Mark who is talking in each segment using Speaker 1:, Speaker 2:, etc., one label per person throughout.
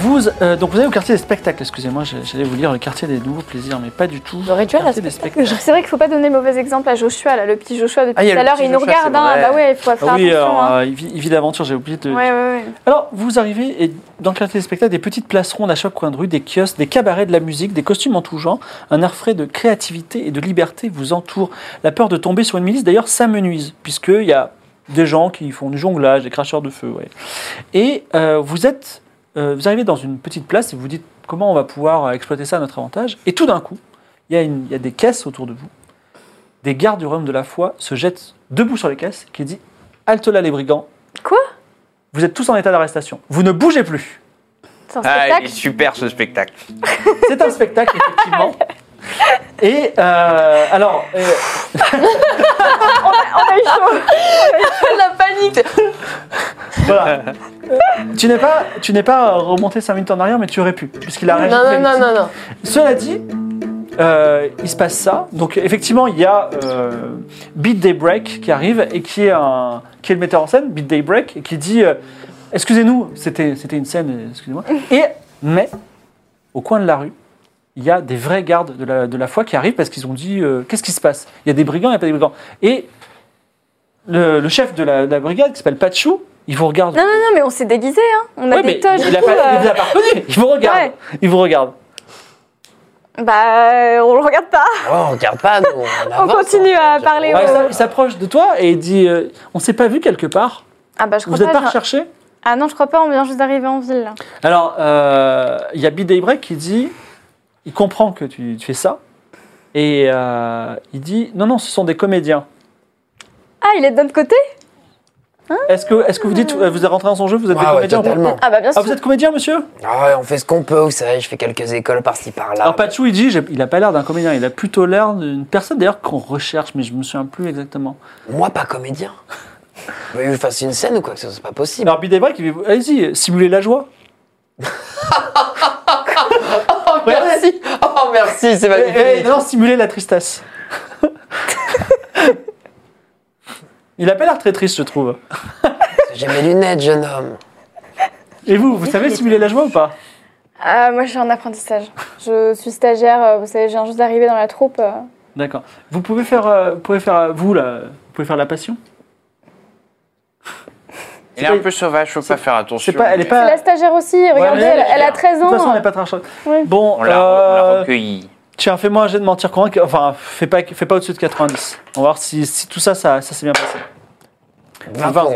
Speaker 1: Vous, euh, donc vous allez au quartier des spectacles, excusez-moi, j'ai- j'allais vous lire le quartier des nouveaux plaisirs, mais pas du tout.
Speaker 2: Le rituel à
Speaker 1: Quartier des
Speaker 2: spectacle.
Speaker 1: spectacles.
Speaker 2: C'est vrai qu'il faut pas donner le mauvais exemple à Joshua, là, le petit Joshua depuis
Speaker 1: Ah, il y a
Speaker 2: tout à
Speaker 1: le
Speaker 2: l'heure,
Speaker 1: petit
Speaker 2: il nous
Speaker 1: Joshua,
Speaker 2: regarde.
Speaker 1: c'est
Speaker 2: hein.
Speaker 1: vrai.
Speaker 2: Bah ouais, il faut faire
Speaker 1: Ah oui,
Speaker 2: attention.
Speaker 1: alors,
Speaker 2: hein.
Speaker 1: euh, il, vit, il vit d'aventure, j'ai oublié de...
Speaker 2: Ouais, ouais, ouais.
Speaker 1: Alors, vous arrivez et dans le quartier des spectacles, des petites places rondes à chaque coin de rue, des kiosques, des cabarets, de la musique, des costumes en tout genre. Un air frais de créativité et de liberté vous entoure. La peur de tomber sur une milice, d'ailleurs, s'amenuise, puisqu'il y a des gens qui font du jonglage, des cracheurs de feu. ouais. Et euh, vous êtes, euh, vous arrivez dans une petite place et vous dites comment on va pouvoir euh, exploiter ça à notre avantage. Et tout d'un coup, il y, a une- il y a des caisses autour de vous. Des gardes du royaume de la foi se jettent debout sur les caisses qui dit Halte là les brigands.
Speaker 2: Quoi
Speaker 1: Vous êtes tous en état d'arrestation. Vous ne bougez plus.
Speaker 2: C'est un
Speaker 3: Ah,
Speaker 2: spectacle.
Speaker 3: il est super ce spectacle.
Speaker 1: C'est un spectacle, effectivement. Et euh, alors, euh,
Speaker 2: On a eu chaud.
Speaker 4: La panique
Speaker 1: voilà. tu n'es pas, tu n'es pas euh, remonté 5 minutes en arrière, mais tu aurais pu, puisqu'il a
Speaker 4: Non,
Speaker 1: réagi très
Speaker 4: non, non,
Speaker 1: vite.
Speaker 4: non, non.
Speaker 1: Cela dit, euh, il se passe ça. Donc effectivement, il y a euh, Beat Daybreak qui arrive et qui est, un, qui est le metteur en scène, Beat Daybreak, et qui dit euh, Excusez-nous, c'était c'était une scène, euh, excusez-moi. Et, mais, au coin de la rue, il y a des vrais gardes de la, de la foi qui arrivent parce qu'ils ont dit euh, Qu'est-ce qui se passe Il y a des brigands, il n'y a pas des brigands. Et le, le chef de la, de la brigade, qui s'appelle Pachou, il vous regarde.
Speaker 2: Non, non, non, mais on s'est déguisé. Hein. On a
Speaker 1: Ouais,
Speaker 2: des
Speaker 1: mais
Speaker 2: toges.
Speaker 1: il
Speaker 2: et
Speaker 1: a
Speaker 2: tout,
Speaker 1: pas-
Speaker 2: euh.
Speaker 1: il vous a pas reconnu. Il vous regarde.
Speaker 2: Ouais.
Speaker 1: Il vous regarde.
Speaker 2: Bah, euh, on le regarde pas.
Speaker 5: Ah Ouais, on regarde pas, nous, on
Speaker 2: On
Speaker 5: avance,
Speaker 2: continue
Speaker 5: hein.
Speaker 2: à parler.
Speaker 1: Ouais, il
Speaker 2: aux-
Speaker 1: s'a- il s'approche de toi et il dit euh, On s'est pas vu quelque part
Speaker 2: Ah bah, je
Speaker 1: Vous
Speaker 2: crois
Speaker 1: n'êtes
Speaker 2: pas.
Speaker 1: pas
Speaker 2: je-
Speaker 1: recherché
Speaker 2: Ah non, je crois pas. On vient juste d'arriver en ville. là.
Speaker 1: Alors, euh, il y a Bid Daybreak qui dit Il comprend que tu, tu fais ça. Et euh, il dit Non, non, ce sont des comédiens.
Speaker 2: Ah, il est de notre côté
Speaker 1: Est-ce que, est que vous dites euh, Vous êtes rentré dans son jeu Vous êtes
Speaker 5: Ah
Speaker 1: des
Speaker 5: ouais,
Speaker 1: comédiens
Speaker 5: totalement.
Speaker 2: Ah bah bien
Speaker 1: Ah,
Speaker 2: sûr.
Speaker 1: vous êtes comédien, monsieur
Speaker 5: Ah ouais, on fait ce qu'on peut, vous savez, je fais quelques écoles par-ci par-là.
Speaker 1: Alors, Pachou, il dit j'ai- Il n'a pas l'air d'un comédien, il a plutôt l'air d'une personne d'ailleurs qu'on recherche, mais je me souviens plus exactement.
Speaker 5: Moi, pas comédien. Vous voulez que je fasse une scène ou quoi que ce soit, c'est pas possible.
Speaker 1: Alors, Bid Daybreak, il dit Allez-y, simulez la joie.
Speaker 5: Oh, merci Oh, merci,
Speaker 1: Eh,
Speaker 5: c'est
Speaker 1: eh,
Speaker 5: magnifique
Speaker 1: non, simuler la tristesse. Il a pas l'air très triste, je trouve.
Speaker 5: J'ai mes lunettes, jeune homme.
Speaker 1: Et vous, vous savez simuler la joie ou pas
Speaker 2: Ah, moi, je suis en apprentissage. Je suis stagiaire. euh, Vous savez, je viens juste d'arriver dans la troupe.
Speaker 1: Ah.
Speaker 2: euh.
Speaker 1: D'accord. Vous pouvez faire, euh, vous pouvez faire euh, vous là, vous pouvez faire la passion.
Speaker 3: Il est un peu sauvage, faut pas faire attention.
Speaker 1: C'est pas, elle est
Speaker 3: mais
Speaker 2: C'est
Speaker 1: pas.
Speaker 2: la stagiaire aussi. Regardez,
Speaker 1: mais elle
Speaker 2: elle,
Speaker 1: est
Speaker 2: elle a
Speaker 1: stagiaire.
Speaker 2: 13
Speaker 1: De toute façon,
Speaker 2: ans. hein.
Speaker 1: elle n'est pas très chère.
Speaker 2: Oui.
Speaker 1: Bon,
Speaker 3: On l'a on l'a
Speaker 1: euh,
Speaker 3: recueilli.
Speaker 1: tiens, fais-moi un jet de mentir convaincre. Enfin, fais pas, fais pas au-dessus de 90. On va voir si, si tout ça, ça, ça s'est bien passé.
Speaker 5: 20
Speaker 1: Vingt.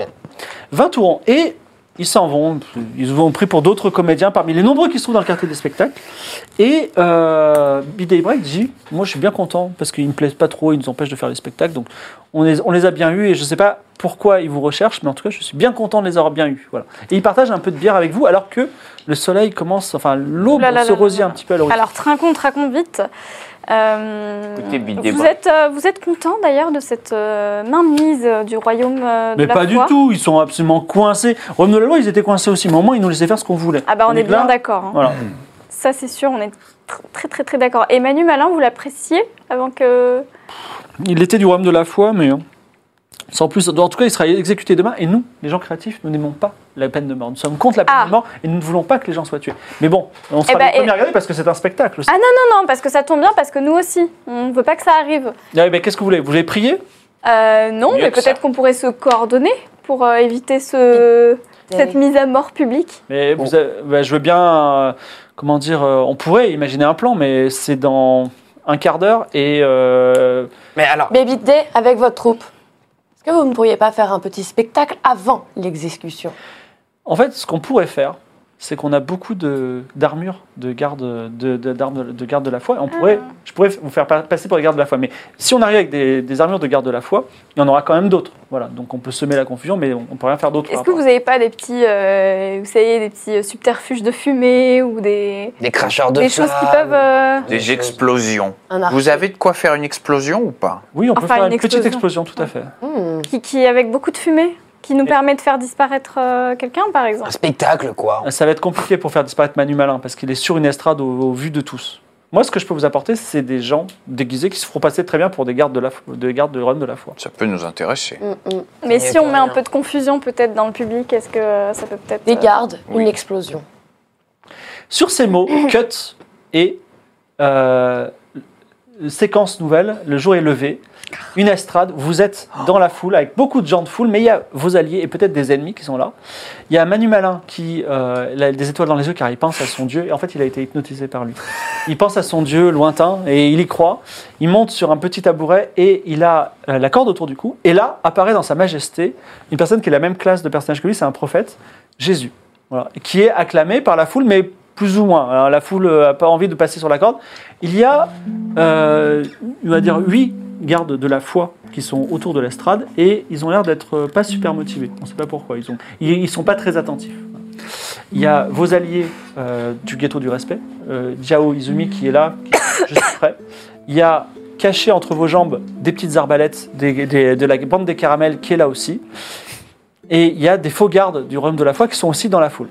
Speaker 1: 20 tourons. Et ils s'en vont. Ils vont pris pour d'autres comédiens parmi les nombreux qui se trouvent dans le quartier des spectacles. Et euh, Big Day Break dit Moi, je suis bien content parce qu'ils me plaisent pas trop, ils nous empêchent de faire les spectacles. Donc, on les, on les a bien eus et je sais pas pourquoi ils vous recherchent, mais en tout cas, je suis bien content de les avoir bien eus. Voilà. Et ils partagent un peu de bière avec vous alors que le soleil commence, enfin, l'aube
Speaker 2: Là, là,
Speaker 1: se
Speaker 2: là,
Speaker 1: rosille
Speaker 2: là,
Speaker 1: un
Speaker 2: là.
Speaker 1: petit peu à l'horizon.
Speaker 2: Alors, trinquons, trinquons vite. Euh,
Speaker 3: Écoutez, bide des
Speaker 2: vous,
Speaker 3: bras.
Speaker 2: êtes, euh, vous êtes content d'ailleurs de cette euh, mainmise euh, du royaume euh, de
Speaker 1: Mais
Speaker 2: la
Speaker 1: pas du
Speaker 2: foi
Speaker 1: tout, ils sont absolument coincés. Rome de la loi, ils étaient coincés aussi, mais au moins, ils nous laissaient faire ce qu'on voulait.
Speaker 2: Ah bah on, est,
Speaker 1: Donc
Speaker 2: bien
Speaker 1: là,
Speaker 2: d'accord. hein.
Speaker 1: Voilà.
Speaker 2: Ça c'est sûr, on est tr- très très très d'accord. Et Manu Malin, vous l'appréciez avant que...
Speaker 1: Il était du royaume de la foi, mais euh, sans plus. En tout cas, il sera exécuté demain. Et nous, les gens créatifs, nous n'aimons pas la peine de mort. Nous sommes contre la peine
Speaker 2: Ah.
Speaker 1: de mort et nous ne voulons pas que les gens soient tués. Mais bon, on sera
Speaker 2: Eh ben,
Speaker 1: les premiers
Speaker 2: et-
Speaker 1: à regarder parce que c'est un spectacle aussi.
Speaker 2: Ah Non, non, parce que ça tombe bien, parce que nous aussi, on ne veut pas que ça arrive.
Speaker 1: Ah, eh ben, Qu'est-ce que vous voulez Vous voulez prier
Speaker 2: Euh, non,
Speaker 3: Mieux
Speaker 2: mais
Speaker 3: que ça.
Speaker 2: peut-être qu'on pourrait se coordonner pour euh, éviter ce... cette mise à mort publique.
Speaker 1: mais
Speaker 5: Bon.
Speaker 1: vous avez- ben, Je veux bien. euh, comment dire euh, On pourrait imaginer un plan, mais c'est dans un quart d'heure et. euh,
Speaker 5: Mais alors,
Speaker 4: Baby Day avec votre troupe. Est-ce que vous ne pourriez pas faire un petit spectacle avant l'exécution
Speaker 1: En fait, ce qu'on pourrait faire, c'est qu'on a beaucoup de- d'armures de garde de, de- d'armes de garde de la foi. et On pourrait,
Speaker 2: Ah.
Speaker 1: je pourrais vous faire pa- passer pour les gardes de la foi. Mais si on arrive avec des, des armures de garde de la foi, il y en aura quand même d'autres. Voilà. Donc on peut semer la confusion, mais on, on peut rien faire d'autre.
Speaker 2: Est-ce que vous n'avez pas des petits, euh, vous savez, des petits euh, subterfuges de fumée ou des,
Speaker 5: Des cracheurs de
Speaker 2: des choses qui
Speaker 5: flammes.
Speaker 2: peuvent. euh,
Speaker 3: Des explosions.
Speaker 4: Un arc.
Speaker 3: Vous avez de quoi faire une explosion ou pas
Speaker 1: Oui, on peut
Speaker 2: Enfin,
Speaker 1: faire une
Speaker 2: une
Speaker 1: petite explosion, tout à fait.
Speaker 4: Hmm.
Speaker 2: qui, qui- avec beaucoup de fumée, qui nous
Speaker 1: Et-
Speaker 2: permet de faire disparaître euh, quelqu'un, par
Speaker 5: Un
Speaker 2: exemple.
Speaker 5: spectacle, quoi.
Speaker 1: Ça va être compliqué pour faire disparaître Manu Malin parce qu'il est sur une estrade au, au vu de tous. Moi, ce que je peux vous apporter, c'est des gens déguisés qui se feront passer très bien pour des gardes de la, fo- des gardes de Rome de la foi.
Speaker 3: Ça peut nous intéresser.
Speaker 4: Hmm, hmm.
Speaker 2: Mais
Speaker 5: Ça y est,
Speaker 2: si on
Speaker 5: pour
Speaker 2: met un
Speaker 5: rien.
Speaker 2: peu de confusion peut-être dans le public, est-ce que euh, ça peut peut-être.
Speaker 4: Des
Speaker 2: euh,
Speaker 4: gardes,
Speaker 3: oui.
Speaker 4: une explosion.
Speaker 1: Sur ces mots, cut et euh, séquence nouvelle, le jour est levé, une estrade, vous êtes dans la foule avec beaucoup de gens de foule, mais il y a vos alliés et peut-être des ennemis qui sont là. Il y a Manu Malin qui euh, il a des étoiles dans les yeux car il pense à son dieu, et en fait il a été hypnotisé par lui. Il pense à son dieu lointain et il y croit. Il monte sur un petit tabouret et il a euh, la corde autour du cou, et là apparaît dans sa majesté une personne qui est la même classe de personnage que lui, c'est un prophète, Jésus. Voilà, qui est acclamé par la foule, mais plus ou moins. Alors, la foule n'a pas envie de passer sur la corde. Il y a, euh, on va dire, huit gardes de la foi qui sont autour de l'estrade et ils ont l'air d'être euh, pas super motivés. On ne sait pas pourquoi. Ils ont, ils, ils sont pas très attentifs. Il y a vos alliés euh, du ghetto du respect, euh, Jao Izumi qui est là, qui est juste prêt. Il y a caché entre vos jambes des petites arbalètes des- des- de la bande des caramels qui est là aussi. Et il y a des faux gardes du royaume de la foi qui sont aussi dans la foule.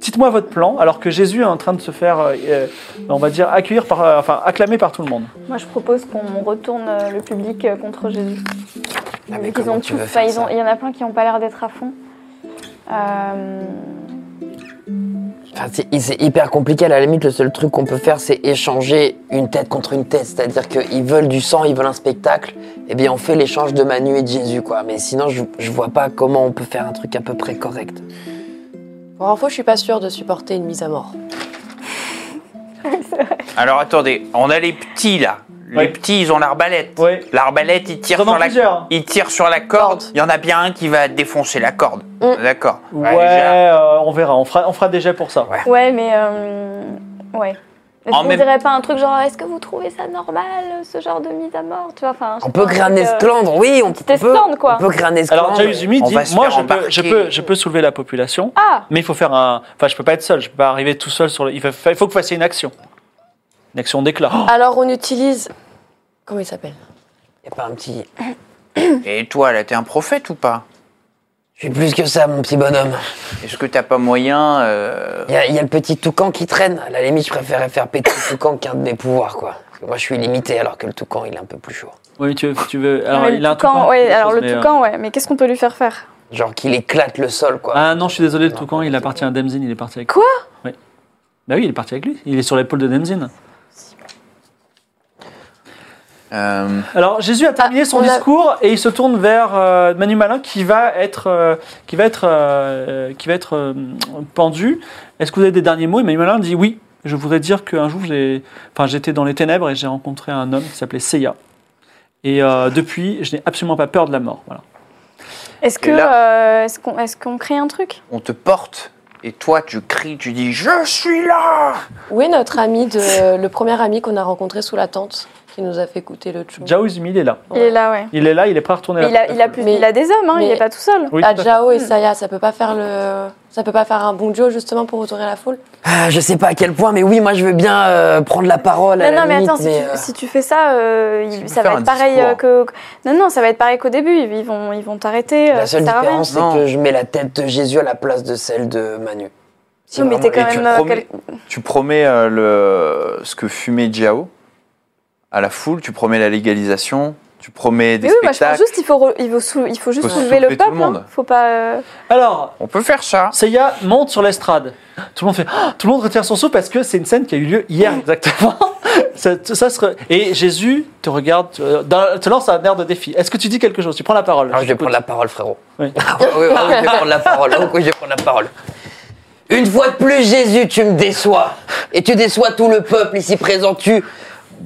Speaker 1: Dites-moi votre plan, alors que Jésus est en train de se faire, euh, euh, on va dire, accueillir par, euh, enfin, acclamé par tout le monde.
Speaker 2: euh, Moi, je propose qu'on retourne euh, le public euh, contre Jésus.
Speaker 5: Ah,
Speaker 2: Vu
Speaker 5: mais
Speaker 2: qu'ils
Speaker 5: comment
Speaker 2: ont
Speaker 5: tu
Speaker 2: tous-
Speaker 5: veux
Speaker 2: enfin,
Speaker 5: faire
Speaker 2: ils ont-
Speaker 5: ça
Speaker 2: il y en a plein qui n'ont pas l'air d'être à fond. Euh,
Speaker 5: Enfin, c'est c'est hyper compliqué. À la limite, le seul truc qu'on peut faire, c'est échanger une tête contre une tête. C'est-à-dire qu'ils veulent du sang, ils veulent un spectacle. Eh bien, on fait l'échange de Manu et de Jésus, quoi. Mais sinon, je, je vois pas comment on peut faire un truc à peu près correct.
Speaker 4: Pour info, je suis pas sûre de supporter une mise à mort.
Speaker 3: Alors attendez, on a les petits là.
Speaker 1: Ouais.
Speaker 3: Les petits, ils ont l'arbalète.
Speaker 1: Ouais.
Speaker 3: L'arbalète, ils tirent
Speaker 1: Ils en ont
Speaker 3: sur la
Speaker 1: plusieurs.
Speaker 3: Ils tirent sur la corde.
Speaker 4: Corde.
Speaker 3: Il y en a bien un qui va défoncer la corde. D'accord.
Speaker 1: Mm.
Speaker 3: Bah,
Speaker 1: Ouais,
Speaker 3: déjà.
Speaker 1: euh, on verra, on fera, on fera des jets pour ça.
Speaker 2: Ouais, mais. euh, Ouais. Est-ce
Speaker 3: En
Speaker 2: qu'on
Speaker 3: même-
Speaker 2: dirait pas un truc genre est-ce que vous trouvez ça normal ce genre de mise à mort tu vois enfin je
Speaker 5: On
Speaker 2: sais
Speaker 5: peut
Speaker 2: pas,
Speaker 5: créer
Speaker 2: un
Speaker 5: un
Speaker 2: truc, euh,
Speaker 5: esclandre, oui, on
Speaker 2: petite
Speaker 5: peut.
Speaker 2: esclandre, quoi.
Speaker 5: On peut créer un
Speaker 1: Alors,
Speaker 5: esclandre.
Speaker 1: Jésus
Speaker 3: on
Speaker 1: dit,
Speaker 3: va se
Speaker 1: moi, je
Speaker 3: faire
Speaker 1: peux,
Speaker 3: embarquer.
Speaker 1: je, peux, je peux soulever la population,
Speaker 2: Ah
Speaker 1: mais il faut faire un... Enfin, je peux pas être seul, je peux pas arriver tout seul sur le... Il faut, il faut que vous fassiez une action. Une action d'éclat.
Speaker 2: Ah.
Speaker 4: Alors on utilise. Comment il s'appelle
Speaker 5: Y a pas un petit.
Speaker 3: Et toi, là, t'es un prophète ou pas
Speaker 5: Je suis plus que ça, mon petit bonhomme.
Speaker 3: Est-ce que t'as pas moyen euh,
Speaker 5: Il y, a- y a le petit toucan qui traîne. À la limite, je préférais faire péter le toucan qu'un de mes pouvoirs, quoi. Parce que moi, je suis limité, alors que le toucan, il est un peu plus chaud.
Speaker 1: Oui, tu veux... Tu veux alors,
Speaker 2: mais le
Speaker 1: il a un
Speaker 2: toucan,
Speaker 1: toucan,
Speaker 2: ouais,
Speaker 1: quelque
Speaker 2: alors
Speaker 1: chose,
Speaker 2: le
Speaker 1: mais, euh,
Speaker 2: toucan ouais mais qu'est-ce qu'on peut lui faire faire
Speaker 5: Genre qu'il éclate le sol, quoi.
Speaker 1: Ah non, je suis désolé, le toucan, il appartient à Demzin, il est parti avec
Speaker 2: Quoi
Speaker 1: Oui. Bah oui, il est parti avec lui. Il est sur l'épaule de Demzin.
Speaker 3: euh,
Speaker 1: Alors Jésus a terminé
Speaker 2: Ah,
Speaker 1: son
Speaker 4: on a-
Speaker 1: discours et il se tourne vers euh, Manu Malin qui va être euh, qui va être euh, qui va être euh, pendu. Est-ce que vous avez des derniers mots Et Manu Malin dit oui. Je voudrais dire qu'un jour j'ai enfin j'étais dans les ténèbres et j'ai rencontré un homme qui s'appelait Seiya. Et euh, depuis, je n'ai absolument pas peur de la mort. Voilà.
Speaker 2: est-ce que
Speaker 3: Et
Speaker 2: euh, est-ce qu'on est-ce qu'on crée un truc
Speaker 3: on te porte et toi, tu cries, tu dis Je suis là
Speaker 4: Où est notre ami de le premier ami qu'on a rencontré sous la tente qui nous a fait goûter le chou
Speaker 1: Jao Izumi, il est là.
Speaker 2: il est là ouais
Speaker 1: Il est là, il est prêt à retourner.
Speaker 2: Mais
Speaker 1: la-
Speaker 2: il a, il a plus-
Speaker 4: Mais-
Speaker 2: il a des hommes, hein, il
Speaker 4: mais-
Speaker 2: n'est pas tout seul.
Speaker 1: Oui, tout à
Speaker 4: Ah,
Speaker 1: fait.
Speaker 4: Jao et Saya, ça peut pas faire le, ça peut pas faire un bon duo justement pour retourner la foule.
Speaker 5: Ah, je sais pas à quel point, mais oui, moi je veux bien euh, prendre la parole.
Speaker 2: Non,
Speaker 5: à
Speaker 2: non,
Speaker 5: la
Speaker 2: mais
Speaker 5: limite,
Speaker 2: attends, si, tu,
Speaker 5: euh,
Speaker 2: si tu fais ça, euh, il-
Speaker 3: tu peux
Speaker 2: ça
Speaker 3: faire
Speaker 2: va
Speaker 3: un
Speaker 2: être pareil
Speaker 3: discours.
Speaker 2: euh, que. Non, non, ça va être pareil qu'au début. Ils ils vont, ils vont t'arrêter. euh,
Speaker 5: la seule
Speaker 2: ça sert à rien.
Speaker 5: différence, c'est
Speaker 3: Non.
Speaker 5: que je mets la tête de Jésus à la place de celle de Manu. Si
Speaker 2: Oui, mais
Speaker 5: vraiment-
Speaker 2: t'es quand
Speaker 3: Et tu
Speaker 2: même. euh,
Speaker 3: promets-
Speaker 2: quel-
Speaker 3: Tu promets euh, le... ce que fumait Jiao à la foule, tu promets la légalisation, tu promets des
Speaker 2: Mais oui, moi je pense
Speaker 3: spectacles.
Speaker 2: juste il faut, re- il faut, sou- il faut juste
Speaker 3: Faut
Speaker 2: soulever le
Speaker 3: soulever tout le
Speaker 2: peuple. hein.
Speaker 3: monde.
Speaker 2: Faut pas. euh,
Speaker 1: Alors,
Speaker 3: On peut faire ça.
Speaker 1: Seiya monte sur l'estrade. Tout le monde fait, Ah tout le monde retire son saut parce que c'est une scène qui a eu lieu hier exactement. ça, ça serait- Et Jésus te regarde, euh, dans- te lance un air de défi. Est-ce que tu dis quelque chose Tu prends la parole.
Speaker 5: Alors, Ah, je vais prendre la parole, frérot.
Speaker 1: Oui.
Speaker 5: Ah, oui, oui, oui, je vais prendre la parole. Oh, oui, je vais prendre la parole. Une fois de plus, Jésus, tu me déçois. Et tu déçois tout le peuple ici présent. Tu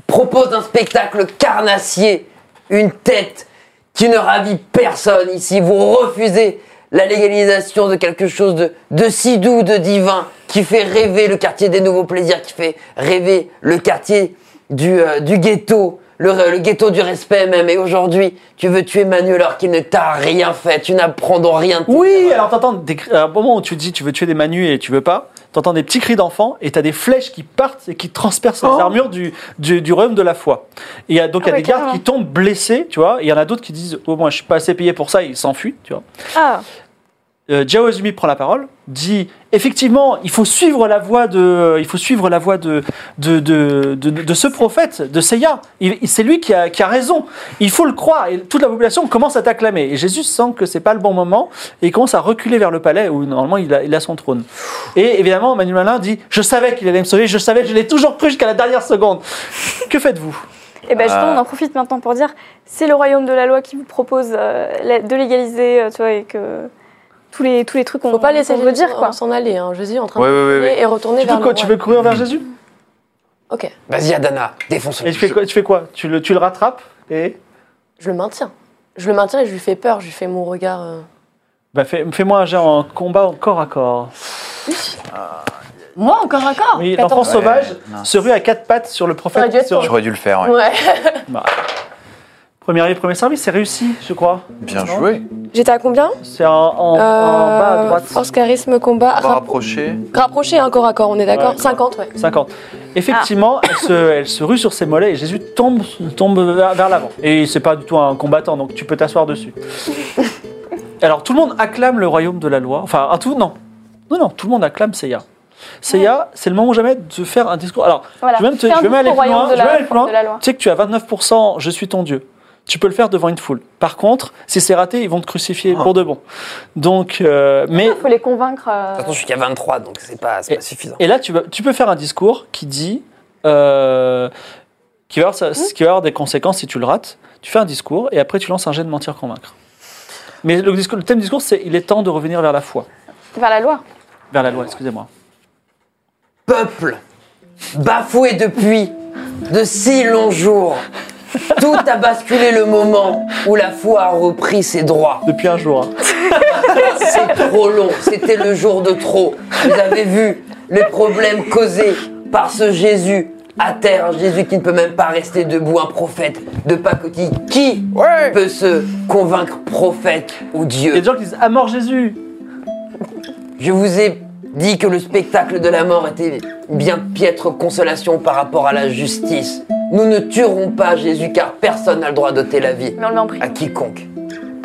Speaker 5: proposes un spectacle carnassier, une tête qui ne ravit personne ici. Vous refusez la légalisation de quelque chose de, de si doux, de divin, qui fait rêver le quartier des nouveaux plaisirs, qui fait rêver le quartier du, euh, du ghetto, le, re- le ghetto du respect même. Et aujourd'hui, tu veux tuer Manuel alors qu'il ne t'a rien fait, tu n'apprends dans rien. de tes
Speaker 1: Oui,
Speaker 5: erreurs.
Speaker 1: alors t'entends des cris- à un moment où tu te dis tu veux tuer des manus et tu veux pas, t'entends des petits cris d'enfants et t'as des flèches qui partent et qui transpercent
Speaker 5: Oh.
Speaker 1: les armures du, du, du royaume de la foi. Et il y a- donc il
Speaker 2: Ah
Speaker 1: y a
Speaker 2: ouais,
Speaker 1: des gardes
Speaker 2: carrément.
Speaker 1: qui tombent blessés, tu vois, et il y en a d'autres qui disent au moins je suis pas assez payé pour ça, et ils s'enfuient, tu vois.
Speaker 2: Ah,
Speaker 1: Euh, Jao Azumi prend la parole, dit effectivement, il faut suivre la voie de, il faut suivre la voie de de, de, de, de ce prophète, de Seiya. Il- il- C'est lui qui a, qui a raison. Il faut le croire. Et toute la population commence à t'acclamer. Et Jésus sent que c'est pas le bon moment et il commence à reculer vers le palais où normalement il a, il a son trône. Et évidemment, Manuel Malin dit je savais qu'il allait me sauver, je savais, je l'ai toujours cru jusqu'à la dernière seconde. Que faites-vous
Speaker 2: et ben justement,
Speaker 3: Ah.
Speaker 2: on en profite maintenant pour dire c'est le royaume de la loi qui vous propose euh, la- de légaliser, euh, tu vois, et que tous les, tous les trucs qu'on
Speaker 4: Faut pas laisser
Speaker 2: qu'on
Speaker 4: les
Speaker 2: veut dire, quoi.
Speaker 4: s'en aller. Hein. Je dis en train
Speaker 3: Ouais,
Speaker 4: de
Speaker 3: ouais, ouais,
Speaker 4: tourner et retourner
Speaker 1: Tu
Speaker 4: vers
Speaker 1: veux
Speaker 4: le
Speaker 1: quoi Tu
Speaker 4: roi.
Speaker 1: veux courir vers Jésus
Speaker 4: Ok,
Speaker 5: Vas-y, Adana, défonce-le.
Speaker 1: Et tu fais quoi Tu fais quoi Tu le tu le rattrapes et
Speaker 4: je le maintiens. Je le maintiens et je lui fais peur. Je lui fais mon regard. euh,
Speaker 1: Bah fais- fais-moi un jet en combat en corps à corps.
Speaker 6: Moi, encore, encore
Speaker 1: Oui,
Speaker 4: 14.
Speaker 1: l'enfant sauvage
Speaker 3: non.
Speaker 1: se rue à quatre pattes sur le
Speaker 4: J'aurais
Speaker 1: prophète.
Speaker 4: dû être
Speaker 1: sur-
Speaker 4: pour-
Speaker 3: J'aurais dû le faire, ouais.
Speaker 4: Ouais.
Speaker 1: Premier arrivé, premier servi, c'est réussi, je crois.
Speaker 3: Bien
Speaker 1: Non
Speaker 3: joué.
Speaker 4: J'étais à combien
Speaker 1: C'est en, en- en
Speaker 4: Euh,
Speaker 1: bas à droite.
Speaker 4: Force, charisme, combat.
Speaker 1: Ah,
Speaker 3: On va
Speaker 4: Rap-
Speaker 3: rapprocher.
Speaker 4: rapproché, hein, corps à corps, on est d'accord
Speaker 1: Ouais.
Speaker 4: 50, ouais.
Speaker 1: 50. Effectivement, elle, se, elle se rue sur ses mollets et Jésus tombe, tombe vers, vers l'avant. Et c'est pas du tout un combattant, donc tu peux t'asseoir dessus. Alors tout le monde acclame le royaume de la loi. Enfin, à tout, non. Non, non, tout le monde acclame Seiya. Seiya, c'est le moment jamais de faire un discours. Alors,
Speaker 2: Voilà.
Speaker 1: je vais même te-
Speaker 2: Fais un
Speaker 1: je vais même aller
Speaker 2: discours
Speaker 1: plus
Speaker 2: au royaume
Speaker 1: loin.
Speaker 2: de
Speaker 1: Je vais
Speaker 2: la-
Speaker 1: aller plus loin.
Speaker 2: de la loi.
Speaker 1: Tu sais que tu as 29%, je suis ton Dieu. Tu peux le faire devant une foule. Par contre, si c'est raté, ils vont te crucifier pour de bon. Donc, euh, mais
Speaker 2: Il faut les convaincre. euh,
Speaker 5: De toute façon, je suis qu'à 23, donc c'est pas, c'est pas suffisant.
Speaker 1: et là, tu, vas- tu peux faire un discours qui dit. euh, qui, va avoir, ça- qui va avoir des conséquences si tu le rates. Tu fais un discours et après, tu lances un jet de mentir-convaincre. Mais le, discours- le thème du discours, c'est il est temps de revenir vers la foi,
Speaker 2: Vers la loi.
Speaker 1: vers la loi, excusez-moi.
Speaker 5: peuple, bafoué depuis de si longs jours, tout a basculé le moment où la foi a repris ses droits.
Speaker 1: Depuis un jour. hein.
Speaker 5: C'est trop long, c'était le jour de trop. Vous avez vu les problèmes causés par ce Jésus à terre, un Jésus qui ne peut même pas rester debout, un prophète de pacotille. Qui peut se convaincre prophète ou Dieu
Speaker 1: Il y a des gens qui disent À mort Jésus
Speaker 5: Je vous ai dit que le spectacle de la mort était bien piètre consolation par rapport à la justice. Nous ne tuerons pas Jésus car personne n'a le droit d'ôter la vie
Speaker 2: Mais on le met en prison.
Speaker 5: à quiconque.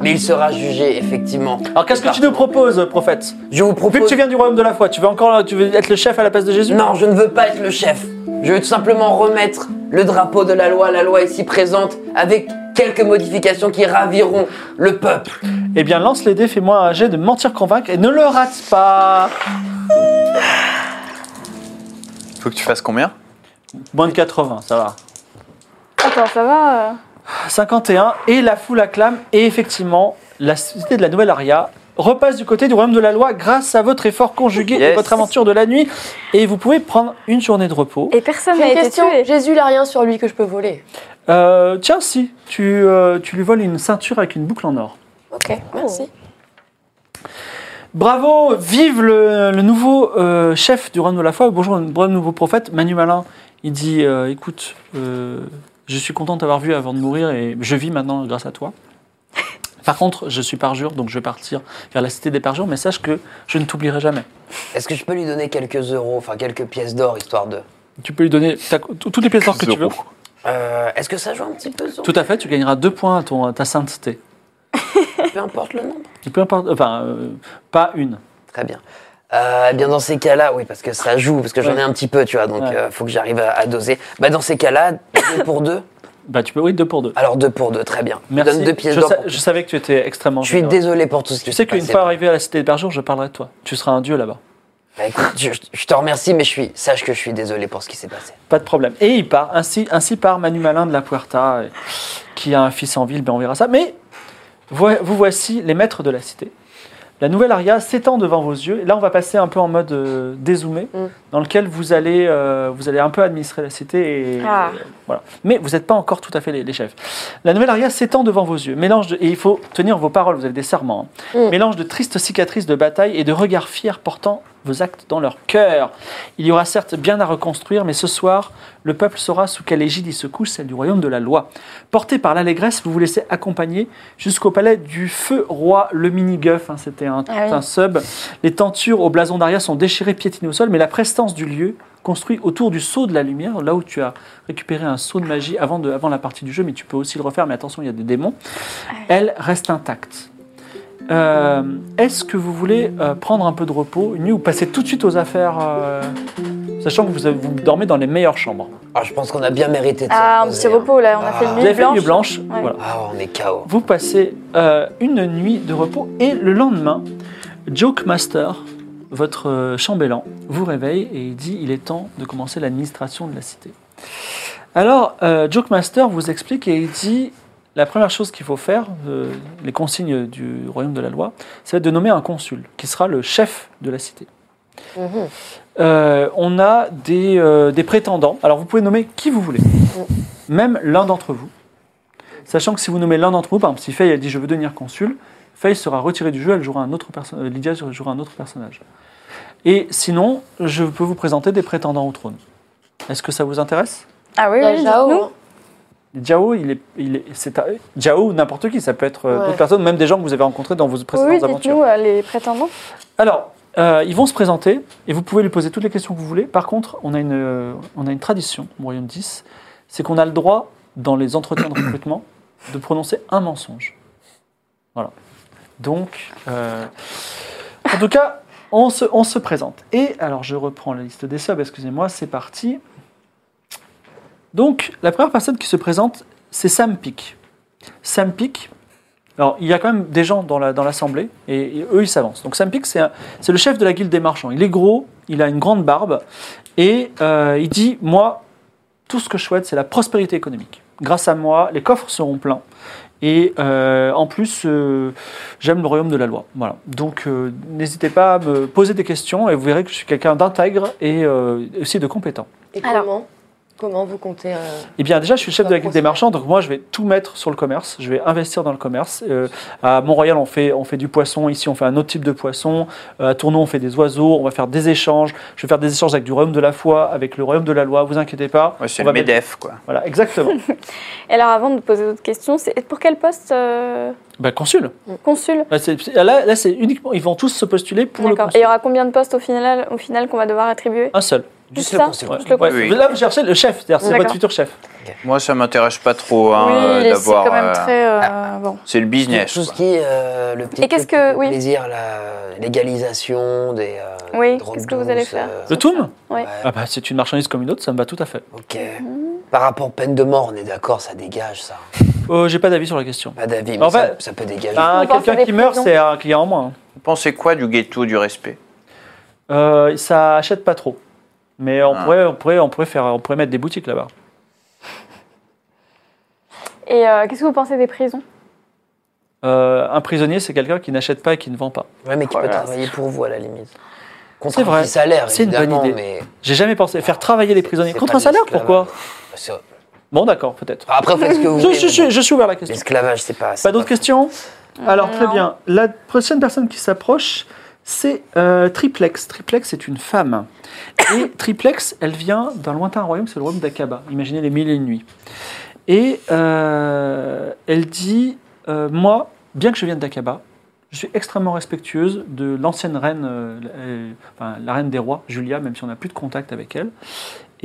Speaker 5: Mais il sera jugé effectivement.
Speaker 1: Alors qu'est-ce que tu nous proposes, prophète
Speaker 5: Je vous
Speaker 1: Vu que
Speaker 5: propose.
Speaker 1: tu viens du royaume de la foi, tu veux encore tu veux être le chef à la place de Jésus
Speaker 5: Non, je ne veux pas être le chef. Je veux tout simplement remettre le drapeau de la loi, la loi ici présente, avec quelques modifications qui raviront le peuple.
Speaker 1: Eh bien, lance les dés, fais-moi un jet de mentir-convaincre et ne le rate pas
Speaker 3: Faut que tu fasses combien
Speaker 1: Moins de 80, ça va.
Speaker 2: Attends, ça va euh,
Speaker 1: 51 et la foule acclame et effectivement la société de la nouvelle aria repasse du côté du royaume de la loi grâce à votre effort conjugué et
Speaker 3: Yes.
Speaker 1: votre aventure de la nuit et vous pouvez prendre une journée de repos.
Speaker 2: Et personne n'a
Speaker 4: J'ai une
Speaker 2: été
Speaker 4: question.
Speaker 2: Ah, tué.
Speaker 4: Jésus, il a rien sur lui que je peux voler.
Speaker 1: Euh, tiens si tu, euh, tu lui voles une ceinture avec une boucle en or.
Speaker 4: Ok, merci.
Speaker 1: Bravo, vive le, le nouveau euh, chef du royaume de la foi. Bonjour, le brave nouveau prophète, Manu Malin. Il dit euh, Écoute, euh, je suis content de t'avoir vu avant de mourir et je vis maintenant grâce à toi. Par contre, je suis parjure, donc je vais partir vers la cité des parjures, mais sache que je ne t'oublierai jamais.
Speaker 5: Est-ce que je peux lui donner quelques euros, enfin quelques pièces d'or, histoire de.
Speaker 1: Tu peux lui donner ta- toutes les pièces d'or que tu veux.
Speaker 3: Zéro.
Speaker 5: Euh, Est-ce que ça joue un petit peu sur...
Speaker 1: Tout à fait, tu gagneras deux points à, ton, à ta sainteté.
Speaker 5: Peu importe le nombre.
Speaker 1: Et Peu importe, enfin, euh, pas une.
Speaker 5: Très bien. Euh, eh bien dans ces cas-là, oui, parce que ça joue, parce que j'en
Speaker 1: Ouais.
Speaker 5: ai un petit peu, tu vois, donc
Speaker 1: Ouais.
Speaker 5: euh, faut que j'arrive à, à doser. Bah, dans ces cas-là, deux pour deux.
Speaker 1: Bah, tu peux, oui, deux pour deux.
Speaker 5: Alors deux pour deux, très bien.
Speaker 1: Merci.
Speaker 5: Donne Ah, deux pièces
Speaker 1: je,
Speaker 5: d'or.
Speaker 1: sa-
Speaker 5: pour-
Speaker 1: je savais que tu étais extrêmement
Speaker 5: Je suis
Speaker 1: généreux.
Speaker 5: désolé pour tout ce qui
Speaker 1: Tu sais
Speaker 5: s'est
Speaker 1: qu'une
Speaker 5: passé.
Speaker 1: fois arrivé à la cité des bergers, je parlerai de toi. Tu seras un dieu là-bas.
Speaker 5: Bah, écoute, je, je te remercie, mais je suis, sache que je suis désolé pour ce qui s'est passé.
Speaker 1: Pas de problème. Et il part. Ainsi, ainsi part Manu Malin de la Puerta, euh, qui a un fils en ville, ben on verra ça. Mais voi- vous voici les maîtres de la cité. La nouvelle aria s'étend devant vos yeux. Et là, on va passer un peu en mode euh, dézoomé,
Speaker 4: Mm.
Speaker 1: dans lequel vous allez, euh, vous allez un peu administrer la cité. Et,
Speaker 2: Ah.
Speaker 1: euh, voilà. Mais vous n'êtes pas encore tout à fait les, les chefs. La nouvelle aria s'étend devant vos yeux. Mélange de- et il faut tenir vos paroles, vous avez des serments. hein.
Speaker 4: Mm.
Speaker 1: Mélange de tristes cicatrices de bataille et de regards fiers portant vos actes dans leur cœur. Il y aura certes bien à reconstruire, mais ce soir, le peuple saura sous quelle égide il se couche, celle du royaume de la loi. Porté par l'allégresse, vous vous laissez accompagner jusqu'au palais du feu roi, le mini-guff. hein, C'était un,
Speaker 2: Ah oui.
Speaker 1: un sub. Les tentures au blason d'Aria sont déchirées, piétinées au sol, mais la prestance du lieu, construit autour du sceau de la lumière, là où tu as récupéré un sceau de magie avant, de, avant la partie du jeu, mais tu peux aussi le refaire, mais attention, il y a des démons,
Speaker 2: Ah
Speaker 1: elle reste intacte. Euh, Est-ce que vous voulez euh, prendre un peu de repos une nuit ou passer tout de suite aux affaires, euh, sachant que vous, avez- vous dormez dans les meilleures chambres
Speaker 5: Ah, je pense qu'on a bien mérité de
Speaker 2: Ah,
Speaker 5: se
Speaker 2: un petit
Speaker 5: reposer, hein.
Speaker 2: repos là, on a
Speaker 5: Ah.
Speaker 2: fait une
Speaker 5: Vous
Speaker 1: Vous avez
Speaker 2: nuit
Speaker 1: fait une
Speaker 2: blanche.
Speaker 1: nuit blanche,
Speaker 2: Ouais.
Speaker 1: voilà.
Speaker 5: Ah, on est KO.
Speaker 1: Vous passez euh, une nuit de repos et le lendemain, Joke Master, votre euh, chambellan, vous réveille et il dit il est temps de commencer l'administration de la cité. Alors, euh, Joke Master vous explique et il dit la première chose qu'il faut faire, euh, les consignes du royaume de la loi, c'est de nommer un consul qui sera le chef de la cité.
Speaker 4: Mhm.
Speaker 1: Euh, on a des, euh, des prétendants. Alors vous pouvez nommer qui vous voulez, même l'un d'entre vous. Sachant que si vous nommez l'un d'entre vous, par exemple, si Faye elle dit je veux devenir consul, Faye sera retirée du jeu, elle jouera un autre perso- euh, Lydia jouera un autre personnage. Et sinon, je peux vous présenter des prétendants au trône. Est-ce que ça vous intéresse
Speaker 2: Ah oui,
Speaker 4: Il y a
Speaker 2: oui,
Speaker 4: Jao,
Speaker 2: dites-nous.
Speaker 4: hein.
Speaker 1: Jao, il est, il est- c'est un- Jao ou n'importe qui, ça peut être euh,
Speaker 4: Ouais.
Speaker 1: d'autres personnes, même des gens que vous avez rencontrés dans vos précédentes
Speaker 2: Oui,
Speaker 1: aventures.
Speaker 2: dites-nous euh, les prétendants.
Speaker 1: Alors, euh, ils vont se présenter et vous pouvez lui poser toutes les questions que vous voulez. Par contre, on a une, euh, on a une tradition au Royaume 10, c'est qu'on a le droit, dans les entretiens de recrutement, de prononcer un mensonge. Voilà. Donc, euh, en tout cas, on se, on se présente. Et alors, je reprends la liste des subs, excusez-moi, c'est parti. Donc, la première personne qui se présente, c'est Sam Pick. Sam Pick, alors, il y a quand même des gens dans la- dans l'assemblée, dans et, et eux, ils s'avancent. Donc, Sam Pick, c'est un- c'est le chef de la guilde des marchands. Il est gros, il a une grande barbe, et euh, il dit, moi, tout ce que je souhaite, c'est la prospérité économique. Grâce à moi, les coffres seront pleins. Et euh, en plus, euh, j'aime le royaume de la loi. Voilà. Donc, euh, n'hésitez pas à me poser des questions, et vous verrez que je suis quelqu'un d'intègre et euh, aussi de compétent.
Speaker 4: Et
Speaker 2: Alors.
Speaker 4: comment Comment vous comptez euh,
Speaker 1: Eh bien, déjà, je suis le chef
Speaker 4: Pas
Speaker 1: de la guilde des
Speaker 4: procédé.
Speaker 1: marchands, donc moi, je vais tout mettre sur le commerce. Je vais investir dans le commerce. Euh, à Mont-Royal, on fait, on fait du poisson. Ici, on fait un autre type de poisson. Euh, à Tournon, on fait des oiseaux. On va faire des échanges. Je vais faire des échanges avec du royaume de la foi, avec le royaume de la loi. Vous inquiétez pas.
Speaker 3: Ouais, c'est
Speaker 1: On
Speaker 3: le
Speaker 1: va mettre-
Speaker 3: MEDEF, quoi.
Speaker 1: Voilà, exactement.
Speaker 2: Et alors, avant de poser d'autres questions, c'est pour quel poste euh,
Speaker 1: bah, consul.
Speaker 3: Mm.
Speaker 2: Consul
Speaker 1: Là, c'est là- là, c'est uniquement. Ils vont tous se postuler pour le
Speaker 2: D'accord.
Speaker 1: consul.
Speaker 2: Et il y aura combien de postes au final, au final qu'on va devoir attribuer
Speaker 1: Un seul.
Speaker 2: Juste
Speaker 5: le
Speaker 2: ça
Speaker 5: conseil.
Speaker 1: Ouais.
Speaker 2: Je le
Speaker 1: Ouais.
Speaker 3: consul.
Speaker 1: Là, vous cherchez le chef. C'est-à-dire, c'est
Speaker 2: D'accord.
Speaker 1: votre futur chef.
Speaker 3: Moi, ça m'intéresse pas trop hein,
Speaker 2: Oui,
Speaker 3: euh,
Speaker 2: c'est
Speaker 3: d'avoir.
Speaker 2: quand même
Speaker 3: euh,
Speaker 2: très. euh, bon.
Speaker 3: C'est le business.
Speaker 5: Tout ce
Speaker 3: quoi.
Speaker 5: qui est euh, le petit
Speaker 2: Et qu'est-ce
Speaker 5: truc,
Speaker 2: que-
Speaker 5: le
Speaker 2: oui.
Speaker 5: plaisir, la légalisation des. euh,
Speaker 2: Oui,
Speaker 5: drogues
Speaker 2: qu'est-ce que vous
Speaker 5: douces,
Speaker 2: allez faire
Speaker 5: euh,
Speaker 1: Le Toum
Speaker 2: Ouais.
Speaker 5: ouais,
Speaker 1: ah bah, C'est une marchandise comme une autre, ça me va tout à fait.
Speaker 5: Ok.
Speaker 2: Mhm.
Speaker 5: Par rapport peine de mort, on est d'accord, ça dégage ça.
Speaker 1: Euh, J'ai pas d'avis sur la question.
Speaker 5: Pas d'avis, mais
Speaker 1: En
Speaker 5: ça,
Speaker 1: fait-
Speaker 5: ça peut dégager.
Speaker 1: Bah,
Speaker 2: On pense à
Speaker 1: Quelqu'un
Speaker 2: des
Speaker 1: qui meurt,
Speaker 2: prisons.
Speaker 1: c'est un client en moins. hein.
Speaker 3: Vous pensez quoi du ghetto du respect
Speaker 1: Euh, ça achète pas trop. Mais on,
Speaker 3: Ah.
Speaker 1: pourrait, on, pourrait, on, pourrait faire, on pourrait mettre des boutiques là-bas.
Speaker 2: Et euh, qu'est-ce que vous pensez des prisons
Speaker 1: Euh, un prisonnier, c'est quelqu'un qui n'achète pas et qui ne vend pas.
Speaker 5: Ouais, mais qui peut
Speaker 3: Voilà.
Speaker 5: travailler pour vous à la limite. Contre
Speaker 1: C'est
Speaker 5: un
Speaker 1: vrai.
Speaker 5: petit salaire,
Speaker 1: C'est une bonne
Speaker 5: évidemment,
Speaker 1: idée.
Speaker 5: mais
Speaker 1: J'ai jamais pensé faire travailler les prisonniers.
Speaker 5: c'est
Speaker 1: Contre
Speaker 5: pas
Speaker 1: un
Speaker 5: de
Speaker 1: salaire,
Speaker 5: l'esclavage.
Speaker 1: pourquoi
Speaker 5: C'est-
Speaker 1: Bon, d'accord, peut-être.
Speaker 5: Après, faites ce que vous
Speaker 1: Je,
Speaker 5: voulez.
Speaker 1: je- je- je suis ouvert à la question.
Speaker 5: L'esclavage, c'est pas. Ah, c'est
Speaker 1: Pas d'autres questions Alors, très
Speaker 2: Non.
Speaker 1: bien. La prochaine personne qui s'approche, c'est euh, Triplex. Triplex est une femme. Et Triplex, elle vient d'un lointain royaume, c'est le royaume d'Akaba. Imaginez les mille et une nuits. Et euh, elle dit euh, Moi, bien que je vienne d'Akaba, je suis extrêmement respectueuse de l'ancienne reine, euh, euh, enfin, la reine des rois, Julia, même si on n'a plus de contact avec elle.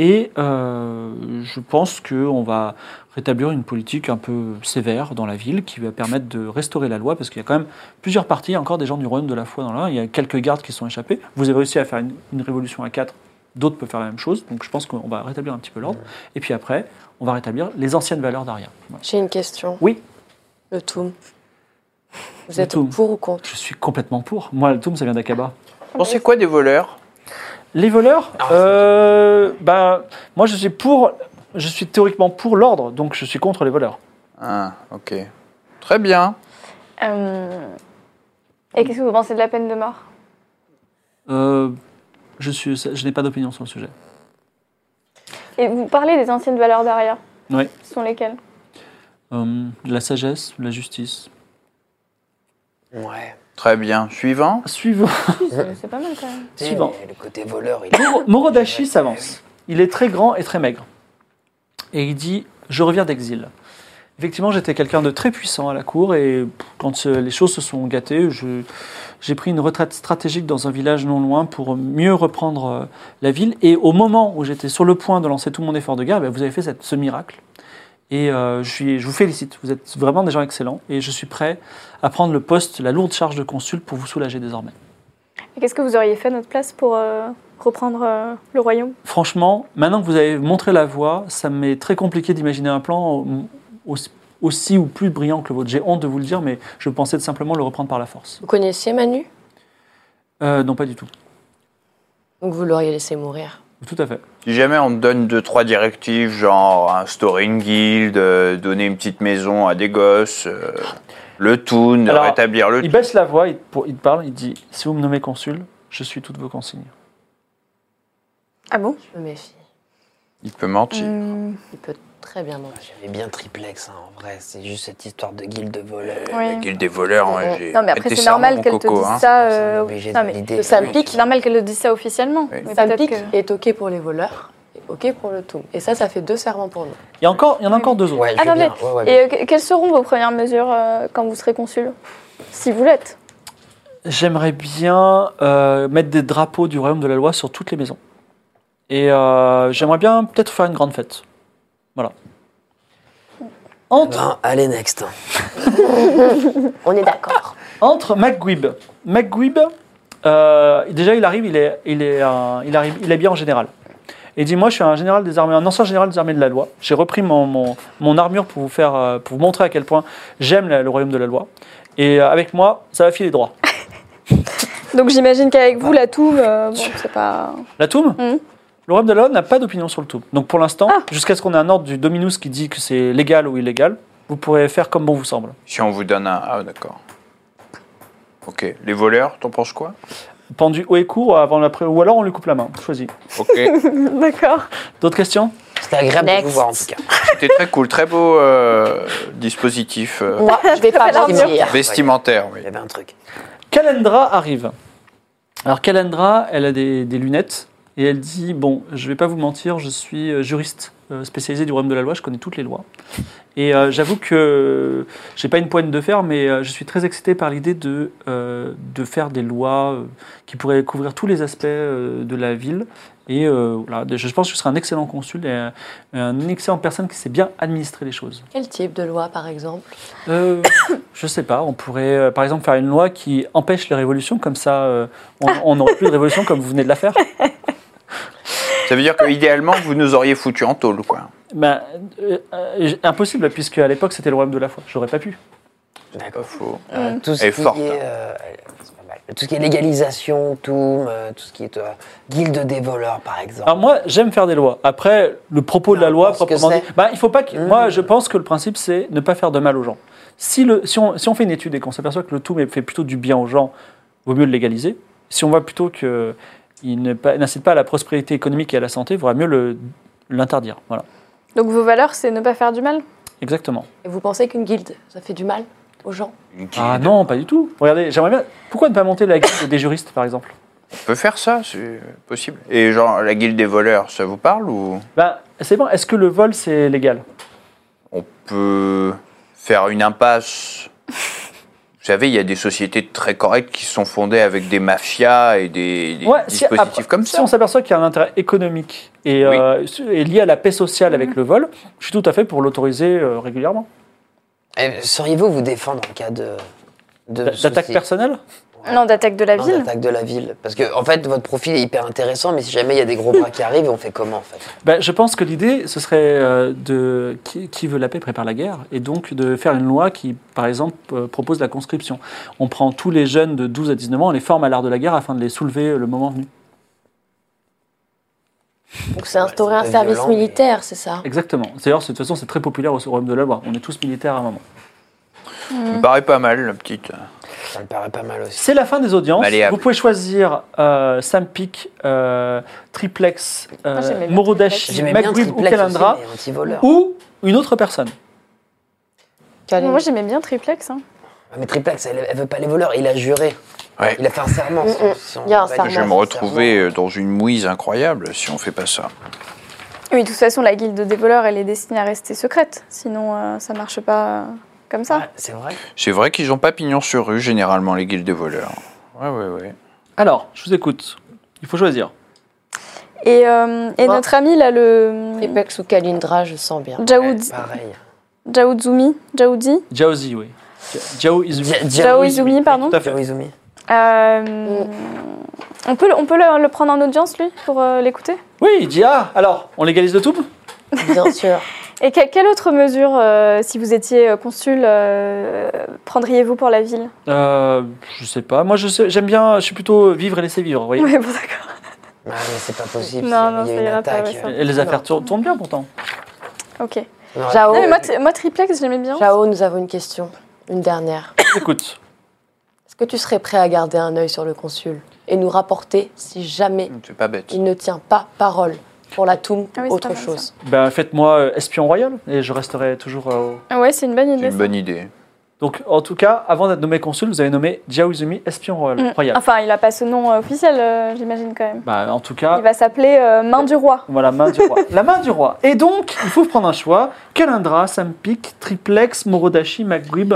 Speaker 1: Et euh, je pense qu'on va rétablir une politique un peu sévère dans la ville qui va permettre de restaurer la loi, parce qu'il y a quand même plusieurs parties, il y a encore des gens du royaume de la foi dans là, il y a quelques gardes qui sont échappés. Vous avez réussi à faire une, une révolution à quatre, d'autres peuvent faire la même chose, donc je pense qu'on va rétablir un petit peu l'ordre. Et puis après, on va rétablir les anciennes valeurs d'Aria. Voilà.
Speaker 4: J'ai une question.
Speaker 1: Oui.
Speaker 4: Le Toum. Vous
Speaker 1: Le
Speaker 4: êtes
Speaker 1: Toum.
Speaker 4: pour ou contre
Speaker 1: Je suis complètement pour. Moi, le tome, ça vient d'Akaba.
Speaker 3: Vous pensez quoi des voleurs
Speaker 1: Les voleurs,
Speaker 5: Ah, c'est
Speaker 1: euh, ben, moi je suis pour, je suis théoriquement pour l'ordre, donc je suis contre les voleurs.
Speaker 3: Ah, ok. Très bien.
Speaker 2: Euh, Et qu'est-ce que vous pensez de la peine de mort
Speaker 1: Euh, je suis- je n'ai pas d'opinion sur le sujet.
Speaker 2: Et vous parlez des anciennes valeurs d'Aria.
Speaker 1: Oui.
Speaker 2: Ce sont lesquelles
Speaker 1: Euh, de la sagesse, de la justice.
Speaker 5: Ouais.
Speaker 3: Très bien. Suivant.
Speaker 1: Suivant.
Speaker 2: C'est euh, c'est pas mal quand même.
Speaker 5: Tu sais,
Speaker 1: Suivant.
Speaker 5: mais Le côté voleur, il est.
Speaker 1: Morodachi s'avance. Il est très grand et très maigre. Et il dit Je reviens d'exil. Effectivement, j'étais quelqu'un de très puissant à la cour et pff, quand euh, les choses se sont gâtées, je- j'ai pris une retraite stratégique dans un village non loin pour mieux reprendre euh, la ville. Et au moment où j'étais sur le point de lancer tout mon effort de guerre, ben, vous avez fait cette- ce miracle. Et euh, je, suis- je vous félicite, vous êtes vraiment des gens excellents et je suis prêt à prendre le poste, la lourde charge de consul pour vous soulager désormais.
Speaker 2: Et qu'est-ce que vous auriez fait à notre place pour euh, reprendre euh, le royaume
Speaker 1: franchement, maintenant que vous avez montré la voie, ça m'est très compliqué d'imaginer un plan aussi, aussi ou plus brillant que le vôtre. J'ai honte de vous le dire, mais je pensais de simplement le reprendre par la force.
Speaker 4: Vous connaissiez Manu
Speaker 1: Euh, non, pas du tout.
Speaker 4: Donc vous l'auriez laissé mourir.
Speaker 1: Tout à fait.
Speaker 3: Si jamais on te donne deux, trois directives, genre instaurer une guilde, euh, donner une petite maison à des gosses, euh, le toon,
Speaker 1: Alors,
Speaker 3: rétablir le
Speaker 1: Il baisse la voix, il, pour- il te parle, il dit Si vous me nommez consul, je suis toutes vos consignes.
Speaker 2: Ah bon Hum,
Speaker 4: Je me méfie.
Speaker 3: Il peut mentir.
Speaker 2: Mm,
Speaker 4: Il peut très bien mentir.
Speaker 5: J'avais bien triplex, hein, en vrai. C'est juste cette histoire de guilde de voleurs.
Speaker 3: La guilde des voleurs, ouais, j'ai
Speaker 2: Euh, Non mais
Speaker 3: prêté
Speaker 2: après c'est
Speaker 3: serment,
Speaker 2: normal
Speaker 3: mon
Speaker 2: qu'elle te
Speaker 3: coco,
Speaker 2: dise ça.
Speaker 3: hein.
Speaker 5: Ça, on est
Speaker 2: euh,
Speaker 5: obligé
Speaker 2: non,
Speaker 5: de
Speaker 2: mais
Speaker 5: valider.
Speaker 4: ça me pique.
Speaker 2: c'est normal qu'elle le dise ça officiellement.
Speaker 3: Oui.
Speaker 2: mais
Speaker 4: Ça me
Speaker 2: peut-être
Speaker 4: pique
Speaker 2: que-
Speaker 4: est OK pour les voleurs et OK pour le tout. Et ça, ça fait deux serments pour nous.
Speaker 1: Il y, a encore, il y en a encore deux autres.
Speaker 5: Ouais, je veux
Speaker 2: Attendez.
Speaker 5: bien. Ouais, ouais, bien.
Speaker 2: Et euh, que- quelles seront vos premières mesures euh, quand vous serez consul Si vous l'êtes.
Speaker 1: J'aimerais bien euh, mettre des drapeaux du royaume de la loi sur toutes les maisons. Et euh, j'aimerais bien peut-être faire une grande fête. Voilà. Entre
Speaker 5: Ben, allez, next.
Speaker 4: On est d'accord.
Speaker 1: entre McGuib. McGuib, euh, déjà, il arrive, il est, il est, un- il arrive, il est bien en général. Et il dit, moi, je suis un général des armées, un ancien général des armées de la loi. J'ai repris mon, mon- mon armure pour vous faire, euh, pour vous montrer à quel point j'aime la- le royaume de la loi. Et euh, avec moi, ça va filer droit.
Speaker 2: Donc j'imagine qu'avec vous, la toum, euh, bon,
Speaker 3: Bah.
Speaker 2: c'est pas.
Speaker 1: La Toum
Speaker 2: Mhm.
Speaker 1: Le royaume de la loi n'a pas d'opinion sur le Toum. Donc pour l'instant,
Speaker 2: Ah.
Speaker 1: jusqu'à ce qu'on ait un ordre du Dominus qui dit que c'est légal ou illégal, vous pourrez faire comme bon vous semble.
Speaker 3: Si on vous donne un. Ah, d'accord. Ok. Les voleurs, t'en penses quoi
Speaker 1: Pendu haut et court euh, avant la pré- ou alors on lui coupe la main. Choisis.
Speaker 3: Ok. C'était
Speaker 2: D'accord.
Speaker 1: D'autres questions
Speaker 5: C'était agréable de vous
Speaker 4: Next.
Speaker 5: voir, en tout cas.
Speaker 3: très cool, très beau euh, dispositif euh,
Speaker 4: Moi, je vais pas mentir.
Speaker 3: vestimentaire. Oui.
Speaker 5: Il y avait un truc.
Speaker 1: Calendra arrive. Alors Calendra, elle a des, des lunettes et elle dit bon, je vais pas vous mentir, je suis euh, juriste euh, spécialisé du royaume de la loi, je connais toutes les lois. Et euh, j'avoue que euh, j'ai pas une poigne de fer, mais euh, je suis très excité par l'idée de euh, de faire des lois euh, qui pourraient couvrir tous les aspects euh, de la ville. Et euh, voilà, je pense que je serai un excellent consul et un, une excellente personne qui sait bien administrer les choses.
Speaker 4: Quel type de loi, par exemple
Speaker 1: Euh, je sais pas, on pourrait euh, par exemple faire une loi qui empêche les révolutions, comme ça euh, on- on n'aurait plus de révolution comme vous venez de la faire.
Speaker 3: Ça veut dire que idéalement, vous nous auriez foutu en tôle, quoi.
Speaker 1: Ben, euh, euh, impossible, puisque à l'époque c'était le royaume de la foi, j'aurais pas pu.
Speaker 3: Pas
Speaker 5: D'accord.
Speaker 3: faux.
Speaker 5: Euh, tout ce
Speaker 3: Elle est
Speaker 5: qui
Speaker 3: forte,
Speaker 5: est,
Speaker 3: hein.
Speaker 5: euh, c'est pas mal. Tout ce qui est légalisation, tout, euh, tout ce qui est euh, guilde des voleurs, par exemple.
Speaker 1: Alors moi j'aime faire des lois. Après, le propos de la
Speaker 5: Non,
Speaker 1: loi
Speaker 5: parce que
Speaker 1: proprement dit.
Speaker 5: c'est-
Speaker 1: Ben, il faut pas que-
Speaker 5: Mm.
Speaker 1: Moi je pense que le principe c'est ne pas faire de mal aux gens. Si, le, si, on, si on fait une étude et qu'on s'aperçoit que le tout mais fait plutôt du bien aux gens, vaut mieux le légaliser. Si on voit plutôt qu'il n'incite pas à la prospérité économique et à la santé, il vaudrait mieux le- l'interdire. Voilà,
Speaker 2: Donc vos valeurs, c'est ne pas faire du mal.
Speaker 1: exactement.
Speaker 4: Et vous pensez qu'une guilde, ça fait du mal aux gens
Speaker 3: Une
Speaker 1: Ah
Speaker 3: guilde.
Speaker 1: non, pas du tout. Regardez, j'aimerais bien. Pourquoi ne pas monter la guilde des juristes, par exemple
Speaker 3: On peut faire ça, c'est possible. Et genre, la guilde des voleurs, ça vous parle ou
Speaker 1: Ben, c'est bon. Est-ce que le vol c'est légal
Speaker 3: on peut faire une impasse Vous savez, il y a des sociétés très correctes qui sont fondées avec des mafias et des, des
Speaker 1: Ouais, si-
Speaker 3: dispositifs
Speaker 1: après,
Speaker 3: comme
Speaker 1: si
Speaker 3: ça.
Speaker 1: on s'aperçoit qu'il y a un intérêt économique et,
Speaker 3: Oui.
Speaker 1: euh, su- et lié à la paix sociale avec le vol, je suis tout à fait pour l'autoriser euh, régulièrement. Ah.
Speaker 5: Et Eh, Sauriez-vous vous défendre en cas de. de
Speaker 1: D- D'attaque
Speaker 5: souci
Speaker 1: personnelle
Speaker 2: Non, d'attaque de la
Speaker 5: Non,
Speaker 2: ville.
Speaker 5: d'attaque de la ville. Parce que, en fait, votre profil est hyper intéressant, mais si jamais il y a des gros bras qui arrivent, on fait comment, en fait
Speaker 1: Ben, Je pense que l'idée, ce serait euh, de qui, qui veut la paix prépare la guerre, et donc de faire une loi qui, par exemple, euh, propose la conscription. On prend tous les jeunes de 12 à 19 ans, on les forme à l'art de la guerre afin de les soulever euh, le moment venu.
Speaker 4: Donc c'est instaurer
Speaker 5: c'est
Speaker 4: un
Speaker 5: pas
Speaker 4: service
Speaker 5: violent, mais-
Speaker 4: militaire, c'est ça
Speaker 1: Exactement. D'ailleurs, de toute façon, c'est très populaire au royaume de la loi. On est tous militaires à un moment.
Speaker 3: Ça me paraît pas mal, la petite.
Speaker 5: Ça me paraît pas mal aussi.
Speaker 1: C'est la fin des
Speaker 5: Bah,
Speaker 1: audiences.
Speaker 3: Malléable.
Speaker 1: Vous pouvez choisir euh, Sampic, euh, Triplex, euh,
Speaker 2: Moi, j'aimais bien
Speaker 1: Morodashi,
Speaker 5: J'aimais bien
Speaker 1: Magwib ou
Speaker 5: Triplex aussi,
Speaker 1: Calendra,
Speaker 5: mais anti-voleur.
Speaker 1: ou une autre personne.
Speaker 4: Caline.
Speaker 2: Moi, j'aimais bien Triplex. hein.
Speaker 5: Ah, Mais Triplex, elle, elle veut pas les voleurs, il a juré.
Speaker 3: Ouais.
Speaker 5: Il a fait un serment.
Speaker 4: Mm, mm.
Speaker 5: sans-
Speaker 4: Il y a un
Speaker 5: sans-
Speaker 4: serment.
Speaker 3: Je vais me
Speaker 5: sans-
Speaker 3: retrouver euh, dans une mouise incroyable si on fait pas ça.
Speaker 2: Oui, de toute façon, la guilde des voleurs, elle est destinée à rester secrète. Sinon, euh, ça marche pas euh, comme ça.
Speaker 5: Ouais, Ah, C'est vrai.
Speaker 3: C'est vrai qu'ils n'ont pas pignon sur rue, généralement, les guildes des voleurs. Ouais, ouais, ouais.
Speaker 1: Alors, je vous écoute. Il faut choisir.
Speaker 2: Et, euh, et
Speaker 4: Bon.
Speaker 2: notre ami, là, le.
Speaker 4: Apex ou Kalindra, je sens bien.
Speaker 2: Jaoud-
Speaker 5: Pareil.
Speaker 2: Jaouzumi, Jaoudi,
Speaker 1: Jaozi, oui. Ja- Jao Izumi.
Speaker 5: Dia- Dia-
Speaker 2: Jao Izumi, pardon.
Speaker 1: Tout à fait.
Speaker 5: Jao Izumi.
Speaker 2: Euh, on peut, le- on peut le, le prendre en audience, lui, pour euh, l'écouter
Speaker 1: Oui, il dit Ah, alors, on légalise le tout
Speaker 4: Bien sûr.
Speaker 2: Et que- quelle autre mesure, euh, si vous étiez euh, consul, euh, prendriez-vous pour la ville
Speaker 1: euh, Je sais pas. Moi, je sais- j'aime bien, je suis plutôt vivre et laisser vivre, vous voyez.
Speaker 2: Oui, bon, d'accord.
Speaker 5: Ah, mais c'est pas
Speaker 2: Non,
Speaker 5: possible. il y a-
Speaker 2: non,
Speaker 5: il y
Speaker 2: ça
Speaker 5: a une
Speaker 2: ira pas,
Speaker 5: attaque.
Speaker 2: ouais, ça.
Speaker 1: Et les affaires tour- tournent bien pourtant.
Speaker 2: Ok.
Speaker 5: On aurait-
Speaker 4: Jao.
Speaker 2: Non, mais moi, tri- moi, triplex, j'aimais bien.
Speaker 4: Jao, nous avons une question. Une dernière.
Speaker 1: Je vous écoute.
Speaker 4: Est-ce que tu serais prêt à garder un œil sur le consul et nous rapporter si jamais
Speaker 3: C'est pas bête.
Speaker 4: il ne tient pas parole pour la tombe
Speaker 2: Ah oui,
Speaker 4: ou
Speaker 2: c'est
Speaker 4: autre
Speaker 2: pas mal,
Speaker 4: chose
Speaker 1: Ben, faites-moi euh, espion royal et je resterai toujours. euh, au-
Speaker 2: Ah Ouais, c'est une bonne
Speaker 3: C'est
Speaker 2: idée.
Speaker 3: une bonne idée.
Speaker 1: Donc, en tout cas, avant d'être nommé consul, vous avez nommé Jao Izumi espion royal.
Speaker 2: Mm.
Speaker 1: royal.
Speaker 2: Enfin, il a pas ce nom euh, officiel, euh, j'imagine quand même.
Speaker 1: Bah, en tout
Speaker 3: Ah.
Speaker 1: cas,
Speaker 2: Il va s'appeler euh, Main du Roi.
Speaker 1: voilà, main du roi. la main du roi. Et donc, il faut prendre un choix. Kalindra, Sampik, Triplex, Morodashi, McGrib.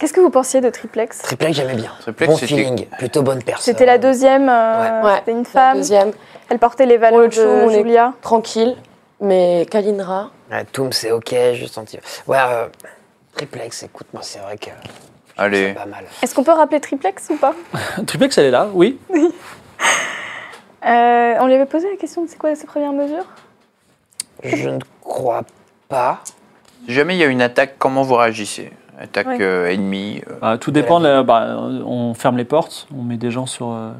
Speaker 2: Qu'est-ce que vous pensiez de triplex
Speaker 5: Triplex, j'aimais bien.
Speaker 3: Triplex,
Speaker 5: bon
Speaker 3: c'était-
Speaker 5: feeling, plutôt bonne personne.
Speaker 2: C'était la deuxième, euh,
Speaker 4: Ouais. Ouais.
Speaker 2: c'était une
Speaker 4: La
Speaker 2: femme.
Speaker 4: deuxième,
Speaker 2: Elle portait les valeurs
Speaker 4: Pour le
Speaker 2: de
Speaker 4: chou, on est-
Speaker 2: Julia.
Speaker 4: tranquille, mais Kalindra,
Speaker 5: Ouais, Toum, c'est ok, je sentis. Ouais, euh, Triplex, écoute-moi, c'est vrai que c'est
Speaker 3: Allez.
Speaker 5: pas mal.
Speaker 2: Est-ce qu'on peut rappeler triplex ou pas
Speaker 1: Triplex, elle est là, oui.
Speaker 2: Euh, On lui avait posé la question de c'est quoi ses premières mesures
Speaker 5: Je ne crois pas.
Speaker 3: Si jamais il y a une attaque, comment vous réagissez Attaque
Speaker 2: Ouais.
Speaker 3: euh, ennemie. euh,
Speaker 1: Bah, tout dépend. de la- bah, euh, on ferme les portes, on met des gens sur, euh,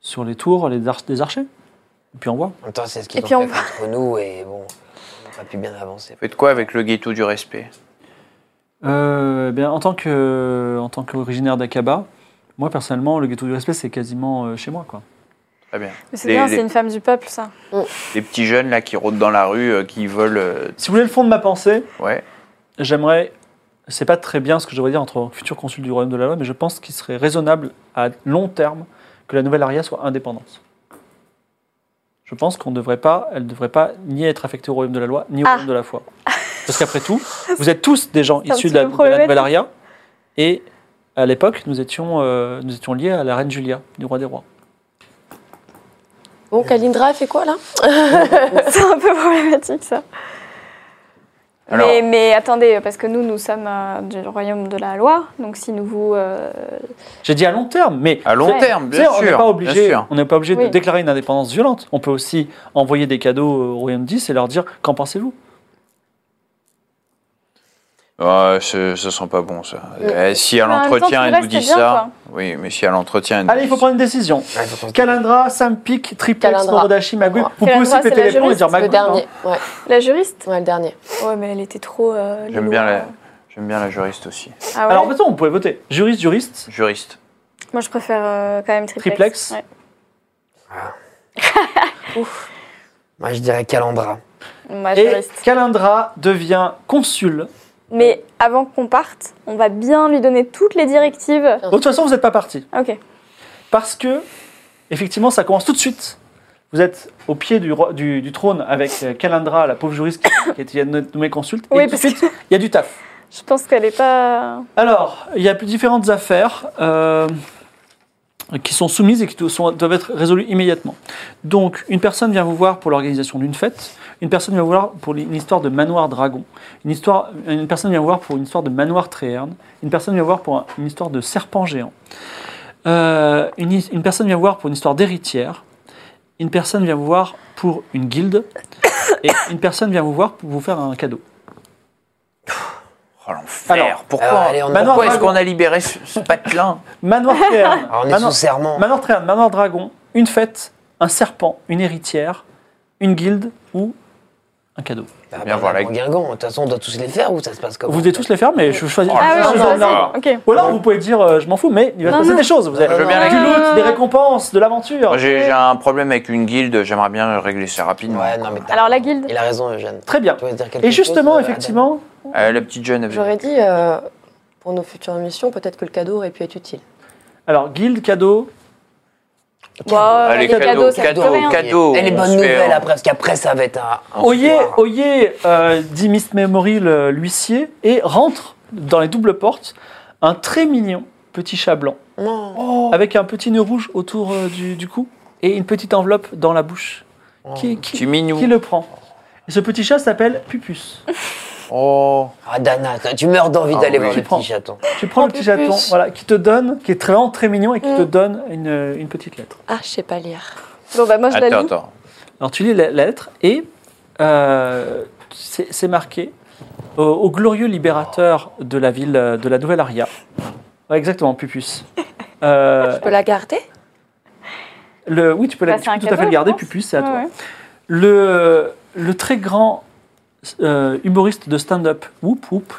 Speaker 1: sur les tours, les ar- des archers. Et puis on voit.
Speaker 5: En même temps, c'est ce
Speaker 2: Et
Speaker 5: qu'ils ont
Speaker 2: puis
Speaker 5: fait
Speaker 2: on
Speaker 5: contre nous et bon, on aurait pu bien avancer.
Speaker 3: Faites quoi avec le ghetto du respect
Speaker 1: Euh, eh bien, en tant que en tant qu'originaire d'Akaba, moi personnellement, le ghetto du respect, c'est quasiment euh, chez moi, quoi.
Speaker 3: Très bien.
Speaker 2: Mais C'est
Speaker 3: Les-
Speaker 2: bien,
Speaker 3: les-
Speaker 2: c'est une femme du peuple, ça.
Speaker 3: Les petits jeunes là qui rôdent dans la rue, euh, qui veulent. euh,
Speaker 1: Si vous voulez le fond de ma pensée,
Speaker 3: ouais.
Speaker 1: j'aimerais. C'est pas très bien ce que je dois dire entre futur consul du royaume de la loi, mais je pense qu'il serait raisonnable à long terme que la nouvelle Aria soit indépendante. Je pense qu'on ne devrait pas, elle ne devrait pas ni être affectée au royaume de la loi, ni au
Speaker 2: Ah.
Speaker 1: royaume de la foi. Parce qu'après tout, vous êtes tous des gens
Speaker 2: C'est un
Speaker 1: issus de
Speaker 2: petit
Speaker 1: la, de la
Speaker 2: peu
Speaker 1: nouvelle
Speaker 2: problématique.
Speaker 1: Aria, et à l'époque, nous étions, euh, nous étions liés à la reine Julia, du roi des rois.
Speaker 4: Bon, Kalindra, elle fait quoi là
Speaker 2: C'est un peu problématique, ça.
Speaker 3: Alors-
Speaker 2: Mais, mais attendez, parce que nous, nous sommes euh, du royaume de la Loire, donc si nous vous... euh,
Speaker 1: J'ai dit à long terme, mais
Speaker 3: À long
Speaker 2: Ouais.
Speaker 3: terme,
Speaker 1: Tu sais,
Speaker 3: bien
Speaker 1: on n'est
Speaker 3: sûr.
Speaker 1: pas
Speaker 3: bien
Speaker 1: obligé,
Speaker 3: sûr.
Speaker 1: on n'est pas obligé de
Speaker 2: Oui.
Speaker 1: déclarer une indépendance violente. On peut aussi envoyer des cadeaux au Royaume 10 et leur dire qu'en pensez-vous
Speaker 3: Ouais, ce, ce sent pas bon ça. Euh, si à
Speaker 2: Mais en même temps,
Speaker 3: l'entretien
Speaker 2: tout le
Speaker 3: elle nous
Speaker 2: reste
Speaker 3: dit
Speaker 2: est bien,
Speaker 3: ça. Oui, mais si à l'entretien elle nous
Speaker 1: Allez, il faut
Speaker 3: dit-
Speaker 1: prendre une décision.
Speaker 5: Ouais, faut qu'on se-
Speaker 1: Calendra, Sampik, Triplex,
Speaker 4: Calendra.
Speaker 1: Morodashi, Magwip. Vous pouvez
Speaker 2: Calendra,
Speaker 1: aussi
Speaker 2: c'est
Speaker 1: péter
Speaker 2: la
Speaker 1: les plombs et dire hein.
Speaker 2: juriste,
Speaker 4: Le
Speaker 1: Magwip.
Speaker 4: dernier. Ouais,
Speaker 2: La juriste
Speaker 4: ouais, le dernier.
Speaker 2: Ouais, mais elle était trop... euh,
Speaker 3: J'aime bien,
Speaker 2: Lilloise.
Speaker 3: la... J'aime bien la juriste aussi.
Speaker 2: Ah ouais
Speaker 1: Alors, de toute façon, vous pouvez voter. Juriste, juriste.
Speaker 3: Juriste.
Speaker 2: Moi, je préfère euh, quand même triplex.
Speaker 1: Triplex
Speaker 2: Ouais.
Speaker 5: Moi, je dirais Calandra.
Speaker 2: Moi,
Speaker 1: Et
Speaker 2: juriste.
Speaker 1: Calendra devient consul.
Speaker 2: Mais avant qu'on parte, on va bien lui donner toutes les directives.
Speaker 1: De toute façon, vous n'êtes pas parti.
Speaker 2: Ok.
Speaker 1: Parce que, effectivement, ça commence tout de suite. Vous êtes au pied du, roi- du- du trône avec euh, Calendra, la pauvre juriste qui- qui a été nommée consulte. et
Speaker 2: Oui,
Speaker 1: tout de
Speaker 2: parce
Speaker 1: suite, il y a du taf.
Speaker 2: Je pense qu'elle est pas...
Speaker 1: Alors, il y a plus différentes affaires euh, qui sont soumises et qui do- sont- doivent être résolues immédiatement. Donc, une personne vient vous voir pour l'organisation d'une fête, une personne vient vous voir pour une histoire de manoir dragon, une, histoire, une personne vient vous voir pour une histoire de manoir tréherne, une personne vient vous voir pour un- une histoire de serpent géant, euh, une, his- une personne vient vous voir pour une histoire d'héritière, une personne vient vous voir pour une guilde, et une personne vient vous voir pour vous faire un cadeau.
Speaker 3: Oh l'enfer.
Speaker 1: Alors,
Speaker 3: Pourquoi,
Speaker 5: alors, allez, on-
Speaker 3: pourquoi
Speaker 1: Manoir
Speaker 3: est-ce
Speaker 1: Dragon.
Speaker 3: qu'on a libéré ce, ce patelin
Speaker 1: Manoir tréherne.
Speaker 5: Alors, on est
Speaker 2: Ah
Speaker 1: Manoir-
Speaker 5: sous serment.
Speaker 1: Manoir Tréherne, Manoir Dragon, une fête, un serpent, une héritière, une guilde ou un cadeau.
Speaker 5: Bah,
Speaker 3: Viens voir la-
Speaker 5: Bernard Guingamp, de toute façon, on doit tous les faire ou ça se passe comment
Speaker 1: Vous devez tous les faire, mais je choisis.
Speaker 3: Oh,
Speaker 2: Ah
Speaker 1: je
Speaker 2: oui,
Speaker 1: choisis
Speaker 2: on va-
Speaker 1: un ordre.
Speaker 2: ok.
Speaker 1: Ou alors vous pouvez dire euh, je m'en fous, mais il va se
Speaker 2: Non,
Speaker 1: passer
Speaker 2: non.
Speaker 1: des choses. Vous
Speaker 3: Je
Speaker 1: avez
Speaker 3: veux bien
Speaker 1: du
Speaker 3: régler.
Speaker 1: loot, des récompenses, de l'aventure.
Speaker 3: Moi, J'ai j'ai un problème avec une guilde, j'aimerais bien régler ça rapidement.
Speaker 5: Ouais, non, mais t'as-
Speaker 2: Alors la guilde
Speaker 5: Il a raison, Eugène.
Speaker 1: Très bien.
Speaker 5: Tu voulais dire quelque
Speaker 1: Et justement,
Speaker 5: chose, euh,
Speaker 1: effectivement,
Speaker 3: Euh, la petite jeune avait...
Speaker 4: J'aurais dit, euh, pour nos futures missions, peut-être que le cadeau aurait pu être utile.
Speaker 1: alors guild, cadeau,
Speaker 2: Bah,
Speaker 3: Allez,
Speaker 2: les cadeaux, ça
Speaker 3: cadeau,
Speaker 2: coûte rien.
Speaker 3: cadeau.
Speaker 5: Elle est
Speaker 3: on
Speaker 5: bonne
Speaker 3: se fait-
Speaker 5: nouvelle après, parce qu'après ça va être un. un
Speaker 1: Oyez,
Speaker 5: soir.
Speaker 1: oyez, euh, dit Miss Memory, le- l'huissier, et rentre dans les doubles portes un très mignon petit chat blanc,
Speaker 4: Non.
Speaker 1: avec un petit nœud rouge autour euh, du, du cou, et une petite enveloppe dans la bouche. Qui, qui-
Speaker 3: Petit minou.
Speaker 1: qui le prend Et ce petit chat s'appelle Pupus.
Speaker 3: Oh.
Speaker 5: Ah, Dana, quand tu meurs d'envie
Speaker 3: Ah
Speaker 5: d'aller
Speaker 3: oui.
Speaker 5: voir
Speaker 1: Tu
Speaker 5: le
Speaker 1: prends.
Speaker 5: petit chaton.
Speaker 1: Tu prends
Speaker 2: Oh,
Speaker 1: le petit
Speaker 2: Pupus.
Speaker 1: chaton, voilà, qui te donne, qui est très, vraiment très mignon, et qui
Speaker 4: Mm.
Speaker 1: te donne une, une petite lettre.
Speaker 4: Ah, je sais pas lire.
Speaker 2: Bon, bah, moi, je la
Speaker 3: Attends,
Speaker 2: lis.
Speaker 3: attends.
Speaker 1: Alors tu lis la la lettre et euh, c'est c'est marqué au, au glorieux libérateur de la ville euh, de la Nouvelle Aria. Ouais, exactement, Pupus. Euh,
Speaker 4: Je peux la garder
Speaker 1: le, oui, tu peux, la-
Speaker 2: Bah,
Speaker 1: tu
Speaker 2: c'est
Speaker 1: peux
Speaker 2: un
Speaker 1: tout à fait
Speaker 2: cadeau,
Speaker 1: le garder,
Speaker 2: je pense.
Speaker 1: Pupus, c'est à
Speaker 2: Ouais,
Speaker 1: toi.
Speaker 2: ouais.
Speaker 1: Le, le très grand euh, humoriste de stand-up, Whoop Whoop,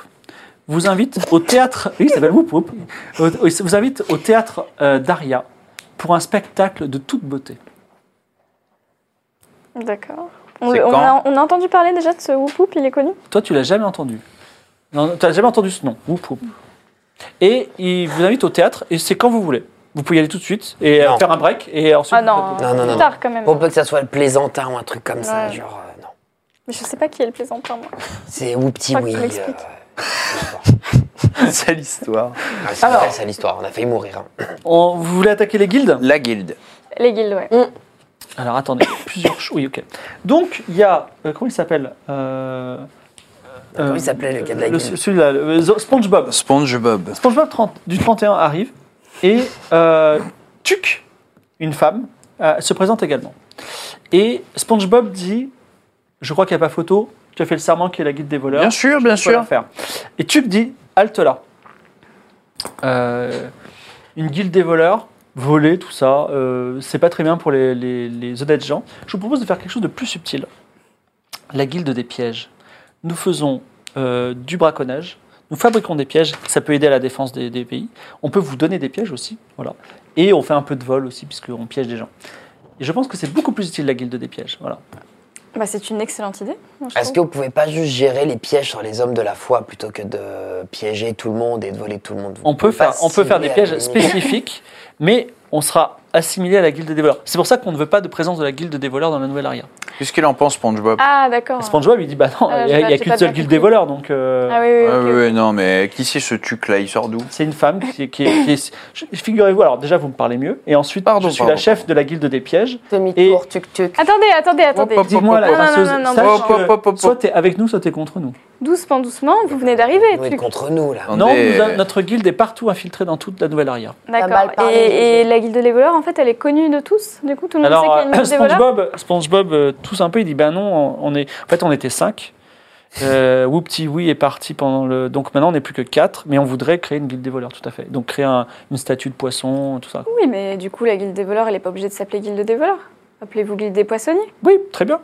Speaker 1: vous invite au théâtre. Oui, il s'appelle Whoop Whoop. Euh, Vous invite au théâtre euh, d'Aria pour un spectacle de toute beauté.
Speaker 2: D'accord. On,
Speaker 3: C'est
Speaker 2: on
Speaker 3: quand
Speaker 2: a, on a entendu parler déjà de ce Whoop Whoop, il est connu
Speaker 1: Toi, tu l'as jamais entendu. Non, tu n'as jamais entendu ce nom. Whoop, whoop. Et il vous invite au théâtre, et c'est quand vous voulez. Vous pouvez y aller tout de suite et euh,
Speaker 5: Non.
Speaker 1: faire un break, et ensuite.
Speaker 2: Ah non,
Speaker 5: Non, non, non,
Speaker 2: plus
Speaker 5: non.
Speaker 2: tard quand même.
Speaker 5: Pour peu que ça soit le plaisantin ou un truc comme ça,
Speaker 2: Ouais.
Speaker 5: genre, euh, non.
Speaker 2: Mais je sais pas qui est le plaisantin, moi.
Speaker 5: C'est Whoopty
Speaker 2: Faut que
Speaker 5: Wee. euh, ah,
Speaker 2: tu m'expliques.
Speaker 3: C'est l'histoire.
Speaker 5: c'est
Speaker 1: Alors.
Speaker 5: vrai, c'est l'histoire, on a failli mourir. hein.
Speaker 1: On- vous voulez attaquer les guildes
Speaker 3: La guilde.
Speaker 2: Les guildes, ouais.
Speaker 1: Alors attendez, plusieurs choses. Oui, ok. Donc, il y a. euh, comment il s'appelle Euh,
Speaker 5: Comment
Speaker 1: euh,
Speaker 5: il s'appelait le gars de la
Speaker 1: le-
Speaker 5: guilde
Speaker 1: Celui-là, le- euh, SpongeBob.
Speaker 3: SpongeBob.
Speaker 1: SpongeBob 30 du 31 arrive et euh, Tuc, une femme, euh, se présente également. Et SpongeBob dit Je crois qu'il n'y a pas photo, tu as fait le serment qui est la guide des voleurs.
Speaker 3: Bien sûr, bien
Speaker 1: tu peux la
Speaker 3: sûr.
Speaker 1: faire. Et Tuc dit Halte là. Euh, une guilde des voleurs, voler, tout ça, euh, c'est pas très bien pour les, les- les honnêtes gens. Je vous propose de faire quelque chose de plus subtil la guilde des pièges. Nous faisons euh, du braconnage, nous fabriquons des pièges, ça peut aider à la défense des, des pays. On peut vous donner des pièges aussi, voilà. Et on fait un peu de vol aussi, puisqu'on piège des gens. Et je pense que c'est beaucoup plus utile la guilde des pièges, voilà.
Speaker 2: Bah, c'est une excellente idée. moi, je
Speaker 5: Est-ce que
Speaker 2: trouve.
Speaker 5: vous pouvez pas juste gérer les pièges sur les hommes de la foi plutôt que de piéger tout le monde et de voler tout le monde Vous
Speaker 1: On peut
Speaker 5: pouvez pas
Speaker 1: faire, on peut faire
Speaker 5: cibler
Speaker 1: des
Speaker 5: à
Speaker 1: pièges
Speaker 5: la limite.
Speaker 1: spécifiques, mais on sera assimilé à la guilde des voleurs. C'est pour ça qu'on ne veut pas de présence de la guilde des voleurs dans la nouvelle aria.
Speaker 3: Qu'est-ce qu'il en pense, SpongeBob
Speaker 2: Ah, d'accord.
Speaker 1: Et SpongeBob il dit bah non, il
Speaker 2: Ah,
Speaker 1: n'y a, il
Speaker 2: j'ai
Speaker 1: y a
Speaker 2: pas-
Speaker 1: qu'une
Speaker 2: j'ai
Speaker 1: seule
Speaker 2: pas bien
Speaker 1: guilde des
Speaker 2: compris.
Speaker 1: voleurs, donc. euh,
Speaker 2: Ah oui, oui,
Speaker 3: Ouais,
Speaker 2: ok,
Speaker 3: ouais, non, mais qui c'est ce tuc-là Il sort d'où
Speaker 1: C'est une femme qui, qui, qui est- je- Figurez-vous, alors déjà vous me parlez mieux, et ensuite
Speaker 3: Pardon,
Speaker 1: je suis la
Speaker 3: pardon.
Speaker 1: chef de la guilde des pièges.
Speaker 4: Demi-tour, tuk-tuk.
Speaker 2: Attendez, attendez, attendez.
Speaker 3: hop,
Speaker 1: Dites-moi la
Speaker 2: Non, non, non,
Speaker 1: pinceuse,
Speaker 2: non, non,
Speaker 1: sache
Speaker 3: hop, hop,
Speaker 1: que
Speaker 3: hop, hop,
Speaker 1: soit
Speaker 3: hop.
Speaker 1: t'es avec nous, soit t'es contre nous.
Speaker 2: Doucement, doucement, vous venez d'arriver.
Speaker 5: Vous êtes
Speaker 2: Tuc.
Speaker 5: contre nous, là.
Speaker 3: On
Speaker 1: non,
Speaker 3: est-
Speaker 1: nous a- notre guilde est partout infiltrée dans toute la nouvelle aria.
Speaker 4: mal
Speaker 2: D'accord.
Speaker 4: parlé,
Speaker 2: Et, et
Speaker 4: Guilde.
Speaker 2: la guilde des voleurs, en fait, elle est connue de tous. Du coup, tout le monde sait
Speaker 1: Alors
Speaker 2: qu'il y a une
Speaker 1: euh,
Speaker 2: guilde des voleurs.
Speaker 1: SpongeBob, SpongeBob euh, tousse un peu, il dit ben non, on est, en fait on était cinq. Euh, Whoopty oui est parti pendant le, donc maintenant on n'est plus que quatre, mais on voudrait créer une guilde des voleurs, tout à fait. Donc créer un- une statue de poisson, tout ça.
Speaker 2: Oui, mais du coup, la guilde des voleurs, elle n'est pas obligée de s'appeler guilde des voleurs. Appelez-vous guilde des poissonniers.
Speaker 1: Oui, très bien.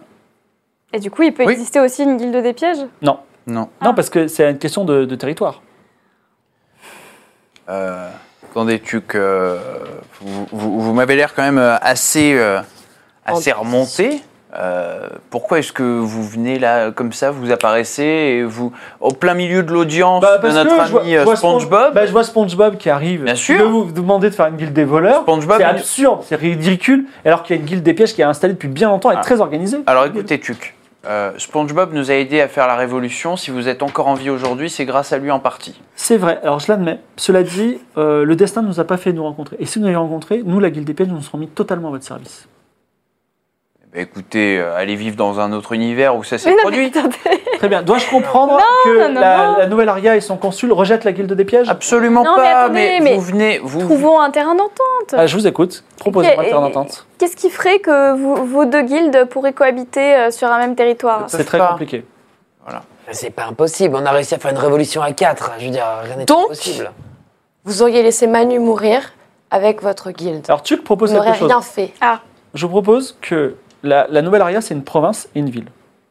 Speaker 2: Et du coup, il peut
Speaker 3: Oui.
Speaker 2: exister aussi une guilde des pièges.
Speaker 1: Non,
Speaker 3: Non.
Speaker 1: non parce que c'est une question de, de territoire.
Speaker 3: Euh, attendez, tuc. euh, vous vous- vous m'avez l'air quand même euh, assez, euh, assez remonté. Euh, pourquoi est-ce que vous venez là euh, comme ça, vous apparaissez et vous au plein milieu de l'audience
Speaker 1: Bah,
Speaker 3: de
Speaker 1: parce
Speaker 3: notre
Speaker 1: que je vois-
Speaker 3: ami
Speaker 1: je
Speaker 3: euh,
Speaker 1: vois Spon-
Speaker 3: SpongeBob
Speaker 1: bah, Je vois SpongeBob qui arrive.
Speaker 3: Bien
Speaker 1: Il
Speaker 3: sûr.
Speaker 1: veut vous demander de faire une guilde des voleurs.
Speaker 3: SpongeBob,
Speaker 1: C'est
Speaker 3: il-
Speaker 1: absurde, c'est ridicule, alors qu'il y a une guilde des pièges qui est installée depuis bien longtemps et
Speaker 3: Ah.
Speaker 1: très organisée.
Speaker 3: Alors écoutez, Tuc, euh, SpongeBob nous a aidé à faire la révolution. Si vous êtes encore en vie aujourd'hui, c'est grâce à lui en partie.
Speaker 1: C'est vrai, alors je l'admets. Cela dit, euh, le destin ne nous a pas fait nous rencontrer. Et si nous avions rencontré, nous, la guilde des pièges, nous nous serons mis totalement à votre service.
Speaker 3: Bah, écoutez, euh, allez vivre dans un autre univers où ça s'est
Speaker 2: Mais non,
Speaker 3: produit.
Speaker 2: mais attendez.
Speaker 1: Très bien, dois-je comprendre que
Speaker 2: non,
Speaker 1: la,
Speaker 2: non.
Speaker 1: la nouvelle Aria et son consul rejettent la guilde des pièges
Speaker 3: Absolument
Speaker 2: Non, mais
Speaker 3: pas,
Speaker 2: attendez, mais
Speaker 3: vous venez, vous
Speaker 2: Trouvons un terrain d'entente.
Speaker 1: Ah, Je vous écoute, proposez-moi
Speaker 2: Ok,
Speaker 1: terrain
Speaker 2: et-
Speaker 1: d'entente.
Speaker 2: Qu'est-ce qui ferait que vous- vos deux guildes pourraient cohabiter euh, sur un même territoire
Speaker 3: peuvent
Speaker 1: C'est très
Speaker 3: pas.
Speaker 1: compliqué.
Speaker 5: C'est pas impossible, on a réussi à faire une révolution à quatre. hein. Je veux dire, rien n'est
Speaker 4: Donc,
Speaker 5: impossible.
Speaker 4: Vous auriez laissé Manu mourir avec votre guilde.
Speaker 1: Alors tu proposes
Speaker 4: Vous n'aurez
Speaker 1: quelque chose.
Speaker 4: rien fait.
Speaker 1: Je propose que la, la nouvelle Aria, c'est une province et une ville.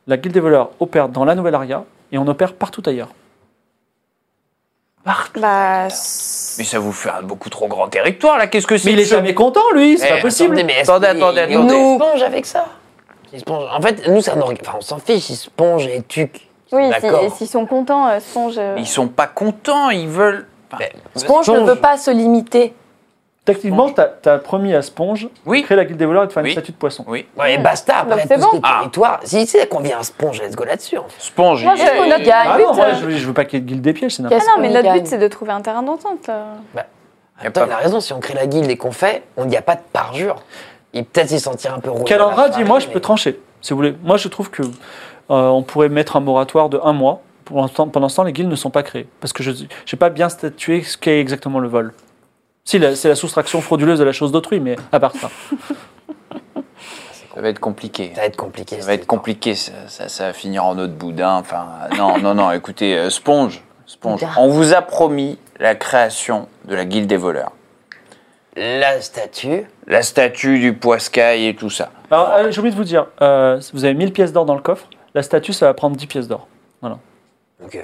Speaker 1: la guilde des voleurs opère dans la Nouvelle-Aria et on opère partout ailleurs.
Speaker 2: Bah,
Speaker 3: Mais ça vous fait un beaucoup trop grand territoire là, qu'est-ce que c'est
Speaker 1: Mais il
Speaker 3: que
Speaker 1: est
Speaker 3: ce-
Speaker 1: jamais content, lui, c'est
Speaker 3: Eh,
Speaker 1: pas possible.
Speaker 5: Attendez, mais est-ce
Speaker 3: Attendez,
Speaker 5: qu'il-
Speaker 3: attendez,
Speaker 5: il
Speaker 3: attendez.
Speaker 5: nous sponge avec ça Il sponge- En fait, nous, ça nous... regarde- Enfin, on s'en fiche, il sponge et tuc.
Speaker 2: oui, si-
Speaker 5: D'accord.
Speaker 2: s'ils sont contents, euh, songe. euh,
Speaker 3: Ils sont pas contents, ils veulent. Enfin,
Speaker 4: Sponge ne veut pas se limiter.
Speaker 1: Techniquement, t'as t'as promis à Sponge de
Speaker 3: Oui,
Speaker 1: créer la guilde des voleurs et de faire
Speaker 3: Oui.
Speaker 1: une statue de poisson.
Speaker 3: oui.
Speaker 5: Ouais, et basta, après
Speaker 2: Donc,
Speaker 5: tout
Speaker 2: c'est
Speaker 5: ce qui
Speaker 2: bon.
Speaker 5: est
Speaker 3: Ah.
Speaker 5: territoire. Si c'est qu'on vient à sponge, let's go là-dessus. en fait.
Speaker 3: Sponge.
Speaker 2: Moi,
Speaker 3: il-
Speaker 2: je trouve notre
Speaker 4: gagne.
Speaker 1: Ah
Speaker 2: but,
Speaker 1: non, moi,
Speaker 2: euh,
Speaker 1: je, veux- je veux pas qu'il y ait de guilde des pièges, c'est n'importe
Speaker 2: Ah
Speaker 4: Qu'est-ce
Speaker 2: non,
Speaker 4: qu'on
Speaker 2: mais
Speaker 4: y
Speaker 2: notre
Speaker 4: gagne
Speaker 2: but, c'est de trouver un terrain d'entente. euh.
Speaker 3: Ah, Y a
Speaker 5: Attends,
Speaker 3: pas-
Speaker 5: il a raison, si on crée la guilde et qu'on fait, on n'y a pas de parjure. Il peut-être s'y sentir un peu rouillé.
Speaker 2: Ah,
Speaker 1: Calandra dit moi je
Speaker 5: Mais-
Speaker 1: peux trancher, si vous voulez. Moi je trouve que euh, on pourrait mettre un moratoire de un mois. Pour l'instant- pendant ce temps, les guildes ne sont pas créées. Parce que je n'ai pas bien statué ce qu'est exactement le vol. Si, la- c'est la soustraction frauduleuse de la chose d'autrui, mais à part ça.
Speaker 3: Ça va être compliqué.
Speaker 5: Ça va être compliqué.
Speaker 3: Ça va
Speaker 5: cette
Speaker 3: être compliqué, ça, ça- ça va finir en autre boudin. Enfin, non, non, non, écoutez, euh, Sponge, Sponge, on vous a promis la création de la guilde des voleurs.
Speaker 5: histoire. La statue.
Speaker 3: La statue du poiscaille et tout ça.
Speaker 1: Alors, euh, j'ai oublié de vous dire, euh, vous avez 1000 pièces d'or dans le coffre, la statue, ça va prendre 10 pièces d'or.
Speaker 5: Ok.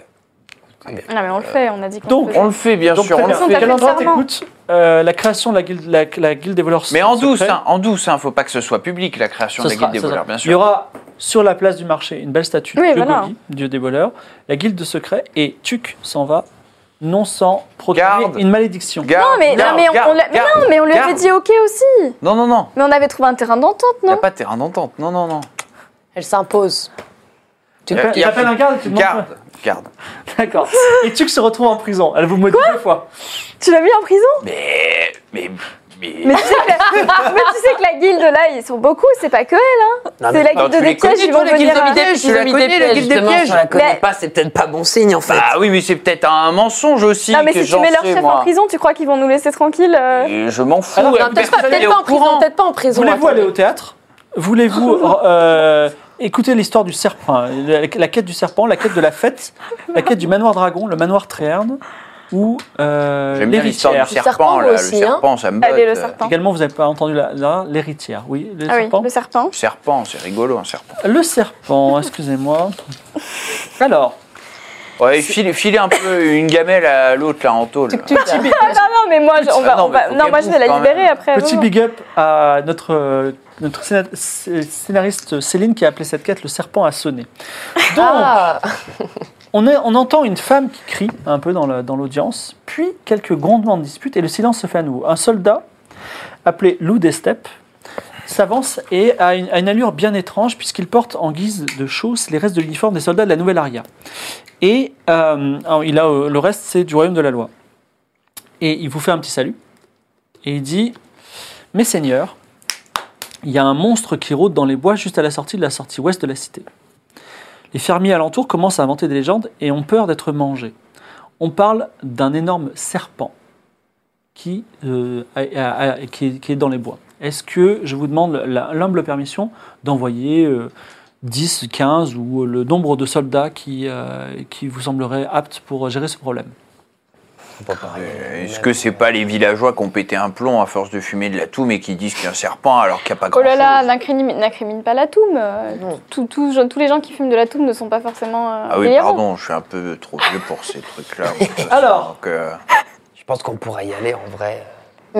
Speaker 2: Non, mais on le fait, on a dit qu'on
Speaker 1: donc,
Speaker 2: le faisait.
Speaker 3: Euh, On le fait, bien sûr,
Speaker 1: très
Speaker 3: on le
Speaker 1: bien.
Speaker 2: fait.
Speaker 1: Calandra,
Speaker 2: T'as fait le serment.
Speaker 1: t'écoutes, euh, la création de la guilde, la, la guilde des voleurs.
Speaker 3: Mais en
Speaker 1: se
Speaker 3: douce,
Speaker 1: crée.
Speaker 3: hein, en douce, hein, faut pas que ce soit public, la création
Speaker 1: Ce
Speaker 3: de la
Speaker 1: sera-
Speaker 3: guilde des
Speaker 1: ce
Speaker 3: voleurs,
Speaker 1: sera.
Speaker 3: bien
Speaker 1: Il y
Speaker 3: sûr.
Speaker 1: aura sur la place du marché une belle statue
Speaker 2: Oui,
Speaker 1: de
Speaker 2: voilà.
Speaker 1: Gobi, dieu des voleurs, la guilde de secret, et Tuc s'en va, non sans proclamer
Speaker 3: Garde.
Speaker 1: une malédiction.
Speaker 3: Garde,
Speaker 2: Non, mais, non,
Speaker 3: garde,
Speaker 2: mais on,
Speaker 3: garde,
Speaker 2: on l'a- mais
Speaker 3: garde.
Speaker 2: non, mais on lui avait
Speaker 3: garde.
Speaker 2: dit OK aussi.
Speaker 3: Non, non, non,
Speaker 2: Mais on avait trouvé un terrain d'entente,
Speaker 3: il n'y a
Speaker 2: non
Speaker 3: pas de terrain d'entente, non, non, non.
Speaker 4: Elle s'impose.
Speaker 1: Tu
Speaker 3: Il y a- il y a-
Speaker 1: appelles un garde et tu demandes-
Speaker 3: Garde, garde.
Speaker 1: D'accord. Et Tuc se retrouve en prison. Elle vous maudit deux fois.
Speaker 2: Tu l'as mis en prison
Speaker 3: Mais, mais, mais...
Speaker 2: mais tu, sais que la... mais tu sais que la guilde, là, ils sont beaucoup, c'est pas que elle. C'est la
Speaker 5: Non, mais-
Speaker 3: non,
Speaker 2: guilde
Speaker 3: Ah, tu
Speaker 2: des
Speaker 3: les connais,
Speaker 2: pièges, ils
Speaker 3: toi,
Speaker 2: vont
Speaker 3: la guilde
Speaker 2: venir. euh,
Speaker 3: des
Speaker 2: à-
Speaker 3: pièges.
Speaker 5: pièges,
Speaker 3: tu la
Speaker 5: guilde
Speaker 3: connais,
Speaker 5: des
Speaker 3: la
Speaker 5: pièges,
Speaker 3: guilde des
Speaker 5: justement,
Speaker 3: pièges.
Speaker 5: Si on la connaît
Speaker 2: Mais-
Speaker 5: pas, c'est peut-être pas bon signe en fait.
Speaker 3: Bah oui, mais c'est peut-être un mensonge aussi.
Speaker 2: Non, mais
Speaker 3: que
Speaker 2: si tu
Speaker 3: j'en
Speaker 2: mets leur
Speaker 3: sais,
Speaker 2: chef
Speaker 3: moi.
Speaker 2: en prison, tu crois qu'ils vont nous laisser tranquilles euh
Speaker 3: Et je m'en fous.
Speaker 1: Alors,
Speaker 3: elle
Speaker 1: non,
Speaker 4: Non, Peut-être pas,
Speaker 3: Ah personne n'est
Speaker 4: peut-être
Speaker 3: au
Speaker 4: pas en prison.
Speaker 3: courant.
Speaker 4: Peut-être pas en prison.
Speaker 1: Voulez-vous aller
Speaker 4: attendez.
Speaker 1: au théâtre Voulez-vous euh, écouter l'histoire du serpent, euh, la, la quête du serpent, la quête de la fête, la quête du manoir dragon, le manoir Tréherne ou euh,
Speaker 3: J'aime bien l'histoire
Speaker 1: l'héritière
Speaker 3: du
Speaker 4: Le
Speaker 3: serpent,
Speaker 4: serpent
Speaker 3: là.
Speaker 4: aussi,
Speaker 3: le serpent, ça me botte.
Speaker 2: hein.
Speaker 3: euh,
Speaker 2: Allez, le serpent.
Speaker 1: Également, vous n'avez pas entendu la- la- l'héritière, oui, le
Speaker 2: Ah oui,
Speaker 1: serpent.
Speaker 2: le serpent.
Speaker 3: Serpent, c'est rigolo, un serpent.
Speaker 1: Le serpent, excusez-moi. Alors,
Speaker 3: Ouais, filez, filez un peu une gamelle à l'autre, là, en tôle.
Speaker 1: petit, bi-
Speaker 2: Ah non, mais moi, je- on
Speaker 3: Ah
Speaker 2: va,
Speaker 3: non,
Speaker 2: on va-
Speaker 3: mais faut
Speaker 2: non,
Speaker 3: qu'elle
Speaker 2: moi, je vais la
Speaker 3: bouffe quand
Speaker 2: libérer
Speaker 3: même.
Speaker 2: après.
Speaker 1: petit
Speaker 2: vraiment.
Speaker 1: big up à notre, euh, notre scéna- scé- scénariste Céline qui a appelé cette quête Le serpent a sonné. Donc,
Speaker 4: Ah,
Speaker 1: on, est- on entend une femme qui crie un peu dans la- dans l'audience, puis quelques grondements de dispute et le silence se fait à nouveau. Un soldat appelé Loup des Steppes s'avance et a une, a une allure bien étrange puisqu'il porte en guise de chausse les restes de l'uniforme des soldats de la Nouvelle Aria. Et euh, alors, il a, euh, le reste, c'est du royaume de la loi. Et il vous fait un petit salut. Et il dit, mes seigneurs, il y a un monstre qui rôde dans les bois juste à la sortie de la sortie ouest de la cité. Les fermiers alentours commencent à inventer des légendes et ont peur d'être mangés. On parle d'un énorme serpent qui, euh, a- a- a- qui, est, qui est dans les bois. Est-ce que je vous demande la- l'humble permission d'envoyer euh, 10, 15 ou le nombre de soldats qui, euh, qui vous sembleraient aptes pour gérer ce problème
Speaker 3: euh, Est-ce que c'est pas les villageois qui ont pété un plomb à force de fumer de la toux, mais qui disent qu'il y a un serpent alors qu'il n'y a pas
Speaker 2: Oh
Speaker 3: grand-chose
Speaker 2: là là, n'incrimine n'incrimine pas la toum. euh,
Speaker 5: Non.
Speaker 2: tout- tout- tous les gens qui fument de la toum ne sont pas forcément. euh,
Speaker 3: Ah oui,
Speaker 2: délirants.
Speaker 3: pardon, je suis un peu trop vieux pour ces trucs-là.
Speaker 1: Alors.
Speaker 3: Donc, euh,
Speaker 5: Je pense qu'on pourrait y aller en vrai.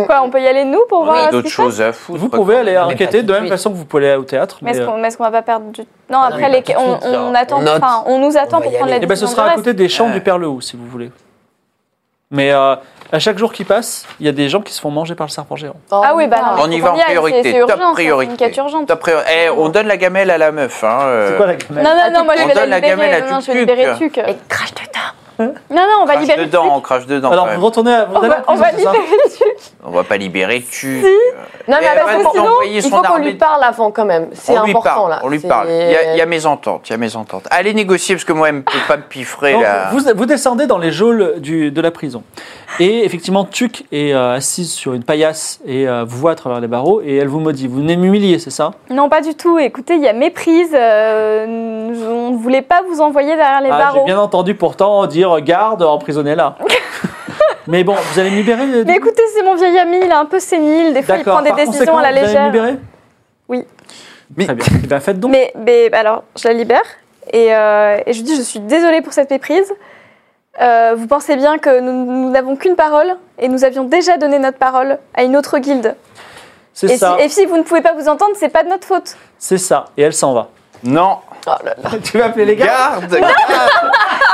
Speaker 2: Quoi, on peut y aller nous pour
Speaker 3: on a
Speaker 2: voir ce
Speaker 3: d'autres
Speaker 2: qui se passe
Speaker 3: choses à foutre.
Speaker 1: Vous pouvez aller
Speaker 5: pas
Speaker 1: enquêter
Speaker 5: tout
Speaker 1: de la même
Speaker 5: de suite.
Speaker 1: façon que vous pouvez aller au théâtre.
Speaker 2: Mais est-ce
Speaker 1: mais, euh,
Speaker 2: qu'on mais est-ce qu'on va pas perdre du. Non,
Speaker 5: non,
Speaker 2: après,
Speaker 5: mais
Speaker 2: les...
Speaker 5: pas tout de
Speaker 2: on,
Speaker 5: suite, là.
Speaker 2: on attend.
Speaker 5: On note.
Speaker 2: Enfin, on nous attend
Speaker 5: On
Speaker 2: pour
Speaker 5: va y
Speaker 2: prendre la
Speaker 5: aller.
Speaker 1: Eh ben, ce
Speaker 2: décision.
Speaker 1: sera
Speaker 2: du
Speaker 1: à
Speaker 2: reste.
Speaker 1: côté des champs
Speaker 3: Ouais.
Speaker 1: du Père Lehou, si vous voulez. Mais euh, à chaque jour qui passe, il y a des gens qui se font manger par le serpent géant.
Speaker 2: Ah oui, bah non.
Speaker 3: On y va en
Speaker 2: aille, c'est-
Speaker 3: priorité,
Speaker 2: c'est
Speaker 3: top
Speaker 2: urgent, ça,
Speaker 3: priorité.
Speaker 2: C'est une quête urgente.
Speaker 3: Top priori- Eh, on donne la gamelle à la meuf. Hein, euh.
Speaker 1: C'est quoi la gamelle
Speaker 2: Non, non,
Speaker 4: Ah,
Speaker 2: non, moi je
Speaker 3: on
Speaker 2: vais
Speaker 3: donne
Speaker 2: la
Speaker 3: la gamelle à
Speaker 2: libérer. Non, non, je vais
Speaker 3: Tuc-Tuc.
Speaker 2: libérer Tuc.
Speaker 4: mais crache dedans.
Speaker 2: Non, non, on va
Speaker 3: crache
Speaker 2: libérer Tuc.
Speaker 3: dedans, on crache dedans.
Speaker 1: Alors,
Speaker 3: quand même.
Speaker 1: vous retournez à vous
Speaker 2: On
Speaker 1: allez à
Speaker 2: va,
Speaker 1: la
Speaker 2: on va
Speaker 1: prison, c'est ça
Speaker 2: libérer Tuc.
Speaker 3: On va pas libérer tu.
Speaker 2: Ah,
Speaker 4: Non, mais
Speaker 3: Eh,
Speaker 4: parce
Speaker 3: on va
Speaker 4: que sinon,
Speaker 3: envoyer
Speaker 4: il
Speaker 3: son
Speaker 4: faut qu'on
Speaker 3: armée.
Speaker 4: lui parle avant quand même. C'est
Speaker 3: on lui
Speaker 4: important
Speaker 3: parle,
Speaker 4: là.
Speaker 3: on lui
Speaker 4: C'est-
Speaker 3: parle. Il y a, il y a mes ententes, il y a mes ententes. Allez négocier parce que moi, elle me peut pas me piffrer
Speaker 1: Donc,
Speaker 3: là.
Speaker 1: vous, vous descendez dans les geôles du- de la prison. Et effectivement, Tuc est euh, assise sur une paillasse et euh, vous voit à travers les barreaux et elle vous maudit. Vous venez de m'humilier, c'est ça
Speaker 2: Non, pas du tout. Écoutez, il y a méprise. euh, On ne voulait pas vous envoyer derrière les
Speaker 1: Ah, J'ai
Speaker 2: barreaux.
Speaker 1: bien entendu pourtant dire euh, garde, emprisonnez-la. Mais bon, vous allez me libérer euh,
Speaker 2: Mais écoutez, c'est mon vieil ami, il est un peu sénile. Des fois, il prend des
Speaker 1: par
Speaker 2: décisions à la
Speaker 1: conséquent, Vous allez me
Speaker 2: légère.
Speaker 1: libérer
Speaker 2: Oui.
Speaker 3: Mais-
Speaker 1: Très bien. Eh bien, faites donc.
Speaker 2: Mais, mais, alors, je la libère et, euh, et je lui dis je suis désolée pour cette méprise. Euh, vous pensez bien que nous- nous n'avons qu'une parole et nous avions déjà donné notre parole à une autre guilde.
Speaker 1: C'est
Speaker 2: Et si,
Speaker 1: ça.
Speaker 2: et si vous ne pouvez pas vous entendre, c'est pas de notre faute.
Speaker 1: C'est ça. Et elle s'en va.
Speaker 3: Non
Speaker 4: Oh là là.
Speaker 1: tu vas appeler les gars
Speaker 3: Garde Garde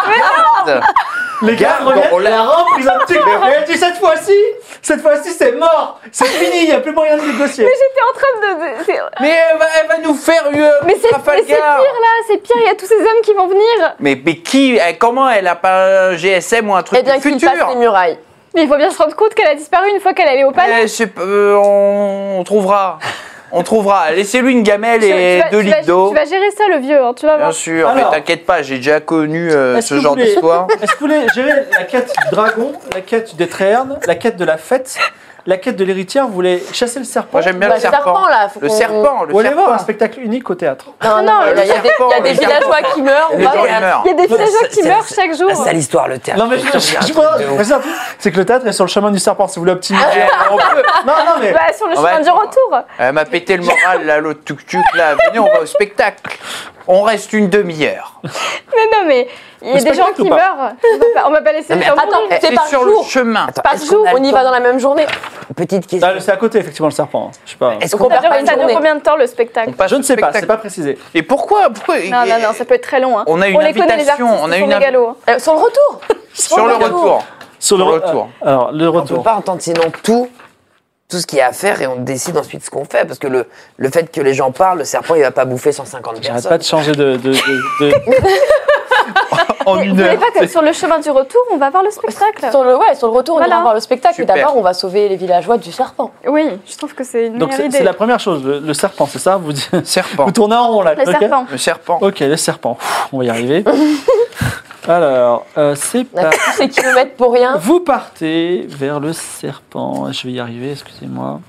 Speaker 3: Garde
Speaker 1: Les gars,
Speaker 3: Garde,
Speaker 1: reviennent,
Speaker 3: on l'a-
Speaker 1: la robe prise un petit coup. Et elle dit cette fois-ci, cette fois-ci c'est mort, c'est fini, il n'y a plus moyen de négocier.
Speaker 2: J'étais en train de. de- c'est-
Speaker 3: Mais elle va, elle va nous faire une
Speaker 2: mais c'est mais c'est pire là, c'est pire, il y a tous ces hommes qui vont venir.
Speaker 3: Mais, mais qui elle- Comment elle a pas un GSM ou un truc
Speaker 4: Eh bien,
Speaker 3: du
Speaker 4: qu'il passe les
Speaker 3: futur
Speaker 4: murailles.
Speaker 2: Mais il faut bien se rendre compte qu'elle a disparu une fois qu'elle est au palais.
Speaker 3: Eh, je sais pas, euh, on, on trouvera. On trouvera. Laissez-lui une gamelle
Speaker 2: Tu- tu
Speaker 3: et
Speaker 2: vas-
Speaker 3: deux
Speaker 2: tu vas-
Speaker 3: litres d'eau.
Speaker 2: Tu vas gérer ça, le vieux, hein, tu vas
Speaker 3: Bien
Speaker 2: voir.
Speaker 3: sûr,
Speaker 1: Alors.
Speaker 3: mais t'inquiète pas, j'ai déjà connu euh,
Speaker 1: Est-ce
Speaker 3: ce
Speaker 1: que vous
Speaker 3: genre
Speaker 1: voulez-
Speaker 3: d'histoire.
Speaker 1: Est-ce que vous voulez gérer la quête du dragon, la quête des tréhernes, la quête de la fête, la quête de l'héritière Vous voulez chasser le serpent
Speaker 3: Moi j'aime bien
Speaker 4: Bah,
Speaker 3: le serpent.
Speaker 4: là. faut
Speaker 3: Le
Speaker 4: qu'on-
Speaker 3: serpent,
Speaker 1: Ou
Speaker 3: le
Speaker 1: allez voir un
Speaker 3: serpent.
Speaker 1: spectacle unique au théâtre
Speaker 2: Non,
Speaker 4: Non, non, il y a- il y a des- il y a
Speaker 3: le
Speaker 4: des
Speaker 3: serpent.
Speaker 4: villageois qui meurent. on
Speaker 3: Les
Speaker 4: va
Speaker 3: gens,
Speaker 4: voir.
Speaker 3: ils meurent.
Speaker 2: Il y a des villageois
Speaker 5: c'est-
Speaker 2: qui
Speaker 5: c'est-
Speaker 2: meurent chaque jour.
Speaker 5: La sale histoire, le théâtre.
Speaker 1: Non mais je, je, je, je- je- je- je- c'est que le théâtre est sur le chemin du serpent si vous voulez optimiser.
Speaker 3: Eh, On peut-
Speaker 1: Non non mais
Speaker 2: Bah, sur le
Speaker 3: On va
Speaker 2: chemin
Speaker 3: être-
Speaker 2: du retour.
Speaker 3: Elle m'a pété le moral, là, l'autre tuk-tuk, là. Venez, on va au spectacle. On reste une demi-heure.
Speaker 2: Mais non, mais il y a
Speaker 1: Le
Speaker 2: des gens
Speaker 1: spectacle ou
Speaker 2: qui
Speaker 1: pas
Speaker 2: meurent. On va pas- On va pas laisser
Speaker 5: Non,
Speaker 2: les
Speaker 5: mais
Speaker 2: gens
Speaker 4: Attends,
Speaker 2: mourir.
Speaker 4: c'est
Speaker 3: C'est
Speaker 4: par
Speaker 3: sur
Speaker 4: jour.
Speaker 3: le chemin.
Speaker 5: Attends,
Speaker 4: Par
Speaker 5: est-ce
Speaker 4: jour,
Speaker 5: qu'on a
Speaker 4: on
Speaker 5: le
Speaker 4: y
Speaker 5: temps
Speaker 4: va dans la même journée.
Speaker 5: Petite question.
Speaker 1: Ah, c'est à côté effectivement le serpent. Je sais pas.
Speaker 5: Est-ce
Speaker 4: Donc
Speaker 5: qu'on
Speaker 4: on
Speaker 2: Ça
Speaker 4: perd
Speaker 2: dure,
Speaker 4: pas une
Speaker 2: ça dure
Speaker 4: journée.
Speaker 2: combien de temps le spectacle
Speaker 3: On passe
Speaker 1: Je ne
Speaker 3: au
Speaker 1: sais pas, c'est
Speaker 3: spectacle.
Speaker 1: pas précisé.
Speaker 3: Et pourquoi, pourquoi
Speaker 2: Non, non, non, ça peut être très long. hein.
Speaker 3: On a une
Speaker 2: les connaît, les
Speaker 3: invitation,
Speaker 2: artistes,
Speaker 3: on a
Speaker 2: ils
Speaker 3: une
Speaker 2: font des
Speaker 3: invi-
Speaker 2: galos.
Speaker 4: Euh, Sur le retour.
Speaker 3: Sur le retour.
Speaker 1: Sur
Speaker 3: le retour.
Speaker 1: euh, alors le
Speaker 5: On peut
Speaker 1: retour.
Speaker 5: pas entendre sinon tout, tout ce qu'il y a à faire et on décide ensuite ce qu'on fait. Parce que le, le fait que les gens parlent, le serpent, il va pas bouffer 150
Speaker 1: J'arrête pas
Speaker 5: personnes.
Speaker 1: de changer de. de, de, de-
Speaker 3: En
Speaker 2: Mais Vous
Speaker 3: Oh, une
Speaker 2: voulez
Speaker 3: heure.
Speaker 2: pas que sur le chemin du retour, on va voir le spectacle
Speaker 4: Sur le, ouais, sur le retour, on
Speaker 2: Voilà.
Speaker 4: ira voir le spectacle. mais
Speaker 3: Super.
Speaker 4: D'abord, on va sauver les villageois du serpent.
Speaker 2: Oui, je trouve que c'est une
Speaker 1: Donc
Speaker 2: meilleure
Speaker 1: c'est c'est
Speaker 2: idée.
Speaker 1: la première chose, le, le serpent, c'est ça vous, dites-
Speaker 3: Serpent.
Speaker 1: vous tournez en rond là.
Speaker 2: Le
Speaker 1: ok
Speaker 2: serpent.
Speaker 3: Le serpent.
Speaker 1: Ok, le serpent. Pff, on va y arriver. alors euh, c'est
Speaker 3: Ah.
Speaker 4: On a
Speaker 1: parti.
Speaker 4: tous ces kilomètres pour rien.
Speaker 1: Vous partez vers le serpent. Je vais y arriver, excusez-moi.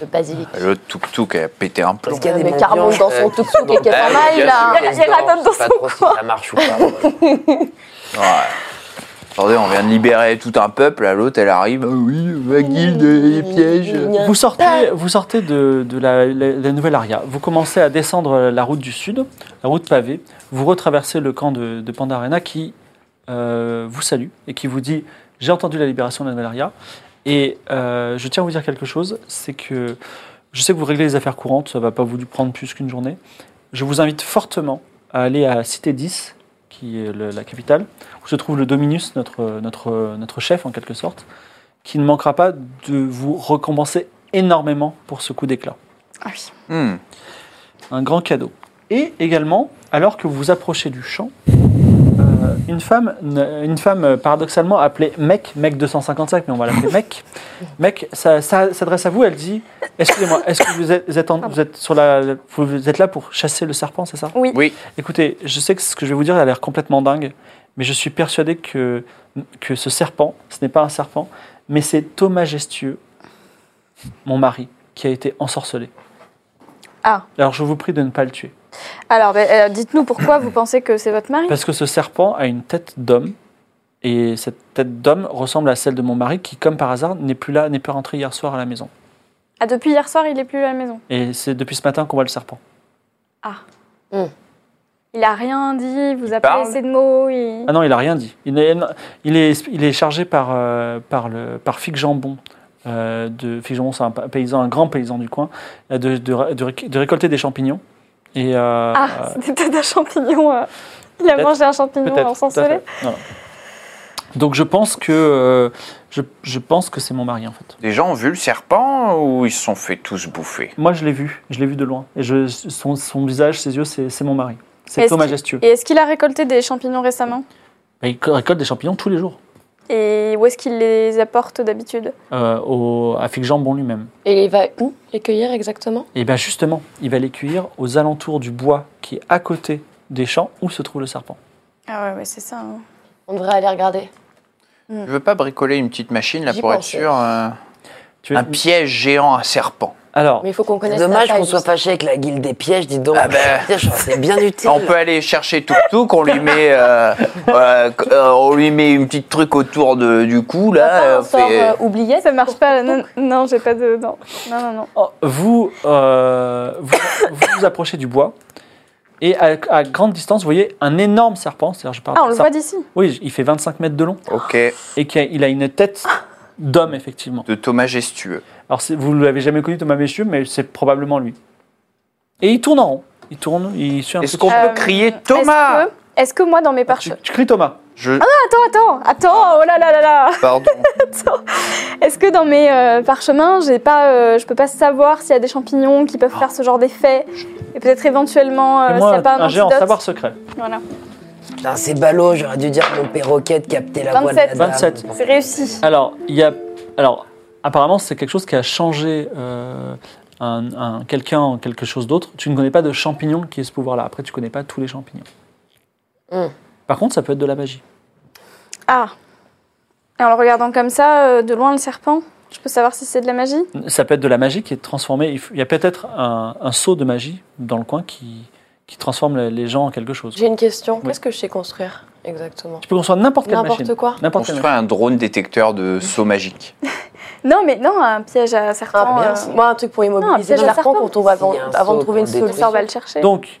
Speaker 4: Le basilic.
Speaker 3: Le Bah, tuk-tuk, elle a pété un plomb.
Speaker 5: Parce qu'il y a des
Speaker 4: Mais Carmon
Speaker 5: mendiants,
Speaker 4: dans son
Speaker 5: euh,
Speaker 4: tuk-tuk
Speaker 5: qui sont
Speaker 4: et qui est
Speaker 5: dans-
Speaker 4: en
Speaker 5: Ah,
Speaker 4: maille,
Speaker 5: bien
Speaker 4: là.
Speaker 5: sûr,
Speaker 4: Il y a-
Speaker 5: les
Speaker 4: il y a la
Speaker 5: résidents,
Speaker 4: table
Speaker 5: je
Speaker 4: dans
Speaker 5: sais pas
Speaker 4: son
Speaker 5: trop si ça marche ou pas.
Speaker 3: Ouais. Attendez, on vient de libérer tout un peuple, à l'autre, elle arrive. Ah oui, ma guilde, les pièges.
Speaker 1: Vous sortez, vous sortez de, de la, la- la nouvelle aria. Vous commencez à descendre la route du sud, la route pavée. Vous retraversez le camp de, de Pandarena qui euh, vous salue et qui vous dit J'ai entendu la libération de la nouvelle aria. Et euh, je tiens à vous dire quelque chose c'est que je sais que vous réglez les affaires courantes, ça ne va pas vous prendre plus qu'une journée. Je vous invite fortement à aller à Cité 10, qui est le- la capitale, où se trouve le Dominus, notre, notre, notre chef en quelque sorte, qui ne manquera pas de vous récompenser énormément pour ce coup d'éclat.
Speaker 2: Ah oui.
Speaker 3: Hmm.
Speaker 1: Un grand cadeau. Et également, alors que vous vous approchez du champ, euh, une femme, une femme euh, paradoxalement appelée Mec, Mec 255, mais on va l'appeler Mec, Mec ça- ça- s'adresse à vous, elle dit, excusez-moi, est-ce que vous êtes, vous êtes en- vous êtes sur la, vous êtes là pour chasser le serpent, c'est ça
Speaker 2: Oui.
Speaker 3: Oui.
Speaker 1: Écoutez, je sais que ce que je vais vous dire a l'air complètement dingue, mais je suis persuadé que, que ce serpent, ce n'est pas un serpent, mais c'est Thomas Majestueux, mon mari, qui a été ensorcelé.
Speaker 2: Ah.
Speaker 1: Alors je vous prie de ne pas le tuer.
Speaker 2: Alors, ben, euh, dites-nous pourquoi vous pensez que c'est votre mari
Speaker 1: Parce que ce serpent a une tête d'homme, et cette tête d'homme ressemble à celle de mon mari, qui, comme par hasard, n'est plus là, n'est pas rentré hier soir à la maison.
Speaker 2: Ah, depuis hier soir, il est plus à la maison.
Speaker 1: Et c'est depuis ce matin qu'on voit le serpent.
Speaker 2: Il a rien dit, vous
Speaker 3: Il
Speaker 2: a pas
Speaker 3: parle
Speaker 2: laissé de mots. il-
Speaker 1: Ah non, il n'a rien dit. Il est, il est, il est chargé par, euh, par, le, par Fig Jambon. euh, de, Fig Jambon, c'est un pa- paysan, un grand paysan du coin, euh, de, de, ré- de réc- de récolter des champignons. Et euh,
Speaker 2: Ah,
Speaker 1: euh,
Speaker 2: c'était peut-être un champignon. euh, Il a
Speaker 1: peut-être,
Speaker 2: mangé un champignon
Speaker 1: peut-être. tout à
Speaker 2: ensorcelé.
Speaker 1: fait. Voilà. Donc je pense que euh, je, je pense que c'est mon mari en fait.
Speaker 3: Des gens ont vu le serpent ou ils se sont fait tous bouffer
Speaker 1: Moi je l'ai vu, je l'ai vu de loin. Et je, son, son visage, ses yeux, c'est, c'est mon mari. C'est
Speaker 2: Est-ce
Speaker 1: Thomas
Speaker 2: qu'il-
Speaker 1: Majestueux.
Speaker 2: Et est-ce qu'il a récolté des champignons récemment
Speaker 1: Et Il récolte des champignons tous les jours
Speaker 2: Et où est-ce qu'il les apporte d'habitude
Speaker 1: euh, au, à Fig Jambon lui-même.
Speaker 4: Et il va où les cueillir exactement
Speaker 1: Et bien Eh ben, justement, il va les cueillir aux alentours du bois qui est à côté des champs où se trouve le serpent.
Speaker 2: Ah ouais, ouais, c'est ça. hein.
Speaker 4: On devrait aller regarder.
Speaker 3: Je veux pas bricoler une petite machine là
Speaker 4: Hmm. J'y
Speaker 3: pour être
Speaker 4: pensais.
Speaker 3: sûr. euh,
Speaker 1: Tu veux-
Speaker 3: un piège géant à serpent.
Speaker 1: Alors,
Speaker 4: Mais il faut qu'on connaisse la
Speaker 5: Dommage
Speaker 4: taille
Speaker 5: qu'on
Speaker 4: du
Speaker 5: soit
Speaker 4: sac.
Speaker 5: fâché avec la guilde des pièges, dis donc.
Speaker 3: Ah ben.
Speaker 5: Putain, je pense que c'est bien utile.
Speaker 3: On peut aller chercher Tuk-Tuk, on lui met, euh, euh, euh, on lui met une petite truc autour de, du cou là.
Speaker 4: Pas
Speaker 3: euh,
Speaker 4: un sort
Speaker 3: fait-
Speaker 4: euh, oublié,
Speaker 2: Ça marche pas.
Speaker 4: non.
Speaker 2: Non, non j'ai pas de. Non, non, non. non.
Speaker 1: Oh, Vous, euh, vous, vous vous approchez du bois et à, à grande distance, vous voyez un énorme serpent. C'est-à-dire, je parle
Speaker 2: Ah, on le
Speaker 1: d'un
Speaker 2: voit
Speaker 1: serpent-
Speaker 2: d'ici.
Speaker 1: Oui, il fait 25 mètres de long
Speaker 4: euh,
Speaker 3: Ok,
Speaker 1: et qui a- il a une tête d'homme, effectivement.
Speaker 3: de Thomas Gestueux.
Speaker 1: Alors, c'est- vous ne l'avez jamais connu, Thomas Messieux, mais c'est probablement lui. Et il tourne en rond. Il tourne, il suit un
Speaker 3: Est-ce
Speaker 1: petit
Speaker 3: qu'on
Speaker 2: Euh,
Speaker 3: peut crier
Speaker 2: Est-ce
Speaker 3: Thomas
Speaker 2: que- Est-ce que moi, dans mes
Speaker 1: tu,
Speaker 2: parchemins.
Speaker 1: tu cries Thomas.
Speaker 3: Je...
Speaker 4: Ah,
Speaker 2: Attends, attends, attends, oh là là là là
Speaker 3: Pardon.
Speaker 2: Est-ce que dans mes euh, parchemins, j'ai pas, euh, je peux pas savoir s'il y a des champignons qui peuvent faire ce genre d'effet Et peut-être éventuellement, euh, s'il
Speaker 1: Fais-moi
Speaker 2: n'y a pas un,
Speaker 1: un géant,
Speaker 2: antidote
Speaker 1: savoir secret.
Speaker 2: Voilà.
Speaker 5: Putain, c'est ballot, j'aurais dû dire mon perroquet de capter la voix de la
Speaker 2: 27.
Speaker 5: dame.
Speaker 1: 27.
Speaker 2: C'est réussi.
Speaker 1: Alors, il y a, alors apparemment, c'est quelque chose qui a changé euh, un, un- quelqu'un en quelque chose d'autre. Tu ne connais pas de champignon qui ait ce pouvoir-là. Après, tu connais pas tous les champignons.
Speaker 4: Hmm.
Speaker 1: Par contre, ça peut être de la magie.
Speaker 2: Ah Et en le regardant comme ça, euh, de loin le serpent, je peux savoir si c'est de la magie
Speaker 1: Ça peut être de la magie qui est transformée. Il f- Il y a peut-être un, un seau de magie dans le coin qui, qui transforme les- les gens en quelque chose.
Speaker 4: J'ai une question.
Speaker 1: Oui.
Speaker 4: Qu'est-ce que je sais construire exactement
Speaker 1: Tu peux construire n'importe quelle machine.
Speaker 4: N'importe quoi.
Speaker 1: N'importe quelle
Speaker 3: Construire un drone détecteur de sauts magiques.
Speaker 2: Non, mais non, un piège à serpent.
Speaker 4: Ah, bien,
Speaker 2: euh,
Speaker 4: c'est- Moi, un truc pour
Speaker 2: Non, un
Speaker 4: immobiliser
Speaker 2: piège
Speaker 4: le
Speaker 2: à
Speaker 4: serpent
Speaker 2: serpent.
Speaker 4: qu'on trouve avant,
Speaker 5: S'il y a un
Speaker 4: avant de
Speaker 5: saut
Speaker 4: trouver une
Speaker 5: pour le
Speaker 2: ça,
Speaker 4: solution.
Speaker 2: on va le chercher.
Speaker 1: machine. Donc,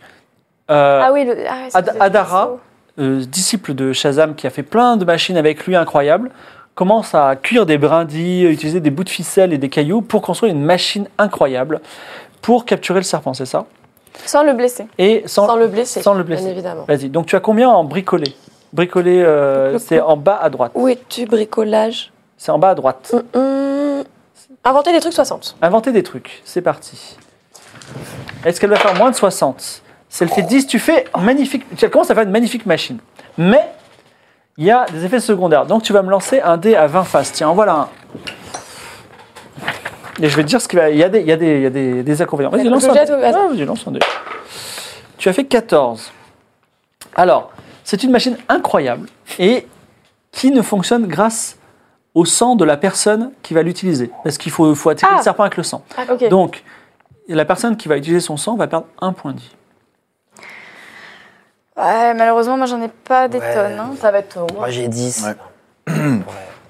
Speaker 1: euh,
Speaker 2: ah oui, le- ah ouais, c'est
Speaker 1: Ad-
Speaker 2: le-
Speaker 1: Adara. euh, disciple de Shazam qui a fait plein de machines avec lui incroyables, commence à cuire des brindilles, utiliser des bouts de ficelle et des cailloux pour construire une machine incroyable pour capturer le serpent, c'est ça
Speaker 2: Sans le blesser.
Speaker 1: Et sans,
Speaker 4: Sans le blesser.
Speaker 1: sans le blesser.
Speaker 4: Bien évidemment.
Speaker 1: Vas-y, donc tu as combien en bricolé Bricolé, euh, c'est en bas à droite.
Speaker 4: Où es-tu, bricolage
Speaker 1: C'est en bas à droite.
Speaker 4: Hum, hum. Inventer des trucs 60.
Speaker 1: Inventer des trucs, c'est parti. Est-ce qu'elle va faire moins de 60 Si elle fait 10, tu fais magnifique. Elle commence à faire une magnifique machine. Mais il y a des effets secondaires. Donc tu vas me lancer un dé à 20 faces. Tiens, en voilà un. Et je vais te dire ce qu'il va. Il y a des, il y a des, il y a des, des inconvénients. Vas-y,
Speaker 4: Je
Speaker 1: lance un
Speaker 4: jette, oui,
Speaker 1: dé.
Speaker 4: vas-y.
Speaker 1: Ah, vas-y, lance un dé. Tu as fait 14. Alors, c'est une machine incroyable et qui ne fonctionne grâce au sang de la personne qui va l'utiliser. Parce qu'il faut, faut attirer
Speaker 2: Ah.
Speaker 1: le serpent avec le sang.
Speaker 2: Ok.
Speaker 1: Donc, la personne qui va utiliser son sang va perdre un point de vie.
Speaker 2: Ouais, malheureusement, moi j'en ai pas des
Speaker 5: Ouais.
Speaker 2: tonnes. hein.
Speaker 4: Ça va être au moins.
Speaker 5: Moi j'ai 10.
Speaker 3: Ouais.
Speaker 5: Ouais.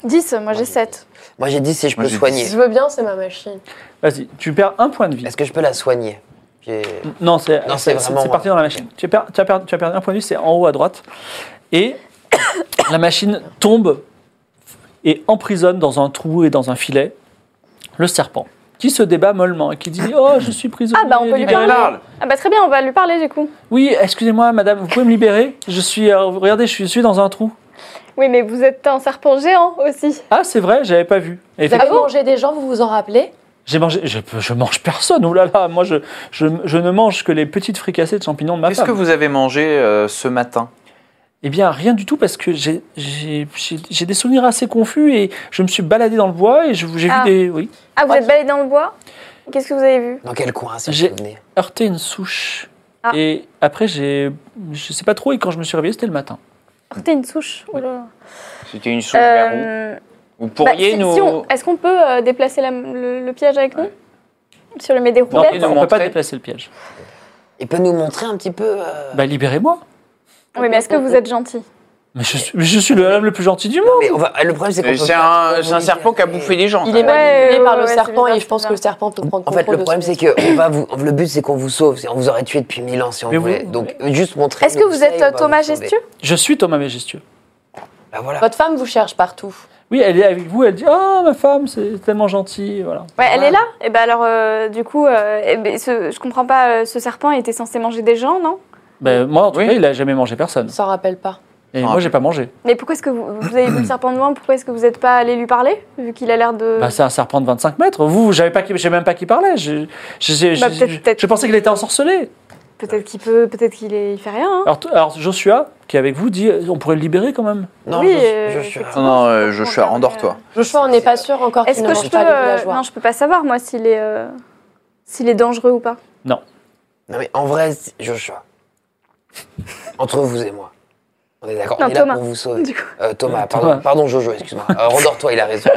Speaker 2: 10, moi j'ai 7.
Speaker 5: Moi j'ai 10 et je
Speaker 3: Moi,
Speaker 5: peux
Speaker 3: j'ai
Speaker 5: soigner.
Speaker 4: Si je veux bien, c'est ma machine.
Speaker 1: Vas-y, tu perds un point de vie.
Speaker 5: Est-ce que je peux la soigner J'ai-
Speaker 1: Non, c'est
Speaker 5: Non, c'est
Speaker 1: c'est-
Speaker 5: vraiment
Speaker 1: c'est
Speaker 5: moi.
Speaker 1: parti dans la machine. Tu, perds- tu as perdu, tu as perdu un point de vie, c'est en haut à droite. Et la machine tombe et emprisonne dans un trou et dans un filet le serpent qui se débat mollement et qui dit Oh, je suis prisonnier.
Speaker 2: Ah, bah, on peut lui
Speaker 3: Elle
Speaker 1: libérez-moi.
Speaker 3: parle
Speaker 2: Ah bah très bien, on va lui parler du coup.
Speaker 1: Oui, excusez-moi, madame, vous pouvez me libérer Je suis. euh, regardez, je suis, je suis dans un trou.
Speaker 2: Oui, mais vous êtes un serpent géant aussi.
Speaker 1: Ah, c'est vrai, j'avais pas vu.
Speaker 2: Ah
Speaker 1: Et
Speaker 4: Vous avez mangé des gens, vous vous en rappelez
Speaker 1: J'ai mangé, je, je mange personne, oulala, moi je, je, je ne mange que les petites fricassées de champignons de ma
Speaker 3: Qu'est-ce
Speaker 1: femme.
Speaker 3: que vous avez mangé euh, ce matin
Speaker 1: Eh bien rien du tout parce que j'ai j'ai- j'ai- j'ai des souvenirs assez confus et je me suis baladé dans le bois et je- j'ai
Speaker 2: Ah.
Speaker 1: vu des... Oui,
Speaker 2: Ah, vous
Speaker 1: Ouais.
Speaker 2: êtes balayé dans le bois Qu'est-ce que vous avez vu
Speaker 5: Dans quel coin, si
Speaker 1: J'ai-
Speaker 5: vous souvenez
Speaker 1: heurté une souche.
Speaker 2: Ah.
Speaker 1: Et après j'ai... Je sais pas trop et quand je me suis réveillé c'était le matin.
Speaker 2: Heurter une souche. Oh là là.
Speaker 3: C'était une souche vers
Speaker 2: Euh,
Speaker 3: où Vous pourriez
Speaker 2: bah, si-
Speaker 3: nous...
Speaker 2: si on- Est-ce qu'on peut euh, déplacer la- le, le piège avec nous Si on le met des
Speaker 1: Non,
Speaker 2: roulettes
Speaker 3: nous
Speaker 1: on peut pas
Speaker 3: montrer.
Speaker 1: déplacer le piège.
Speaker 5: Il peut nous montrer un petit peu. euh,
Speaker 1: Bah libérez-moi
Speaker 2: Oui, mais est-ce que vous êtes gentil
Speaker 1: mais je, suis, mais je suis le homme le plus gentil du monde
Speaker 5: mais on va- Le problème, c'est qu'on
Speaker 3: Euh,
Speaker 5: peut
Speaker 3: C'est
Speaker 5: pas
Speaker 3: un,
Speaker 5: trop
Speaker 3: c'est un
Speaker 5: vous
Speaker 3: serpent
Speaker 5: dire,
Speaker 3: qui a
Speaker 5: mais-
Speaker 3: bouffé des gens.
Speaker 4: Il est
Speaker 3: quand même.
Speaker 4: manipulé
Speaker 2: ouais,
Speaker 4: par le
Speaker 2: ouais, c'est
Speaker 4: serpent
Speaker 2: bizarre,
Speaker 4: et je pense
Speaker 2: c'est
Speaker 4: que le serpent peut prendre
Speaker 5: En
Speaker 4: contrôle
Speaker 5: fait, le
Speaker 4: de
Speaker 5: problème,
Speaker 4: ce-
Speaker 5: c'est que on va vous. Le but, c'est qu'on vous sauve. C'est- On vous aurait tué depuis mille ans si on
Speaker 1: Mais vous-
Speaker 5: voulait. Donc, juste montrer.
Speaker 2: Est-ce que
Speaker 5: nous
Speaker 2: vous
Speaker 5: savez,
Speaker 2: êtes
Speaker 5: on
Speaker 2: euh,
Speaker 5: va vous
Speaker 2: Thomas
Speaker 5: sauver.
Speaker 2: Gestueux
Speaker 1: Je suis Thomas Majestueux.
Speaker 5: Bah voilà.
Speaker 4: Votre femme vous cherche partout.
Speaker 1: Oui, elle est avec vous, elle dit « Ah, ma femme, c'est tellement gentil, voilà.
Speaker 2: Ouais, elle
Speaker 5: Ouais.
Speaker 2: est là. Et ben alors, euh, du coup, euh, eh ben, ce- je comprends pas, euh, ce serpent était censé manger des gens, non
Speaker 1: Ben, moi, en tout
Speaker 3: Oui.
Speaker 1: cas, il a jamais mangé personne.
Speaker 4: Il s'en rappelle pas.
Speaker 1: Et
Speaker 3: Ah.
Speaker 1: moi, j'ai pas mangé.
Speaker 2: Mais pourquoi est-ce que vous, vous avez vu le serpent de loin Pourquoi est-ce que vous n'êtes pas allé lui parler Vu qu'il a l'air de.
Speaker 1: Bah, c'est un serpent de 25 mètres. Vous, j'avais pas, qui- je sais même pas qui parlait. Je, je, je-
Speaker 2: Bah,
Speaker 1: je-
Speaker 2: peut-être-
Speaker 1: je-
Speaker 2: peut-être.
Speaker 1: je pensais qu'il était ensorcelé.
Speaker 2: peut-être qu'il peut, peut-être qu'il est... il fait rien. hein.
Speaker 1: Alors, t- alors, Joshua, qui est avec vous, dit euh, on pourrait le libérer quand même.
Speaker 5: Non,
Speaker 2: oui,
Speaker 5: je,
Speaker 2: euh,
Speaker 5: je, suis-
Speaker 3: Non, non, euh, Joshua,
Speaker 2: Regarde,
Speaker 3: rendors-toi.
Speaker 4: Joshua, on n'est pas sûr
Speaker 5: Ah,
Speaker 4: encore
Speaker 2: Est-ce
Speaker 4: qu'il ne
Speaker 2: que je
Speaker 4: mange
Speaker 2: peux
Speaker 4: pas les
Speaker 2: euh,
Speaker 4: villageois.
Speaker 2: Non, je peux pas savoir moi s'il est euh, s'il est dangereux ou pas.
Speaker 5: Non, mais en vrai, c'est- Joshua. Entre vous et moi. On est d'accord,
Speaker 2: Non,
Speaker 5: on est
Speaker 2: Thomas.
Speaker 5: là pour vous sauver.
Speaker 2: Du coup.
Speaker 5: Euh, Thomas, pardon,
Speaker 1: Thomas.
Speaker 5: pardon Jojo, excuse-moi. Euh, Rendors-toi, il a raison.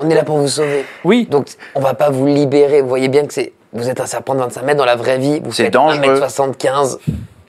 Speaker 5: on est là pour vous sauver.
Speaker 1: Oui,
Speaker 5: Donc, on va pas vous libérer. Vous voyez bien que c'est, vous êtes un serpent de 25 mètres dans la vraie vie. Vous
Speaker 3: C'est
Speaker 5: faites
Speaker 3: dangereux.
Speaker 5: 1m75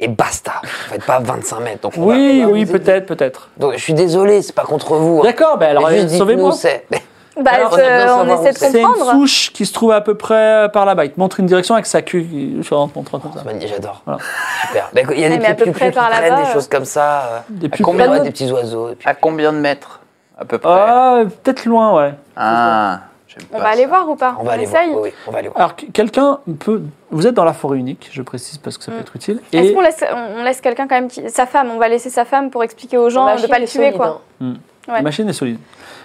Speaker 5: et basta. Vous faites pas 25 mètres. Donc on va-
Speaker 1: oui,
Speaker 5: on va
Speaker 1: oui,
Speaker 5: vous-
Speaker 1: peut-être, peut-être.
Speaker 5: Donc, je suis désolé, c'est pas contre vous. hein.
Speaker 1: D'accord, ben alors
Speaker 5: Mais
Speaker 1: euh,
Speaker 5: juste dites-nous
Speaker 1: sauvez-moi.
Speaker 5: où c'est.
Speaker 2: Bah,
Speaker 1: Alors,
Speaker 2: euh,
Speaker 5: on a besoin de
Speaker 2: on,
Speaker 5: savoir où
Speaker 2: essaie de
Speaker 5: c'est.
Speaker 1: C'est une
Speaker 2: comprendre.
Speaker 1: souche qui se trouve à peu près euh, par là-bas. Il te montre une direction avec sa queue. Je montre comme ça.
Speaker 5: Magnifique, J'adore.
Speaker 1: Voilà.
Speaker 5: Super. Ben, Il y a
Speaker 2: Ouais,
Speaker 5: des
Speaker 2: mais à
Speaker 5: petits
Speaker 2: peu
Speaker 5: plus
Speaker 2: près
Speaker 5: qui
Speaker 2: par
Speaker 5: traînent,
Speaker 2: là-bas,
Speaker 5: des
Speaker 2: euh.
Speaker 5: choses comme ça. euh,
Speaker 1: Des
Speaker 5: à
Speaker 1: plus-
Speaker 5: combien
Speaker 2: Bah,
Speaker 5: ouais,
Speaker 2: nous-
Speaker 5: des petits oiseaux et puis-
Speaker 3: À combien de mètres À peu près
Speaker 1: Ah, peut-être loin, ouais.
Speaker 3: Ah, j'aime
Speaker 2: On
Speaker 3: pas
Speaker 2: va aller
Speaker 3: ça.
Speaker 2: voir ou pas
Speaker 5: On va aller voir.
Speaker 2: essaye.
Speaker 5: Oui, oui, on va aller voir.
Speaker 1: Alors, que- quelqu'un peut. Vous êtes dans la forêt unique, je précise parce que ça peut
Speaker 2: Mm.
Speaker 1: être utile.
Speaker 2: Est-ce
Speaker 1: Et
Speaker 2: qu'on laisse, on on laisse quelqu'un quand même qui- Sa femme, on va laisser sa femme pour expliquer aux gens
Speaker 4: Ma
Speaker 2: de
Speaker 4: machine
Speaker 2: pas le
Speaker 4: est
Speaker 2: tuer,
Speaker 4: solide,
Speaker 2: quoi.
Speaker 4: hein.
Speaker 2: ouais.
Speaker 1: la machine est solide.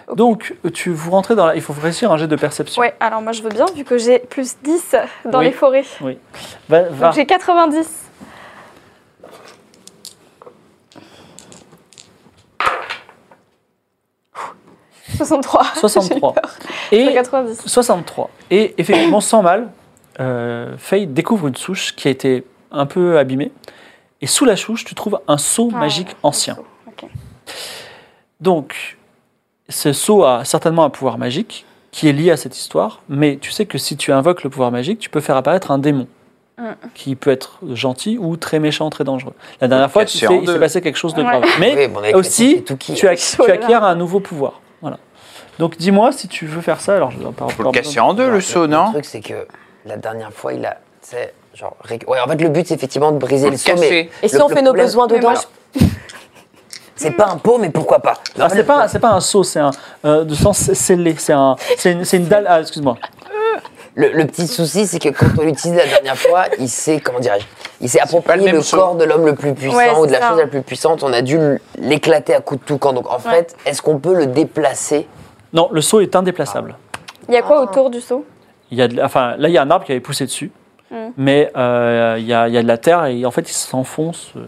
Speaker 2: Ok.
Speaker 1: Donc, tu vous rentrez dans la. Il faut réussir un jet de
Speaker 5: hein.
Speaker 1: perception.
Speaker 2: Ouais, alors moi je veux bien, vu que j'ai plus 10 dans
Speaker 1: Oui.
Speaker 2: les forêts.
Speaker 1: Va, va.
Speaker 2: Donc j'ai 90. Ouh, 63.
Speaker 1: 63.
Speaker 2: Ah, J'ai eu
Speaker 1: Et
Speaker 2: 90.
Speaker 1: 63. Et effectivement, sans mal, euh, Faye découvre une souche qui a été un peu abîmée. Et sous la souche, tu trouves un seau
Speaker 2: Ah,
Speaker 1: magique ancien.
Speaker 2: ok.
Speaker 1: Donc, ce seau a certainement un pouvoir magique qui est lié à cette histoire, mais tu sais que si tu invoques le pouvoir magique, tu peux faire apparaître un démon
Speaker 2: Mm.
Speaker 1: qui peut être gentil ou très méchant, très dangereux. La dernière
Speaker 3: Ou
Speaker 1: fois, tu
Speaker 3: cassé
Speaker 1: sais,
Speaker 3: en
Speaker 1: il s'est
Speaker 3: deux.
Speaker 1: passé quelque chose de
Speaker 2: Ouais.
Speaker 1: grave. Mais
Speaker 5: Oui, bon, avec
Speaker 1: aussi,
Speaker 5: les Tiki-Tuki,
Speaker 1: tu,
Speaker 5: euh,
Speaker 1: acqu- tu acquiers un nouveau pouvoir. Voilà. Donc dis-moi si tu veux faire ça. Alors je
Speaker 3: Faut le casser en deux,
Speaker 5: Alors,
Speaker 3: le seau, non
Speaker 5: Le truc, c'est que la dernière fois, il a. tu sais, Genre, ré- ouais, en fait, le but, c'est effectivement de briser le
Speaker 3: le
Speaker 5: seau, mais
Speaker 3: casser.
Speaker 4: Et si
Speaker 5: Le-
Speaker 4: on
Speaker 5: le
Speaker 4: fait nos
Speaker 5: problème-
Speaker 4: besoins
Speaker 2: Mais
Speaker 4: dedans
Speaker 2: moi,
Speaker 5: c'est pas un pot, mais pourquoi pas
Speaker 1: Ah, c'est pas c'est pas un seau, c'est un euh, de sens scellé, c'est un c'est une, c'est une dalle. Ah excuse-moi.
Speaker 5: Le, le petit souci, c'est que quand on l'utilise la dernière fois, il s'est, comment dirais-je, il s'est
Speaker 3: pas le
Speaker 5: approprié
Speaker 3: même
Speaker 5: le,
Speaker 3: seau.
Speaker 5: corps de l'homme le plus puissant
Speaker 2: Ouais,
Speaker 5: ou de
Speaker 2: c'est
Speaker 5: la
Speaker 2: ça.
Speaker 5: chose la plus puissante. On a dû l'éclater à coups de toucan. Donc, en fait, est-ce qu'on peut le déplacer
Speaker 1: Non, le seau est indéplaçable.
Speaker 2: Il y a
Speaker 1: Ah.
Speaker 2: quoi autour du seau
Speaker 1: Il y a de la- enfin là il y a un arbre qui avait poussé dessus,
Speaker 2: Mm.
Speaker 1: mais euh, il y, a, il y a de la terre et en fait il s'enfonce. euh.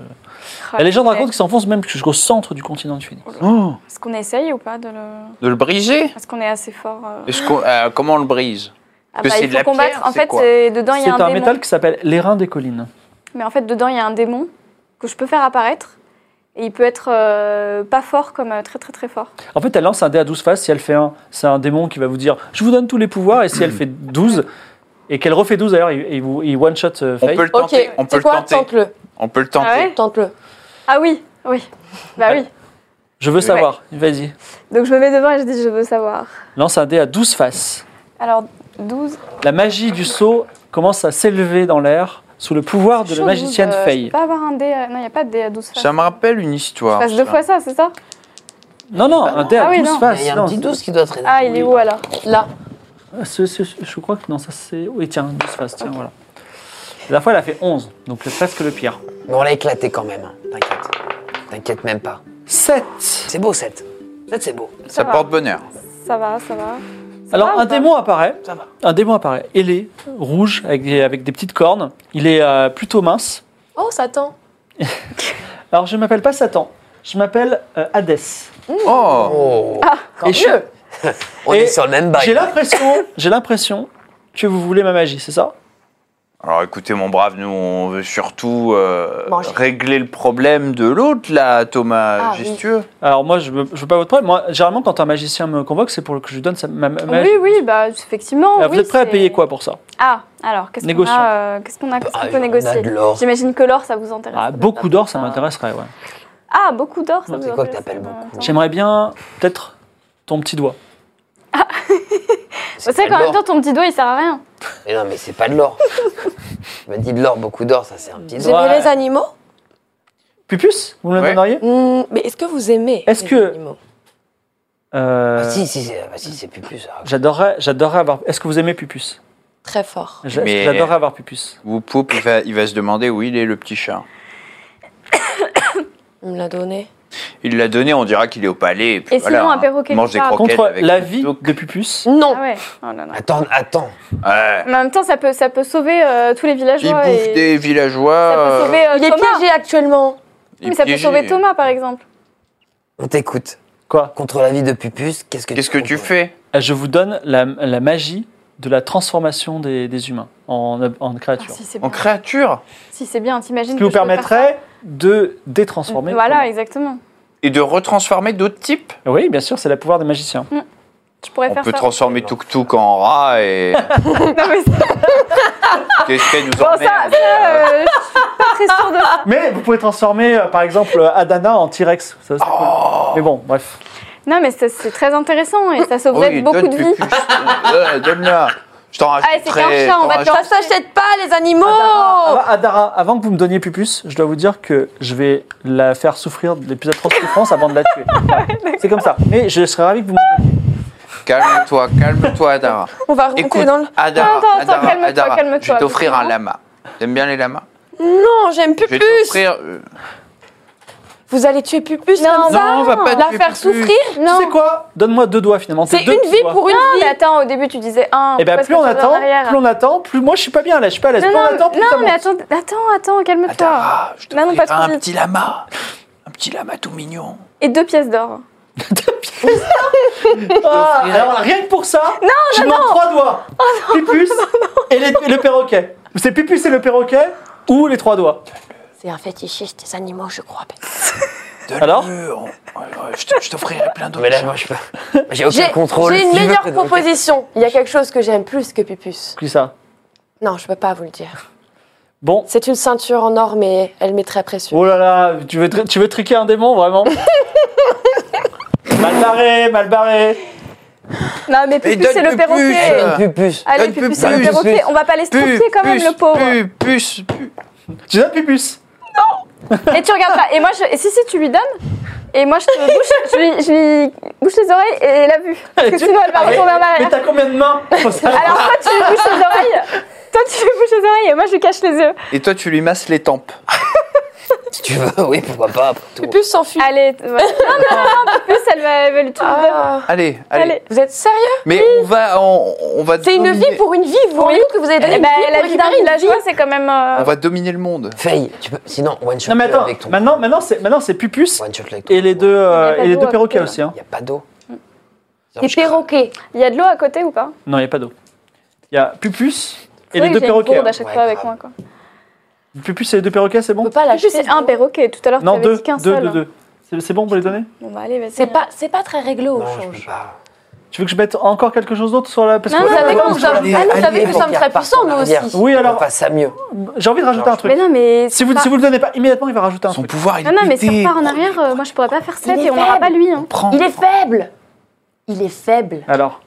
Speaker 1: La légende raconte qu'il s'enfonce même jusqu'au centre du continent infini.
Speaker 3: Oh,
Speaker 2: Est-ce qu'on essaye ou pas de le...
Speaker 3: de le briser
Speaker 2: Est-ce qu'on est assez fort euh
Speaker 3: Est-ce qu'on- euh, Comment on le brise
Speaker 2: Ah
Speaker 3: que
Speaker 2: bah,
Speaker 3: c'est
Speaker 2: il
Speaker 3: de
Speaker 2: faut
Speaker 3: la
Speaker 2: combattre.
Speaker 3: pierre,
Speaker 2: en
Speaker 3: c'est
Speaker 2: fait,
Speaker 3: quoi
Speaker 2: c'est- dedans il y
Speaker 1: C'est
Speaker 2: a un,
Speaker 1: un
Speaker 2: démon.
Speaker 1: métal qui s'appelle l'airain des collines.
Speaker 2: Mais en fait, dedans il y a un démon que je peux faire apparaître. Et il peut être euh, pas fort comme euh, très très très fort.
Speaker 1: En fait, elle lance un dé à 12 faces. Si elle fait un, c'est un démon qui va vous dire Je vous donne tous les pouvoirs. Et si elle fait 12, et qu'elle refait 12 d'ailleurs, il, il vous- il one-shot euh,
Speaker 3: On
Speaker 1: Faye.
Speaker 3: peut le
Speaker 4: Ok,
Speaker 3: tenter, on peut
Speaker 4: c'est
Speaker 3: le
Speaker 4: quoi
Speaker 3: tenter.
Speaker 4: Tente-le,
Speaker 3: On peut le
Speaker 2: Ah
Speaker 3: tenter.
Speaker 2: ouais
Speaker 4: tente-le.
Speaker 2: Ah oui, oui. Bah oui.
Speaker 1: Je veux savoir. Vas-y.
Speaker 2: Donc je me mets devant et je dis je veux savoir.
Speaker 1: Lance un dé à 12 faces.
Speaker 2: Alors 12.
Speaker 1: La magie du saut commence à s'élever dans l'air sous le pouvoir de la
Speaker 4: Chaud,
Speaker 1: magicienne
Speaker 2: Euh, je
Speaker 1: Faye.
Speaker 2: peux pas avoir un dé. à- Non, il n'y a pas de dé à 12 faces.
Speaker 3: Ça me rappelle une
Speaker 2: Je
Speaker 3: histoire.
Speaker 2: passe deux
Speaker 3: ça.
Speaker 2: fois ça, c'est ça
Speaker 1: Non, non, un dé à
Speaker 2: Ah oui,
Speaker 1: 12
Speaker 2: non.
Speaker 1: faces.
Speaker 5: Il y a
Speaker 1: non.
Speaker 5: un petit douce qui doit traîner.
Speaker 2: Ah, il est où alors
Speaker 4: Là,
Speaker 1: Ah, ce- ce- je crois que non, ça c'est. Oui, tiens, 12 faces. Tiens, voilà. La dernière fois, elle a fait 11, donc c'est presque le pire.
Speaker 5: Mais on l'a éclaté quand même. hein. T'inquiète. T'inquiète même pas.
Speaker 1: 7
Speaker 5: C'est beau, 7. 7, c'est beau.
Speaker 3: Ça
Speaker 2: va.
Speaker 3: porte bonheur.
Speaker 2: Ça va, ça va. Ça va
Speaker 1: Alors
Speaker 2: ou
Speaker 1: un
Speaker 2: pas
Speaker 1: démon apparaît.
Speaker 5: Ça va.
Speaker 1: Un démon apparaît. ailé, rouge, avec des, avec des petites cornes. Il est euh, plutôt mince.
Speaker 4: oh, Satan.
Speaker 1: Alors je m'appelle pas Satan. Je m'appelle euh, Hadès.
Speaker 2: Ah.
Speaker 3: Oh
Speaker 5: Oh.
Speaker 1: Et je-
Speaker 5: On
Speaker 1: Et
Speaker 5: est sur le même bail.
Speaker 1: J'ai l'impression, j'ai l'impression que vous voulez ma magie, c'est ça
Speaker 3: Alors écoutez, mon brave, nous, on veut surtout euh,
Speaker 4: Manger.
Speaker 3: régler le problème de l'autre, là, Thomas
Speaker 4: Ah, oui.
Speaker 3: Gestueux.
Speaker 1: Alors moi je veux, je veux pas votre problème. Moi généralement quand un magicien me convoque, c'est pour que je lui donne sa, ma, ma magie.
Speaker 2: Oui, oui, bah effectivement.
Speaker 1: Alors,
Speaker 2: oui,
Speaker 1: vous êtes prêt à
Speaker 2: c'est-
Speaker 1: payer quoi pour ça
Speaker 2: Ah, alors qu'est-ce qu'on
Speaker 1: Négocions.
Speaker 2: a euh, Qu'est-ce qu'on a Qu'est-ce qu'on
Speaker 5: Ah,
Speaker 2: peut
Speaker 5: on a
Speaker 2: négocier
Speaker 5: de l'or.
Speaker 2: J'imagine que l'or, ça vous intéresse.
Speaker 1: Ah, Beaucoup d'or, ça m'intéresserait. Ouais.
Speaker 2: Ah, beaucoup d'or, ça
Speaker 1: C'est
Speaker 2: vous
Speaker 5: quoi
Speaker 2: intéresse. Euh,
Speaker 5: que t'appelles
Speaker 2: en même
Speaker 5: beaucoup
Speaker 2: temps.
Speaker 1: J'aimerais bien peut-être ton petit doigt.
Speaker 2: C'est vrai
Speaker 5: pas
Speaker 2: qu'en
Speaker 5: de
Speaker 2: même
Speaker 5: l'or.
Speaker 2: temps, ton petit doigt, il sert à rien.
Speaker 5: Mais non, mais c'est pas de l'or. Je me dis de l'or, beaucoup d'or, ça c'est un petit
Speaker 4: Vous
Speaker 5: doigt.
Speaker 1: Ouais.
Speaker 4: aimez les animaux
Speaker 1: Pupus, vous me le
Speaker 3: Ouais.
Speaker 1: donneriez
Speaker 4: Hmm, Mais est-ce que vous aimez
Speaker 1: Est-ce
Speaker 4: les
Speaker 1: que-
Speaker 4: animaux
Speaker 1: Euh,
Speaker 5: Ah, si, si, c'est- ah, si, c'est plus plus. ça.
Speaker 1: J'adorerais, j'adorerais avoir. Est-ce que vous aimez Pupus
Speaker 4: Très fort.
Speaker 1: J'a-
Speaker 3: Mais-
Speaker 1: J'adorerais avoir Pupus.
Speaker 3: Vous Poupe, il va, il va se demander où il est, le petit chat.
Speaker 4: On me l'a donné.
Speaker 3: Il l'a donné, on dira qu'il est au palais. Et, puis
Speaker 2: Et
Speaker 3: voilà,
Speaker 2: sinon, un
Speaker 3: hein.
Speaker 2: perroquet
Speaker 3: mange
Speaker 2: qui
Speaker 3: des
Speaker 2: parle.
Speaker 3: croquettes
Speaker 1: contre
Speaker 3: avec
Speaker 1: la
Speaker 3: le
Speaker 1: vie
Speaker 3: couteau.
Speaker 1: de Pupus.
Speaker 4: Non
Speaker 2: Ah ouais. Oh là là.
Speaker 5: Attends, attends.
Speaker 3: Ouais.
Speaker 2: Mais en même temps, ça peut, ça peut sauver euh, tous les
Speaker 3: Il
Speaker 2: villageois.
Speaker 3: bouffe
Speaker 2: et...
Speaker 3: des
Speaker 2: Ça
Speaker 3: villageois.
Speaker 2: peut
Speaker 3: euh,
Speaker 2: sauver euh,
Speaker 4: Il est
Speaker 2: Thomas.
Speaker 4: piégé actuellement.
Speaker 3: il
Speaker 2: Mais ça peut
Speaker 3: piégé.
Speaker 2: sauver Thomas, par exemple. Ah,
Speaker 5: On t'écoute.
Speaker 1: Quoi
Speaker 5: Contre l'avis de Pupus, qu'est-ce que
Speaker 3: Qu'est-ce que tu fais
Speaker 1: Je vous donne la, la magie de la transformation des, des humains en, en
Speaker 2: Ah,
Speaker 1: créatures.
Speaker 2: si c'est
Speaker 3: En
Speaker 2: bien,
Speaker 3: créature
Speaker 2: si c'est bien, t'imagines.
Speaker 1: Ce qui vous
Speaker 2: que je peux faire
Speaker 1: permettrait de détransformer.
Speaker 2: Voilà, exactement.
Speaker 3: Et de retransformer d'autres types
Speaker 1: Oui, bien sûr, c'est le pouvoir des magiciens.
Speaker 2: Je pourrais
Speaker 3: On
Speaker 2: faire
Speaker 3: peut
Speaker 2: ça.
Speaker 3: transformer Tuk Tuk en rat et.
Speaker 2: Non, mais ça,
Speaker 3: Qu'est-ce qu'elle nous
Speaker 2: bon,
Speaker 3: emmène
Speaker 2: ça, ça, euh, je suis pas très sûre de ça.
Speaker 1: Mais vous pouvez transformer, euh, par exemple, euh, Adana en T-Rex. Ça, c'est cool.
Speaker 3: Oh.
Speaker 1: Mais bon, bref.
Speaker 2: Non, mais ça, c'est très intéressant et ça sauverait
Speaker 3: Ah Oui,
Speaker 2: beaucoup
Speaker 3: donne
Speaker 2: de
Speaker 3: plus-
Speaker 2: vie.
Speaker 3: plus- euh, Donne-la. Je t'en
Speaker 2: Ah, c'est qu'un
Speaker 3: rajouterai.
Speaker 2: chat, on
Speaker 3: t'en
Speaker 2: va te
Speaker 3: rajouterai.
Speaker 4: Ça s'achète pas, les animaux
Speaker 2: Oh.
Speaker 1: Adara, ah, Adara, avant que vous me donniez Pupus, je dois vous dire que je vais la faire souffrir des plus atroces souffrances avant de la tuer. Voilà. c'est comme ça. Mais je serais ravi que vous me
Speaker 3: Calme-toi, calme-toi, Adara.
Speaker 4: On va remonter
Speaker 3: Écoute,
Speaker 4: dans le...
Speaker 3: Adara,
Speaker 2: Attends, attends,
Speaker 3: Adara,
Speaker 2: calme-toi,
Speaker 3: Adara,
Speaker 2: calme-toi,
Speaker 3: je vais t'offrir un
Speaker 2: doucement.
Speaker 3: lama. T'aimes bien les lamas
Speaker 4: Non, j'aime
Speaker 3: Je vais
Speaker 4: Pupus
Speaker 3: t'offrir. euh,
Speaker 4: Vous allez tuer Pupus
Speaker 2: Non,
Speaker 4: comme ça
Speaker 3: Non, on va pas
Speaker 4: La
Speaker 3: tuer
Speaker 4: faire
Speaker 3: Pupus.
Speaker 4: souffrir
Speaker 1: Tu sais
Speaker 4: Non.
Speaker 1: quoi Donne-moi deux doigts finalement.
Speaker 4: C'est
Speaker 1: deux
Speaker 4: une vie
Speaker 1: doigts.
Speaker 4: pour une
Speaker 2: Non,
Speaker 4: vie.
Speaker 2: mais attends, au début, tu disais un.
Speaker 1: Et ben
Speaker 2: pourquoi
Speaker 1: plus
Speaker 2: est-ce
Speaker 1: on
Speaker 2: que tu vas en
Speaker 1: attend,
Speaker 2: arrière
Speaker 1: plus on attend, plus moi je suis pas bien là, je suis pas à l'aise.
Speaker 2: Non,
Speaker 1: Plus on
Speaker 2: non,
Speaker 1: attend, plus ça
Speaker 2: non, mais
Speaker 1: monte.
Speaker 2: attends, attends, attends, calme-toi.
Speaker 3: Adara, je
Speaker 2: Non, non,
Speaker 3: t'offrirai
Speaker 2: pas trop
Speaker 3: un
Speaker 2: vite.
Speaker 3: petit lama. Un petit lama tout mignon.
Speaker 2: Et deux pièces d'or.
Speaker 1: Ah, alors rien que pour ça, non, je demande trois doigts. Pupus et les- et le perroquet. C'est Pupus et le perroquet ou les trois doigts.
Speaker 4: C'est un fétichiste des animaux, je crois.
Speaker 3: Donne-le,
Speaker 1: Alors
Speaker 3: on- euh, Je te- je t'offrirai plein d'autres.
Speaker 5: Mais là, moi, je peux. J'ai aucun
Speaker 4: J'ai
Speaker 5: contrôle.
Speaker 4: j'ai une
Speaker 5: Si tu veux,
Speaker 4: meilleure
Speaker 5: donc-
Speaker 4: proposition. Il y a quelque chose que j'aime plus que Pupus.
Speaker 1: Qui ça
Speaker 4: Non, je peux pas vous le dire.
Speaker 1: Bon.
Speaker 4: C'est une ceinture en or, mais elle m'est très précieuse.
Speaker 1: Oh là là, tu veux, tri- tu veux triquer un démon vraiment Mal barré, mal barré.
Speaker 2: Non, mais
Speaker 3: Mais
Speaker 2: Pupus, c'est
Speaker 3: donne
Speaker 2: le
Speaker 3: le plus,
Speaker 2: perroquet.
Speaker 3: euh,
Speaker 5: Pupus.
Speaker 4: Ah.
Speaker 2: Allez,
Speaker 3: donne
Speaker 2: Pupus,
Speaker 3: Pupus,
Speaker 2: c'est le
Speaker 3: Pupus,
Speaker 2: perroquet. On va pas l'estropier quand même, le pauvre.
Speaker 3: Pupus, Pupus.
Speaker 1: Tu donnes Pupus
Speaker 2: Et tu regardes pas. Et moi, je... et si, si, tu lui donnes. Et moi, je te bouche, je lui, je lui bouche les oreilles et la vue. Parce que
Speaker 1: Tu-
Speaker 2: sinon, elle va
Speaker 1: Ah, mais-
Speaker 2: retourner en
Speaker 1: Mais
Speaker 2: arrière.
Speaker 1: t'as combien de mains Faut savoir.
Speaker 2: Alors, toi, tu lui bouches les oreilles. Toi, tu lui bouches les oreilles et moi, je lui cache les yeux.
Speaker 3: Et toi, tu lui masses les tempes.
Speaker 5: Si tu veux, oui, pourquoi pas, après tout.
Speaker 4: Pupus s'enfuit.
Speaker 2: Allez, t- voilà. non, non, non, Pupus, elle va, elle va lui tout
Speaker 4: Ah.
Speaker 3: Allez, allez.
Speaker 2: Allez.
Speaker 4: Vous êtes sérieux
Speaker 3: Mais on va, on, on va.
Speaker 4: C'est une
Speaker 3: dominer-
Speaker 4: vie pour une vie, vous hein. vous
Speaker 2: Oui.
Speaker 4: rendez compte que vous avez donné
Speaker 2: Eh
Speaker 4: une
Speaker 2: ben,
Speaker 4: vie pour
Speaker 2: la vie d'un
Speaker 4: récupérer une
Speaker 2: villageois, c'est quand même. euh,
Speaker 1: Ah,
Speaker 3: On va dominer le monde.
Speaker 5: Faye, tu peux. Sinon, one shot
Speaker 1: Non mais attends,
Speaker 5: avec ton.
Speaker 1: maintenant, maintenant c'est maintenant c'est Pupus
Speaker 5: One shot avec ton.
Speaker 1: et les deux euh,
Speaker 2: Il y a pas
Speaker 1: et les
Speaker 2: d'eau
Speaker 1: deux
Speaker 2: à
Speaker 1: perroquets
Speaker 2: côté,
Speaker 1: aussi. Hein.
Speaker 5: Il n'y a pas d'eau.
Speaker 4: Mm. Des perroquets.
Speaker 2: Il y a de l'eau à côté ou pas
Speaker 1: Non, il n'y a pas d'eau. Il y a Pupus et
Speaker 2: C'est vrai
Speaker 1: les
Speaker 2: que
Speaker 1: deux
Speaker 2: j'ai une
Speaker 1: perroquets. hein.
Speaker 2: bourde à chaque
Speaker 5: Ouais,
Speaker 2: fois avec
Speaker 5: grave.
Speaker 2: moi. Quoi.
Speaker 1: Pupus et les deux perroquets, c'est
Speaker 4: On peut
Speaker 1: bon
Speaker 4: pas
Speaker 2: Là,
Speaker 4: lâcher.
Speaker 2: juste c'est un perroquet. Tout à l'heure, tu
Speaker 1: Non,
Speaker 2: avais
Speaker 1: deux,
Speaker 2: dit qu'un
Speaker 1: deux,
Speaker 2: seul. hein.
Speaker 1: deux, deux. C'est c'est bon pour les donner
Speaker 2: Bon, bah, allez, vas-y.
Speaker 4: C'est pas, c'est pas très réglo au
Speaker 5: Non, je peux
Speaker 4: change. Ah,
Speaker 5: pas.
Speaker 1: Tu veux que je mette encore quelque chose d'autre sur la parce
Speaker 2: Non,
Speaker 1: que
Speaker 2: non,
Speaker 1: Ouais,
Speaker 2: avec
Speaker 1: ouais,
Speaker 2: nous,
Speaker 1: ouais,
Speaker 4: ça va.
Speaker 1: ouais.
Speaker 4: Ah, nous, savez que nous sommes très puissants, nous aussi.
Speaker 1: Oui, alors-
Speaker 5: On passe ça mieux.
Speaker 1: j'ai envie de rajouter un truc.
Speaker 2: Mais non, mais.
Speaker 1: Si vous si vous le donnez pas immédiatement, il va rajouter un
Speaker 3: Son
Speaker 1: truc.
Speaker 3: pouvoir, il
Speaker 2: Non, non, mais
Speaker 3: est
Speaker 2: si on
Speaker 3: pété.
Speaker 2: repart en arrière, euh, moi, je pourrais pas faire 7
Speaker 4: est
Speaker 2: et on n'aura
Speaker 4: faible.
Speaker 2: pas lui. hein.
Speaker 3: Prends.
Speaker 4: Il est faible. Il est faible.
Speaker 1: Alors,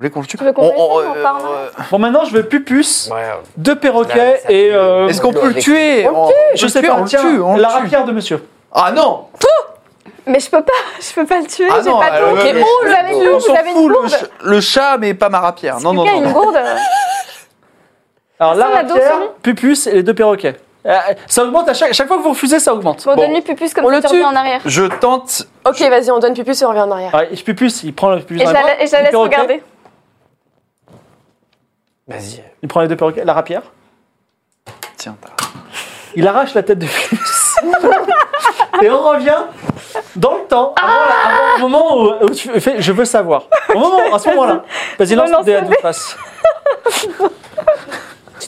Speaker 3: Vous voulez qu'on le tue
Speaker 2: Tu veux qu'on
Speaker 3: On-
Speaker 2: fasse ça,
Speaker 3: on-
Speaker 2: on repart en
Speaker 3: euh,
Speaker 1: bon maintenant je veux Pupus,
Speaker 5: Ouais.
Speaker 1: deux
Speaker 5: Là,
Speaker 1: perroquets
Speaker 5: ça hein.
Speaker 1: et
Speaker 5: fait-
Speaker 1: euh,
Speaker 3: Est-ce qu'on peut le
Speaker 5: Avec-
Speaker 3: tuer
Speaker 5: On le
Speaker 3: On-
Speaker 1: je
Speaker 3: le
Speaker 1: sais
Speaker 3: tue,
Speaker 1: pas,
Speaker 3: on le
Speaker 1: tiens,
Speaker 3: tue, on
Speaker 1: la
Speaker 3: le tue.
Speaker 1: rapière de monsieur.
Speaker 3: Ah non
Speaker 2: Mais je peux pas, je peux pas le tuer,
Speaker 3: Ah
Speaker 2: j'ai
Speaker 3: non,
Speaker 2: pas de
Speaker 3: euh,
Speaker 2: bourde.
Speaker 3: le- le-
Speaker 2: Vous avez une
Speaker 3: On
Speaker 2: bourde,
Speaker 3: s'en
Speaker 2: vous avez une
Speaker 3: fout, le,
Speaker 2: bourde.
Speaker 3: ch- le chat, mais pas ma rapière. Non, non,
Speaker 2: Quelqu'un euh, a
Speaker 3: non.
Speaker 2: une
Speaker 3: non.
Speaker 2: bourde.
Speaker 1: Alors la
Speaker 2: Ça, on a dos sur lui.
Speaker 1: rapière, Pupus et les deux perroquets. Euh, Ça augmente à chaque chaque fois que vous refusez, ça augmente.
Speaker 2: Bon,
Speaker 3: Bon.
Speaker 2: donne-lui Pupus comme
Speaker 4: On
Speaker 2: ça,
Speaker 4: le
Speaker 2: tu
Speaker 4: tue.
Speaker 2: reviens en arrière.
Speaker 3: Je tente.
Speaker 4: Ok, vas-y, on donne Pupus et on revient en arrière.
Speaker 1: Ah, et Pupus, il prend le Pupus
Speaker 2: Et
Speaker 1: dans
Speaker 2: je
Speaker 1: les
Speaker 2: la
Speaker 1: bras,
Speaker 2: la- et je la
Speaker 1: le
Speaker 2: laisse
Speaker 1: perroquet,
Speaker 2: regarder.
Speaker 5: Vas-y.
Speaker 1: Il prend les deux perroquets, la rapière.
Speaker 3: Tiens, t'as-
Speaker 1: Il arrache la tête de Pupus. Et on revient dans le temps,
Speaker 2: Ah
Speaker 1: avant, la- avant le moment où, où tu fais je veux savoir. Au moment, à ce moment-là. Vas-y, lance le
Speaker 2: Relance
Speaker 1: dé à
Speaker 2: le
Speaker 1: deux faces.
Speaker 5: Tu-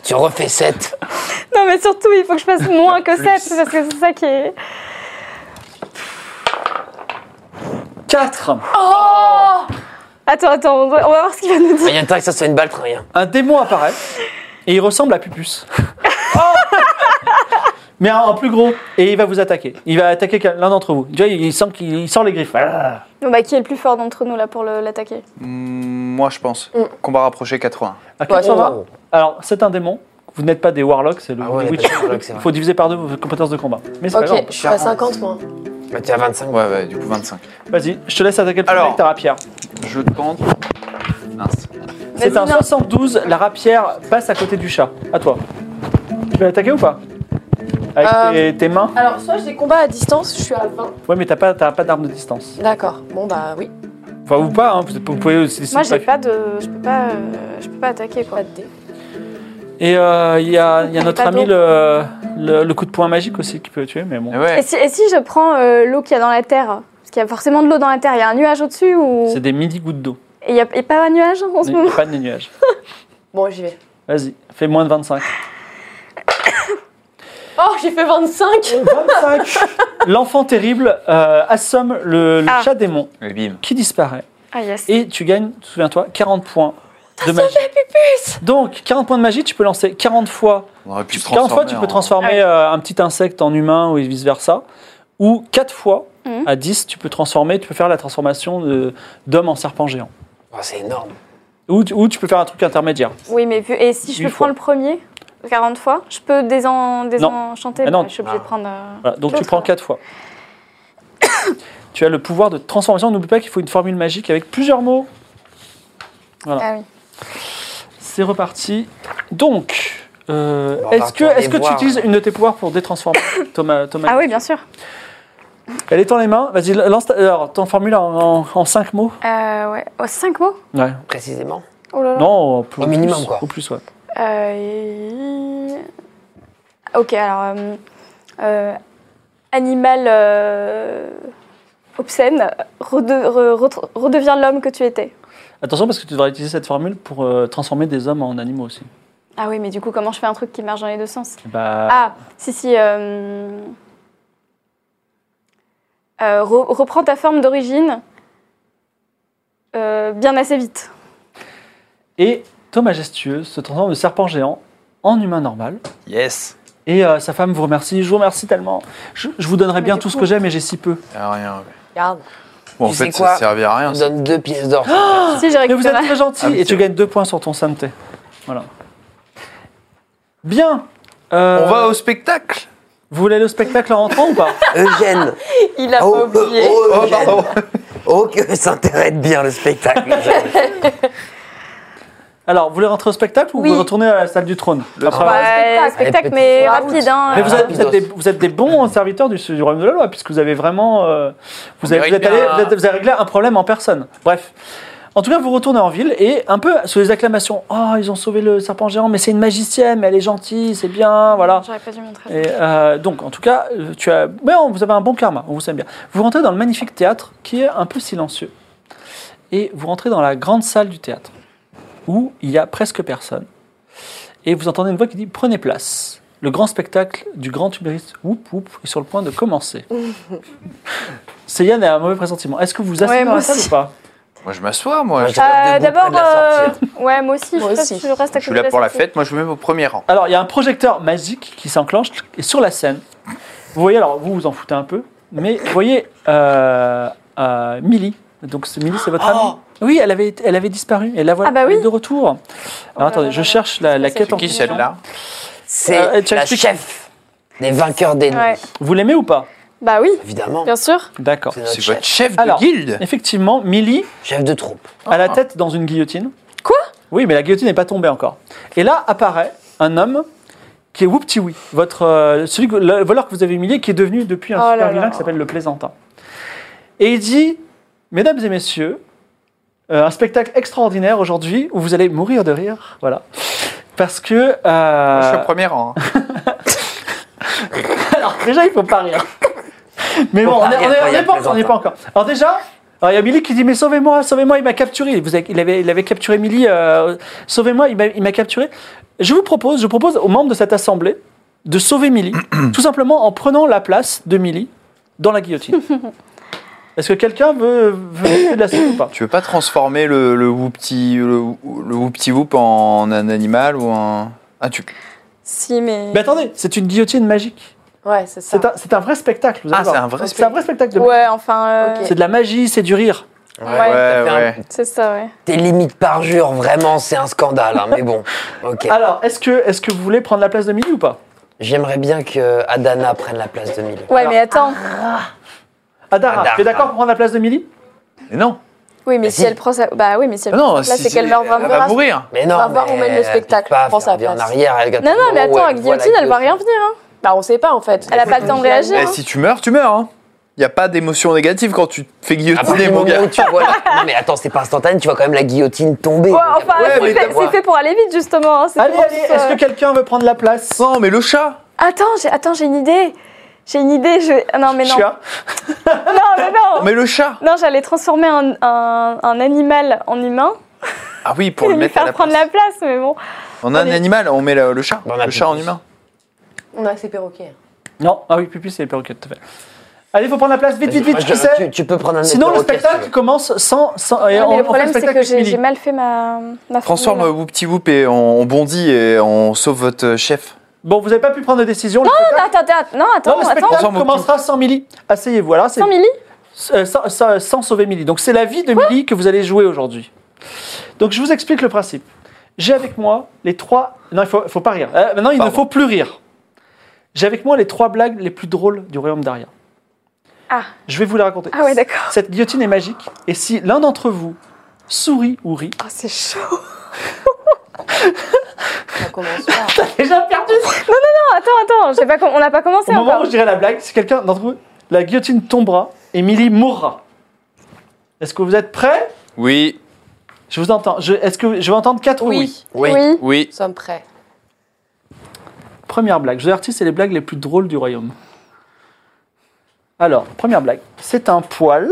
Speaker 5: Tu refais 7.
Speaker 1: Ah.
Speaker 2: Non, mais surtout, il faut que je fasse moins que 7, parce que c'est ça qui est.
Speaker 1: 4.
Speaker 3: Oh
Speaker 2: Attends, attends, on, doit- on va voir ce qu'il va nous dire.
Speaker 5: Il y a un temps que ça soit une balle, très rien.
Speaker 1: Un démon apparaît et il ressemble à Pupus. Mais en en plus gros. Et il va vous attaquer. Il va attaquer quel- l'un d'entre vous. Tu vois, il, il sent qu'il il sort les griffes. Ah.
Speaker 2: Bon, bah, qui est le plus fort d'entre nous là pour le- l'attaquer
Speaker 3: Mm, Moi, je pense.
Speaker 2: Mm.
Speaker 3: Combat rapproché 80.
Speaker 1: À 420.
Speaker 5: Oh.
Speaker 1: Alors, c'est un démon. Vous n'êtes pas des warlocks, c'est le
Speaker 5: Ah ouais,
Speaker 1: le
Speaker 5: pas
Speaker 1: witch.
Speaker 5: des warlocks, c'est
Speaker 1: Il
Speaker 5: vrai.
Speaker 1: faut diviser par deux vos compétences de combat. Mais c'est pas
Speaker 4: Ok,
Speaker 1: grave.
Speaker 4: je suis à 50 moi.
Speaker 5: Bah, tu as 25.
Speaker 3: Ouais, ouais, du coup 25.
Speaker 1: Vas-y, je te laisse attaquer le premier
Speaker 3: Alors.
Speaker 1: avec ta rapière.
Speaker 3: Je tente. Mince.
Speaker 1: C'est
Speaker 2: Vas-y,
Speaker 1: un
Speaker 2: non.
Speaker 1: 72, la rapière passe à côté du chat. À toi. Tu vas l'attaquer ou pas Avec
Speaker 4: Euh.
Speaker 1: tes, tes mains
Speaker 4: Alors, soit j'ai combat à distance, je suis à 20.
Speaker 1: Ouais, mais t'as pas, t'as pas d'arme de distance.
Speaker 4: D'accord, bon bah oui,
Speaker 1: Enfin, ou pas, hein, vous, vous pouvez aussi
Speaker 2: Moi, j'ai
Speaker 1: décider.
Speaker 2: pas de. Je peux pas, euh, je peux pas attaquer quoi.
Speaker 4: pas de dé.
Speaker 1: Et euh, il y, a il y a notre
Speaker 2: Pas
Speaker 1: ami
Speaker 2: d'eau.
Speaker 1: le, le, le coup de poing magique aussi qui peut tuer, mais bon.
Speaker 3: Mais Eh ouais.
Speaker 2: Et si, et si je prends euh, l'eau qu'il y a dans la terre Parce qu'il y a forcément de l'eau dans la terre. Il y a un nuage au-dessus ou.
Speaker 1: C'est des midi gouttes d'eau.
Speaker 2: Et il n'y a, et pas un nuage en
Speaker 1: Il
Speaker 2: ce
Speaker 1: n'y
Speaker 2: moment
Speaker 1: a pas de nuage.
Speaker 4: Bon, j'y vais.
Speaker 1: Vas-y, fais moins de 25.
Speaker 4: Oh, j'ai fait 25
Speaker 1: 25 L'enfant terrible euh, assomme le, le
Speaker 2: Ah.
Speaker 1: chat démon
Speaker 3: Et bim.
Speaker 1: qui disparaît.
Speaker 2: Ah yes.
Speaker 1: Et tu gagnes, souviens-toi, 40 points de magie. Donc, 40 points de magie, tu peux lancer 40 fois.
Speaker 3: On aurait pu se
Speaker 1: 40 fois, tu
Speaker 3: en-
Speaker 1: peux
Speaker 2: Ah
Speaker 1: transformer euh, un petit insecte en humain ou vice-versa. Ou 4 fois,
Speaker 2: Mhm.
Speaker 1: à 10, tu peux transformer, tu peux faire la transformation de- d'homme en serpent géant.
Speaker 5: Oh, c'est énorme.
Speaker 1: Ou, tu- ou tu peux faire un truc intermédiaire.
Speaker 2: Oui, mais vu- et si je
Speaker 1: Huit
Speaker 2: prends
Speaker 1: fois.
Speaker 2: le premier 40 fois, je peux désen, désenchanter.
Speaker 1: Ah non.
Speaker 2: bah, je suis obligée de prendre. euh,
Speaker 1: Voilà, donc tu
Speaker 2: L'autre,
Speaker 1: prends
Speaker 2: là.
Speaker 1: 4 fois. tu as le pouvoir de transformation. N'oublie pas qu'il faut une formule magique avec plusieurs mots.
Speaker 2: Ah oui.
Speaker 1: C'est reparti. Donc, euh,
Speaker 5: Bon, on va
Speaker 1: est-ce que,
Speaker 5: retourner
Speaker 1: est que tu
Speaker 5: voir.
Speaker 1: utilises une de tes pouvoirs pour détransformer Thomas, Thomas
Speaker 2: Ah oui, bien sûr.
Speaker 1: Elle étend les mains. Vas-y, lance ta- alors, ton formule en, en, 5 mots.
Speaker 2: Euh, ouais. 5 mots
Speaker 1: Ouais.
Speaker 5: Précisément.
Speaker 1: Ah,
Speaker 2: Oh là là.
Speaker 1: Non, plus,
Speaker 5: Au minimum,
Speaker 1: plus,
Speaker 5: quoi.
Speaker 1: Au plus, ouais.
Speaker 2: Euh, et- Ok, alors. euh, euh, animal euh, obscène, rede- re- re- redeviens l'homme que tu étais.
Speaker 1: Attention, parce que tu devras utiliser cette formule pour euh, transformer des hommes en animaux aussi.
Speaker 2: Ah oui, mais du coup, comment je fais un truc qui marche dans les deux sens
Speaker 1: Bah,
Speaker 2: Ah, si, si. euh, euh, re- reprends ta forme d'origine euh, bien assez vite.
Speaker 1: Et Thomas Majestueux se transforme de serpent géant en humain normal.
Speaker 3: Yes.
Speaker 1: Et euh, sa femme vous remercie. Je vous remercie tellement. Je, je vous donnerai
Speaker 2: Mais
Speaker 1: bien
Speaker 2: Ah, du
Speaker 1: tout ce
Speaker 2: coup-
Speaker 1: que j'ai, mais j'ai si peu.
Speaker 3: Ah, rien. ouais.
Speaker 4: Regarde.
Speaker 3: Bon, en
Speaker 5: Tu
Speaker 3: fait,
Speaker 5: sais quoi
Speaker 3: ça servait à rien.
Speaker 5: On
Speaker 3: ça.
Speaker 5: donne deux pièces d'or.
Speaker 2: si, j'ai
Speaker 1: Mais vous êtes
Speaker 2: récupéré.
Speaker 1: très gentil
Speaker 3: Ah oui,
Speaker 1: et tu
Speaker 3: c'est
Speaker 1: gagnes deux points sur ton santé. Voilà. Bien. Euh,
Speaker 3: On va au spectacle.
Speaker 1: Vous voulez aller au spectacle en rentrant ou pas
Speaker 5: Eugène
Speaker 4: Il a
Speaker 5: Oh,
Speaker 4: pas oublié.
Speaker 5: oh,
Speaker 3: Oh,
Speaker 5: Eugène.
Speaker 3: pardon.
Speaker 5: Oh, que ça intéresse bien le spectacle. Eugène.
Speaker 1: Alors, vous voulez rentrer au spectacle ou
Speaker 2: Oui.
Speaker 1: vous retournez à la salle du trône Après,
Speaker 2: Ouais,
Speaker 4: spectacle.
Speaker 2: Bah, spectacle,
Speaker 5: Répétez.
Speaker 2: mais
Speaker 4: Ah,
Speaker 2: rapide. hein.
Speaker 1: Mais vous êtes,
Speaker 5: Ah,
Speaker 1: vous êtes des, vous êtes des bons serviteurs du, du royaume de la loi, puisque vous avez vraiment. euh, vous,
Speaker 3: On
Speaker 1: avez, vous,
Speaker 3: mérite
Speaker 1: êtes allé-
Speaker 3: bien.
Speaker 1: vous êtes- vous avez réglé un problème en personne. Bref. En tout cas, vous retournez en ville et un peu sous les acclamations Oh, ils ont sauvé le serpent géant, mais c'est une magicienne, mais elle est gentille, c'est bien, voilà.
Speaker 2: J'aurais pas dû montrer.
Speaker 1: Et euh, donc, en tout cas, euh, tu as, mais on- vous avez un bon karma, on vous aime bien. Vous rentrez dans le magnifique théâtre qui est un peu silencieux. Et vous rentrez dans la grande salle du théâtre, où il y a presque personne. Et vous entendez une voix qui dit Prenez place. Le grand spectacle du grand tubériste Whoop Whoop est sur le point de commencer. Seyane a un mauvais pressentiment. Est-ce que vous vous asseyez
Speaker 2: Ouais,
Speaker 1: dans
Speaker 2: moi
Speaker 1: la salle
Speaker 2: aussi.
Speaker 1: ou pas
Speaker 3: Moi, je m'assois, moi.
Speaker 5: Moi,
Speaker 3: Je
Speaker 5: je reste
Speaker 2: Euh,
Speaker 5: debout près
Speaker 2: D'abord,
Speaker 5: de la sortie.
Speaker 2: euh, ouais, moi aussi,
Speaker 4: Moi
Speaker 2: je,
Speaker 4: aussi.
Speaker 2: Reste, je reste à
Speaker 3: je suis là pour la fête. Moi, je me mets au premier rang.
Speaker 1: Alors, il y a un projecteur magique qui s'enclenche et sur la scène, vous voyez, alors vous vous en foutez un peu, mais vous voyez euh, euh, Millie. Donc, c'est- Millie, c'est votre amie. Oui, elle avait, elle avait disparu. Et la voilà
Speaker 2: Ah bah
Speaker 1: elle est
Speaker 2: oui. Oh
Speaker 1: de retour. Alors,
Speaker 2: là
Speaker 1: attendez,
Speaker 2: là
Speaker 1: je
Speaker 2: là.
Speaker 1: cherche la, la
Speaker 2: C'est
Speaker 1: quête en
Speaker 3: Qui
Speaker 2: Bon.
Speaker 3: celle-là
Speaker 5: C'est
Speaker 1: Euh, tu
Speaker 5: la
Speaker 1: expliques-
Speaker 5: chef des vainqueurs des nuits.
Speaker 2: Ouais.
Speaker 1: Vous l'aimez ou pas
Speaker 2: Bah oui,
Speaker 5: Évidemment.
Speaker 2: bien sûr.
Speaker 1: D'accord.
Speaker 5: C'est notre
Speaker 3: C'est
Speaker 2: Euh,
Speaker 5: chef.
Speaker 3: votre chef de
Speaker 1: Alors.
Speaker 3: guilde.
Speaker 1: Effectivement, Millie
Speaker 5: chef de troupe.
Speaker 1: a la tête dans une guillotine.
Speaker 2: Oh. Quoi
Speaker 1: Oui, mais la guillotine n'est pas tombée encore. Et là apparaît un homme qui est Whooptiwi, votre euh, celui que- le voleur que vous avez humilié, qui est devenu depuis un
Speaker 2: Oh là
Speaker 1: super
Speaker 2: là.
Speaker 1: vilain qui s'appelle le plaisantin. Et il dit, mesdames et messieurs, euh, un spectacle extraordinaire aujourd'hui où vous allez mourir de rire, voilà, parce que euh,
Speaker 3: Moi, Je suis au premier rang. hein.
Speaker 1: alors déjà, il faut pas rire. Mais bon,
Speaker 5: Faut
Speaker 1: on
Speaker 5: pas
Speaker 1: n'est
Speaker 5: rire quand il y a
Speaker 1: pas,
Speaker 5: le
Speaker 1: on est pas encore. Alors déjà, alors il y a Millie qui dit mais sauvez-moi, sauvez-moi, il m'a capturé. Vous avez- il, avait, il avait capturé Millie. euh, sauvez-moi, il m'a- il m'a capturé. Je vous propose, je propose aux membres de cette assemblée de sauver Millie, tout simplement en prenant la place de Millie dans la guillotine. Est-ce que quelqu'un veut, veut essayer de la sauver ou pas
Speaker 3: Tu veux pas transformer le, le whoopty le, le whoopty whoop en un animal ou un. Ah, tu.
Speaker 2: Si, mais.
Speaker 1: Mais attendez, c'est une guillotine magique.
Speaker 4: Oh. Ouais, c'est ça.
Speaker 1: C'est un, c'est un vrai spectacle. vous allez
Speaker 3: Ah,
Speaker 1: voir.
Speaker 3: c'est un vrai
Speaker 1: C'est un vrai spectacle. de-
Speaker 2: Ouais, enfin, euh,
Speaker 4: Ok.
Speaker 1: C'est de la magie, c'est du rire.
Speaker 2: Ouais.
Speaker 5: t'as fait
Speaker 3: ouais.
Speaker 5: un-
Speaker 3: ouais.
Speaker 2: c'est ça, ouais.
Speaker 5: T'es limite parjure, vraiment, c'est un scandale. hein, mais bon, ok.
Speaker 1: Alors, est-ce que, est-ce que vous voulez prendre la place de Millie ou pas
Speaker 5: J'aimerais bien que Adana prenne la place de Millie.
Speaker 2: Ouais, mais attends.
Speaker 1: Adara,
Speaker 5: Adara.
Speaker 1: tu es d'accord pour prendre la place de Millie
Speaker 3: Mais non.
Speaker 2: Oui, mais
Speaker 5: Bah,
Speaker 2: si
Speaker 5: si.
Speaker 2: elle prend sa. Bah oui, mais si elle
Speaker 3: Ah
Speaker 2: prend
Speaker 3: non,
Speaker 2: sa place,
Speaker 3: si-
Speaker 2: c'est
Speaker 3: si-
Speaker 2: qu'elle meurt
Speaker 3: Elle
Speaker 2: vraiment.
Speaker 3: va mourir.
Speaker 5: Mais non,
Speaker 4: On va voir
Speaker 5: mais
Speaker 4: où mène le
Speaker 5: elle
Speaker 4: spectacle,
Speaker 5: peut pas
Speaker 4: prends sa
Speaker 5: faire bien en
Speaker 4: place.
Speaker 5: arrière. elle regarde
Speaker 2: Non,
Speaker 5: tout
Speaker 2: non,
Speaker 5: le
Speaker 2: mais
Speaker 5: moment où
Speaker 2: attends,
Speaker 5: elle
Speaker 2: avec
Speaker 5: voit la
Speaker 2: guillotine, elle va rien venir. Hein.
Speaker 4: Bah, on sait pas en fait.
Speaker 2: Elle a pas le temps de réagir.
Speaker 3: Eh, si tu meurs, tu meurs. Hein. Y a pas d'émotion négative quand tu te fais
Speaker 5: À partir
Speaker 3: guillotiner,
Speaker 5: du
Speaker 3: mon
Speaker 5: moment
Speaker 3: gars.
Speaker 5: où tu vois la- Non, mais attends, c'est pas instantané, tu vois quand même la guillotine tomber.
Speaker 2: Ouais, enfin,
Speaker 3: Ouais,
Speaker 2: c'est fait-
Speaker 3: mais t'as-
Speaker 2: c'est fait pour aller vite, justement. hein, c'est
Speaker 1: Allez,
Speaker 2: pour
Speaker 1: allez,
Speaker 2: ça.
Speaker 1: est-ce que quelqu'un veut prendre la place
Speaker 3: Non, mais le chat.
Speaker 2: Attends, j'ai attends, j'ai une idée. J'ai une idée. Je... ah, Non, mais non.
Speaker 1: Chien.
Speaker 2: Non, mais non.
Speaker 3: Mais le chat.
Speaker 2: Non, j'allais transformer un, un- un animal en humain
Speaker 3: Ah oui,
Speaker 2: et
Speaker 3: pour le
Speaker 2: lui
Speaker 3: mettre à
Speaker 2: faire
Speaker 3: la
Speaker 2: prendre
Speaker 3: place.
Speaker 2: la place, mais bon.
Speaker 3: On a un
Speaker 2: Allez.
Speaker 3: animal, on met le, le chat.
Speaker 5: Bon, on a
Speaker 3: le
Speaker 5: plus
Speaker 3: chat en
Speaker 5: plus.
Speaker 3: humain.
Speaker 4: On a que ces perroquets.
Speaker 1: Non, ah oui, Pupi, c'est les perroquets, tout à fait. Allez, faut prendre la place, vite, vite, vite,
Speaker 5: Moi, je-
Speaker 1: qui
Speaker 5: tu,
Speaker 1: c'est
Speaker 5: tu peux prendre un
Speaker 1: Sinon, le
Speaker 5: hétéro-test,
Speaker 1: spectacle
Speaker 5: si tu
Speaker 1: commence sans. sans et
Speaker 2: Non,
Speaker 1: on-
Speaker 2: mais
Speaker 1: on fait
Speaker 2: le problème, c'est
Speaker 1: spectacle
Speaker 2: que
Speaker 1: plus
Speaker 2: j'ai
Speaker 1: mini.
Speaker 2: j'ai mal fait ma, ma
Speaker 3: Transforme
Speaker 2: formule.
Speaker 3: euh, Whoopty Whoop et on, on bondit et on sauve votre chef.
Speaker 1: Bon, vous n'avez pas pu prendre de décision. Non,
Speaker 2: Non, attends, attends, non,
Speaker 1: non, le
Speaker 2: attends,
Speaker 1: spectacle
Speaker 2: attends.
Speaker 3: Transforme au
Speaker 1: commencera sans Millie. Asseyez-vous, là, c'est
Speaker 2: Sans Milly
Speaker 1: Euh, sans, sans- sans sauver Millie. Donc c'est la vie de Millie que vous allez jouer aujourd'hui. Donc je vous explique le principe. J'ai avec moi les trois... Non, il faut, faut pas rire. Euh, maintenant, il ne
Speaker 3: Pardon.
Speaker 1: faut plus rire. J'ai avec moi les trois blagues les plus drôles du royaume d'Aria.
Speaker 2: Ah.
Speaker 1: Je vais vous les raconter.
Speaker 2: Ah ouais, d'accord.
Speaker 1: Cette guillotine est magique. Et si l'un d'entre vous sourit ou rit...
Speaker 4: Ah, c'est chaud. Ça commence pas.
Speaker 1: Déjà perdu
Speaker 2: Non, attends, attends, j'ai pas com- on n'a pas commencé
Speaker 1: Au moment
Speaker 2: encore.
Speaker 1: où je dirai la blague, si quelqu'un d'entre vous... La guillotine tombera et Millie mourra. Est-ce que vous êtes prêts
Speaker 3: Oui,
Speaker 1: Je vous entends. Je- Est-ce que je vais entendre quatre oui.
Speaker 4: Oui,
Speaker 5: veux. Oui.
Speaker 2: Oui.
Speaker 3: oui.
Speaker 4: nous sommes prêts.
Speaker 1: Première blague. Je vous avertis, c'est les blagues les plus drôles du royaume. Alors, première blague. C'est un poil.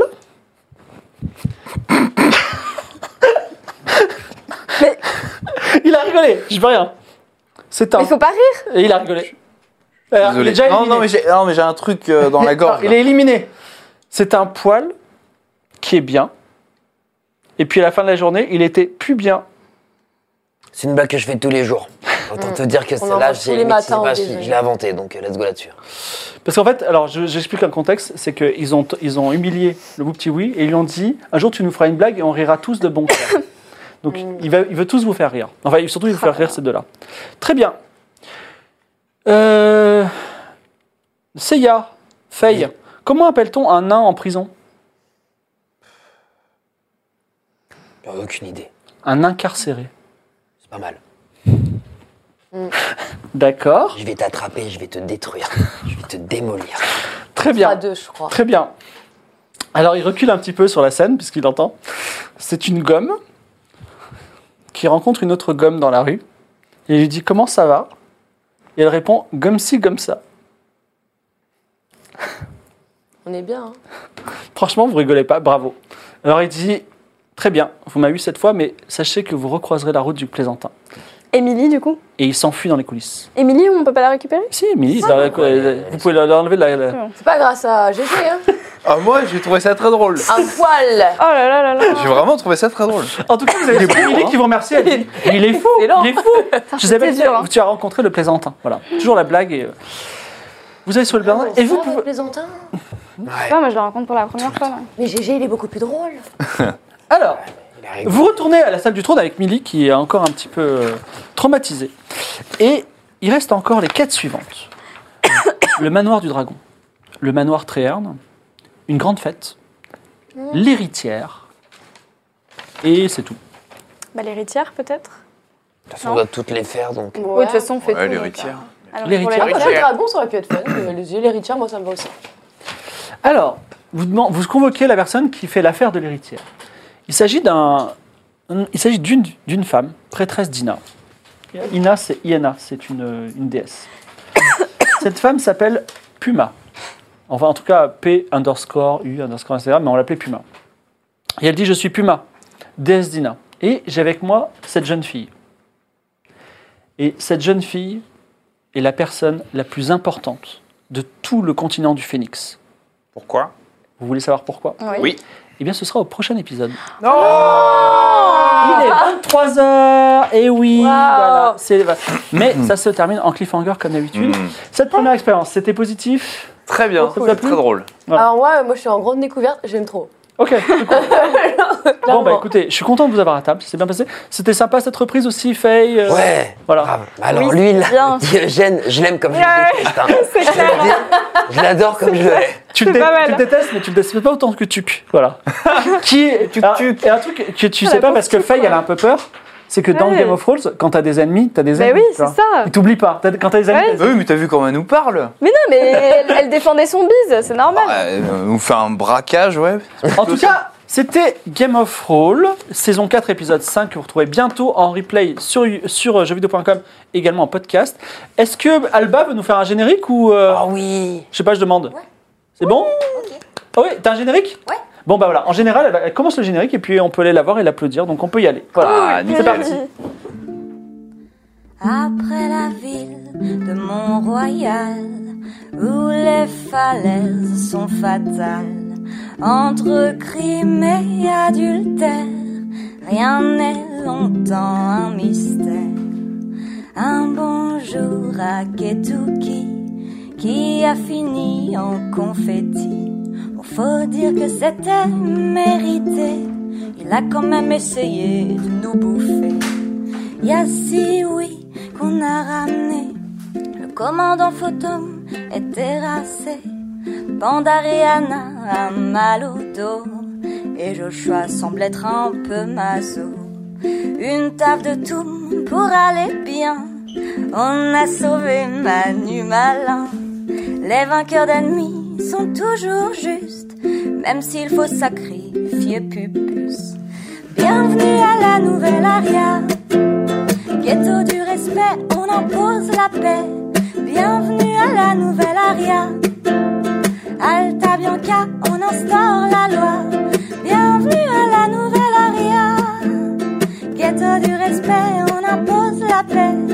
Speaker 1: Il a rigolé, je veux rien. C'est un.
Speaker 2: Mais faut pas rire.
Speaker 1: Et il a rigolé. Alors, il est
Speaker 3: Désolé.
Speaker 1: déjà
Speaker 3: Non,
Speaker 1: éliminé.
Speaker 3: non, mais j'ai non, mais j'ai un truc euh, dans la gorge.
Speaker 1: Non, il est éliminé. C'est un poil qui est bien. Et puis à la fin de la journée, il était plus bien.
Speaker 5: veux. C'est une blague que je fais tous les jours. Autant te dire que
Speaker 4: On en
Speaker 5: celle-là,
Speaker 4: mange tous
Speaker 5: j'ai
Speaker 4: les matins au
Speaker 5: pas,
Speaker 4: déjeuner.
Speaker 5: je l'ai inventée, donc euh, let's go là-dessus.
Speaker 1: Parce qu'en fait, alors je- j'explique un contexte, c'est qu'ils ont, ils ont humilié le beau petit oui et ils lui ont dit un jour tu nous feras une blague et on rira tous de bon cœur. Donc il, va, il veut tous vous faire rire. Enfin, surtout il veut faire rire ces deux-là. Très bien. Euh... Seiya, Faye, comment appelle-t-on un nain en prison
Speaker 5: J'en ai aucune idée.
Speaker 1: Un incarcéré.
Speaker 5: C'est pas mal.
Speaker 1: D'accord.
Speaker 5: Je vais t'attraper, je vais te détruire. Je vais te démolir.
Speaker 1: Très
Speaker 4: Pas
Speaker 1: bien.
Speaker 4: deux, je crois.
Speaker 1: Très bien. Alors il recule un petit peu sur la scène puisqu'il entend. C'est une gomme qui rencontre une autre gomme dans la rue. Et il lui dit comment ça va Et elle répond gomme ci gomme ça.
Speaker 4: On est bien. hein.
Speaker 1: Franchement, vous rigolez pas, bravo. Alors il dit très bien, vous m'avez eu cette fois, mais sachez que vous recroiserez la route du plaisantin.
Speaker 2: Émilie, du coup.
Speaker 1: Et il s'enfuit dans les coulisses.
Speaker 2: Émilie, on peut pas la récupérer
Speaker 1: Si, Émilie, dans la- euh, vous pouvez l'enlever de la- la-
Speaker 4: C'est pas grâce à GG. Hein. Ah,
Speaker 3: Ah, moi, j'ai trouvé ça très drôle.
Speaker 4: Un poil.
Speaker 2: Oh là là là là.
Speaker 3: J'ai vraiment trouvé ça très drôle.
Speaker 1: En tout cas, vous avez trouvé Émilie qui vous remercie. Elle dit, il est fou,
Speaker 4: Excellent.
Speaker 1: il est fou. Je vous avais dit,
Speaker 2: dur, hein.
Speaker 1: tu as rencontré le plaisantin. Voilà, toujours la blague. Et... euh, Vous allez sur le plaisantin et vous pouvez...
Speaker 4: plaisantin.
Speaker 2: Non, moi je la rencontre pour la première fois. moi.
Speaker 4: Mais GG, il est beaucoup plus drôle.
Speaker 1: Alors,
Speaker 5: Il a rigolé.
Speaker 1: vous retournez à la salle du trône avec Millie qui est encore un petit peu euh, traumatisée. Et il reste encore les quêtes suivantes. le manoir du dragon, le manoir Tréherne, une grande fête, l'héritière, et c'est tout.
Speaker 2: Bah, l'héritière, peut-être.
Speaker 5: De toute façon, on doit toutes les faire, donc.
Speaker 2: Oui, de toute façon, on fait
Speaker 3: Ouais,
Speaker 2: tout.
Speaker 3: l'héritière.
Speaker 2: donc, euh, allons
Speaker 1: L'héritière.
Speaker 2: pour
Speaker 4: Après,
Speaker 3: Héritière.
Speaker 4: Ah, bah, le dragon, ça aurait pu être fun. mais Les yeux, l'héritière, moi, ça me va aussi.
Speaker 1: Alors, vous, demand- vous convoquez la personne qui fait l'affaire de l'héritière. Il s'agit d'un, un- il s'agit d'une, d'une femme, prêtresse d'Ina. Ina, c'est Iena, c'est une, une déesse. Cette femme s'appelle Puma. Enfin, en tout cas, P underscore U underscore etc. Mais on l'appelait Puma. Et elle dit Je suis Puma, déesse d'Ina. Et j'ai avec moi cette jeune fille. Et cette jeune fille est la personne la plus importante de tout le continent du Phénix.
Speaker 3: Pourquoi
Speaker 1: Vous voulez savoir pourquoi
Speaker 2: la- Oui.
Speaker 3: Oui.
Speaker 1: Eh bien, ce sera au prochain épisode.
Speaker 3: Non
Speaker 2: Ah.
Speaker 1: Il est 23h Et oui
Speaker 4: Wow.
Speaker 1: voilà, c'est- Mais ça se termine en cliffhanger comme d'habitude.
Speaker 3: Mm.
Speaker 1: Cette première expérience, c'était positif
Speaker 3: Très bien,
Speaker 1: Cool.
Speaker 3: c'est très drôle.
Speaker 1: Voilà.
Speaker 4: Alors, moi, moi, je suis en grande découverte. J'aime trop.
Speaker 1: Ok, c'est cool. bon,
Speaker 4: Clairement.
Speaker 1: bah écoutez, je suis content de vous avoir à table, c'est bien passé. C'était sympa cette reprise aussi, Faye. euh,
Speaker 5: Ouais!
Speaker 1: Voilà.
Speaker 5: Grave. Bah Alors,
Speaker 2: Oui,
Speaker 5: lui, là,
Speaker 2: bien.
Speaker 5: Diogène, je l'aime comme je
Speaker 2: Ouais.
Speaker 5: le déteste. hein.
Speaker 2: C'est clair.
Speaker 5: Je l'ai- Je l'adore comme je l'ai.
Speaker 1: Tu le,
Speaker 2: C'est
Speaker 1: dé-
Speaker 2: pas mal.
Speaker 1: tu le détestes, mais tu le détestes pas autant que Tuc. Voilà. qui est.
Speaker 3: Tuc,
Speaker 1: un-
Speaker 3: Tuc.
Speaker 1: Et un truc que tu
Speaker 2: Ah,
Speaker 1: sais
Speaker 2: la
Speaker 1: pas
Speaker 2: pauvre
Speaker 1: parce que
Speaker 2: Tuc,
Speaker 1: Faye,
Speaker 2: quoi.
Speaker 1: elle a un peu peur, c'est que dans
Speaker 2: Ouais.
Speaker 1: Game of Thrones, quand t'as des ennemis, t'as des
Speaker 2: Bah
Speaker 1: ennemis.
Speaker 2: oui,
Speaker 1: tu
Speaker 2: c'est
Speaker 1: vois.
Speaker 2: ça.
Speaker 1: Et t'oublies pas. T'as- Quand t'as des ennemis,
Speaker 2: Ouais.
Speaker 1: t'as des
Speaker 3: Oui, mais t'as vu comment elle nous parle
Speaker 2: Mais non, mais elle, elle défendait son bise, c'est normal.
Speaker 3: Ah, Elle nous fait un braquage, ouais.
Speaker 1: En tout cas, c'était Game of Roll, saison 4, épisode 5, que vous retrouvez bientôt en replay sur, sur euh, jeuxvideo.com, également en podcast. Est-ce que Alba veut nous faire un générique ou... euh,
Speaker 5: Ah oui!
Speaker 1: Je sais pas, je demande. C'est bon Ah oui, t'as un générique
Speaker 4: Ouais.
Speaker 1: Bon bah voilà, en général, elle va- elle commence le générique et puis on peut aller la voir et l'applaudir, donc on peut y aller. Voilà.
Speaker 3: Ah, nickel.
Speaker 1: parti.
Speaker 6: après la ville de Mont-Royal, où les falaises sont fatales, entre crime et adultère, rien n'est longtemps un mystère. Un bonjour à Ketuki, qui a fini en confetti. Bon, faut dire que c'était mérité, il a quand même essayé de nous bouffer. Y'a si oui qu'on a ramené. Le commandant fantôme est terrassé. Pandariana a mal au dos. Et Joshua semble être un peu maso. Une taf de toum pour aller bien. On a sauvé Manu Malin. Les vainqueurs d'ennemis sont toujours justes, même s'il faut sacrifier Pupus. Bienvenue à la nouvelle aria. Ghetto du respect, on impose la paix. Bienvenue à la nouvelle aria. Alta Bianca, on instaure la loi. Bienvenue à la nouvelle aria. Ghetto du respect, on impose la paix.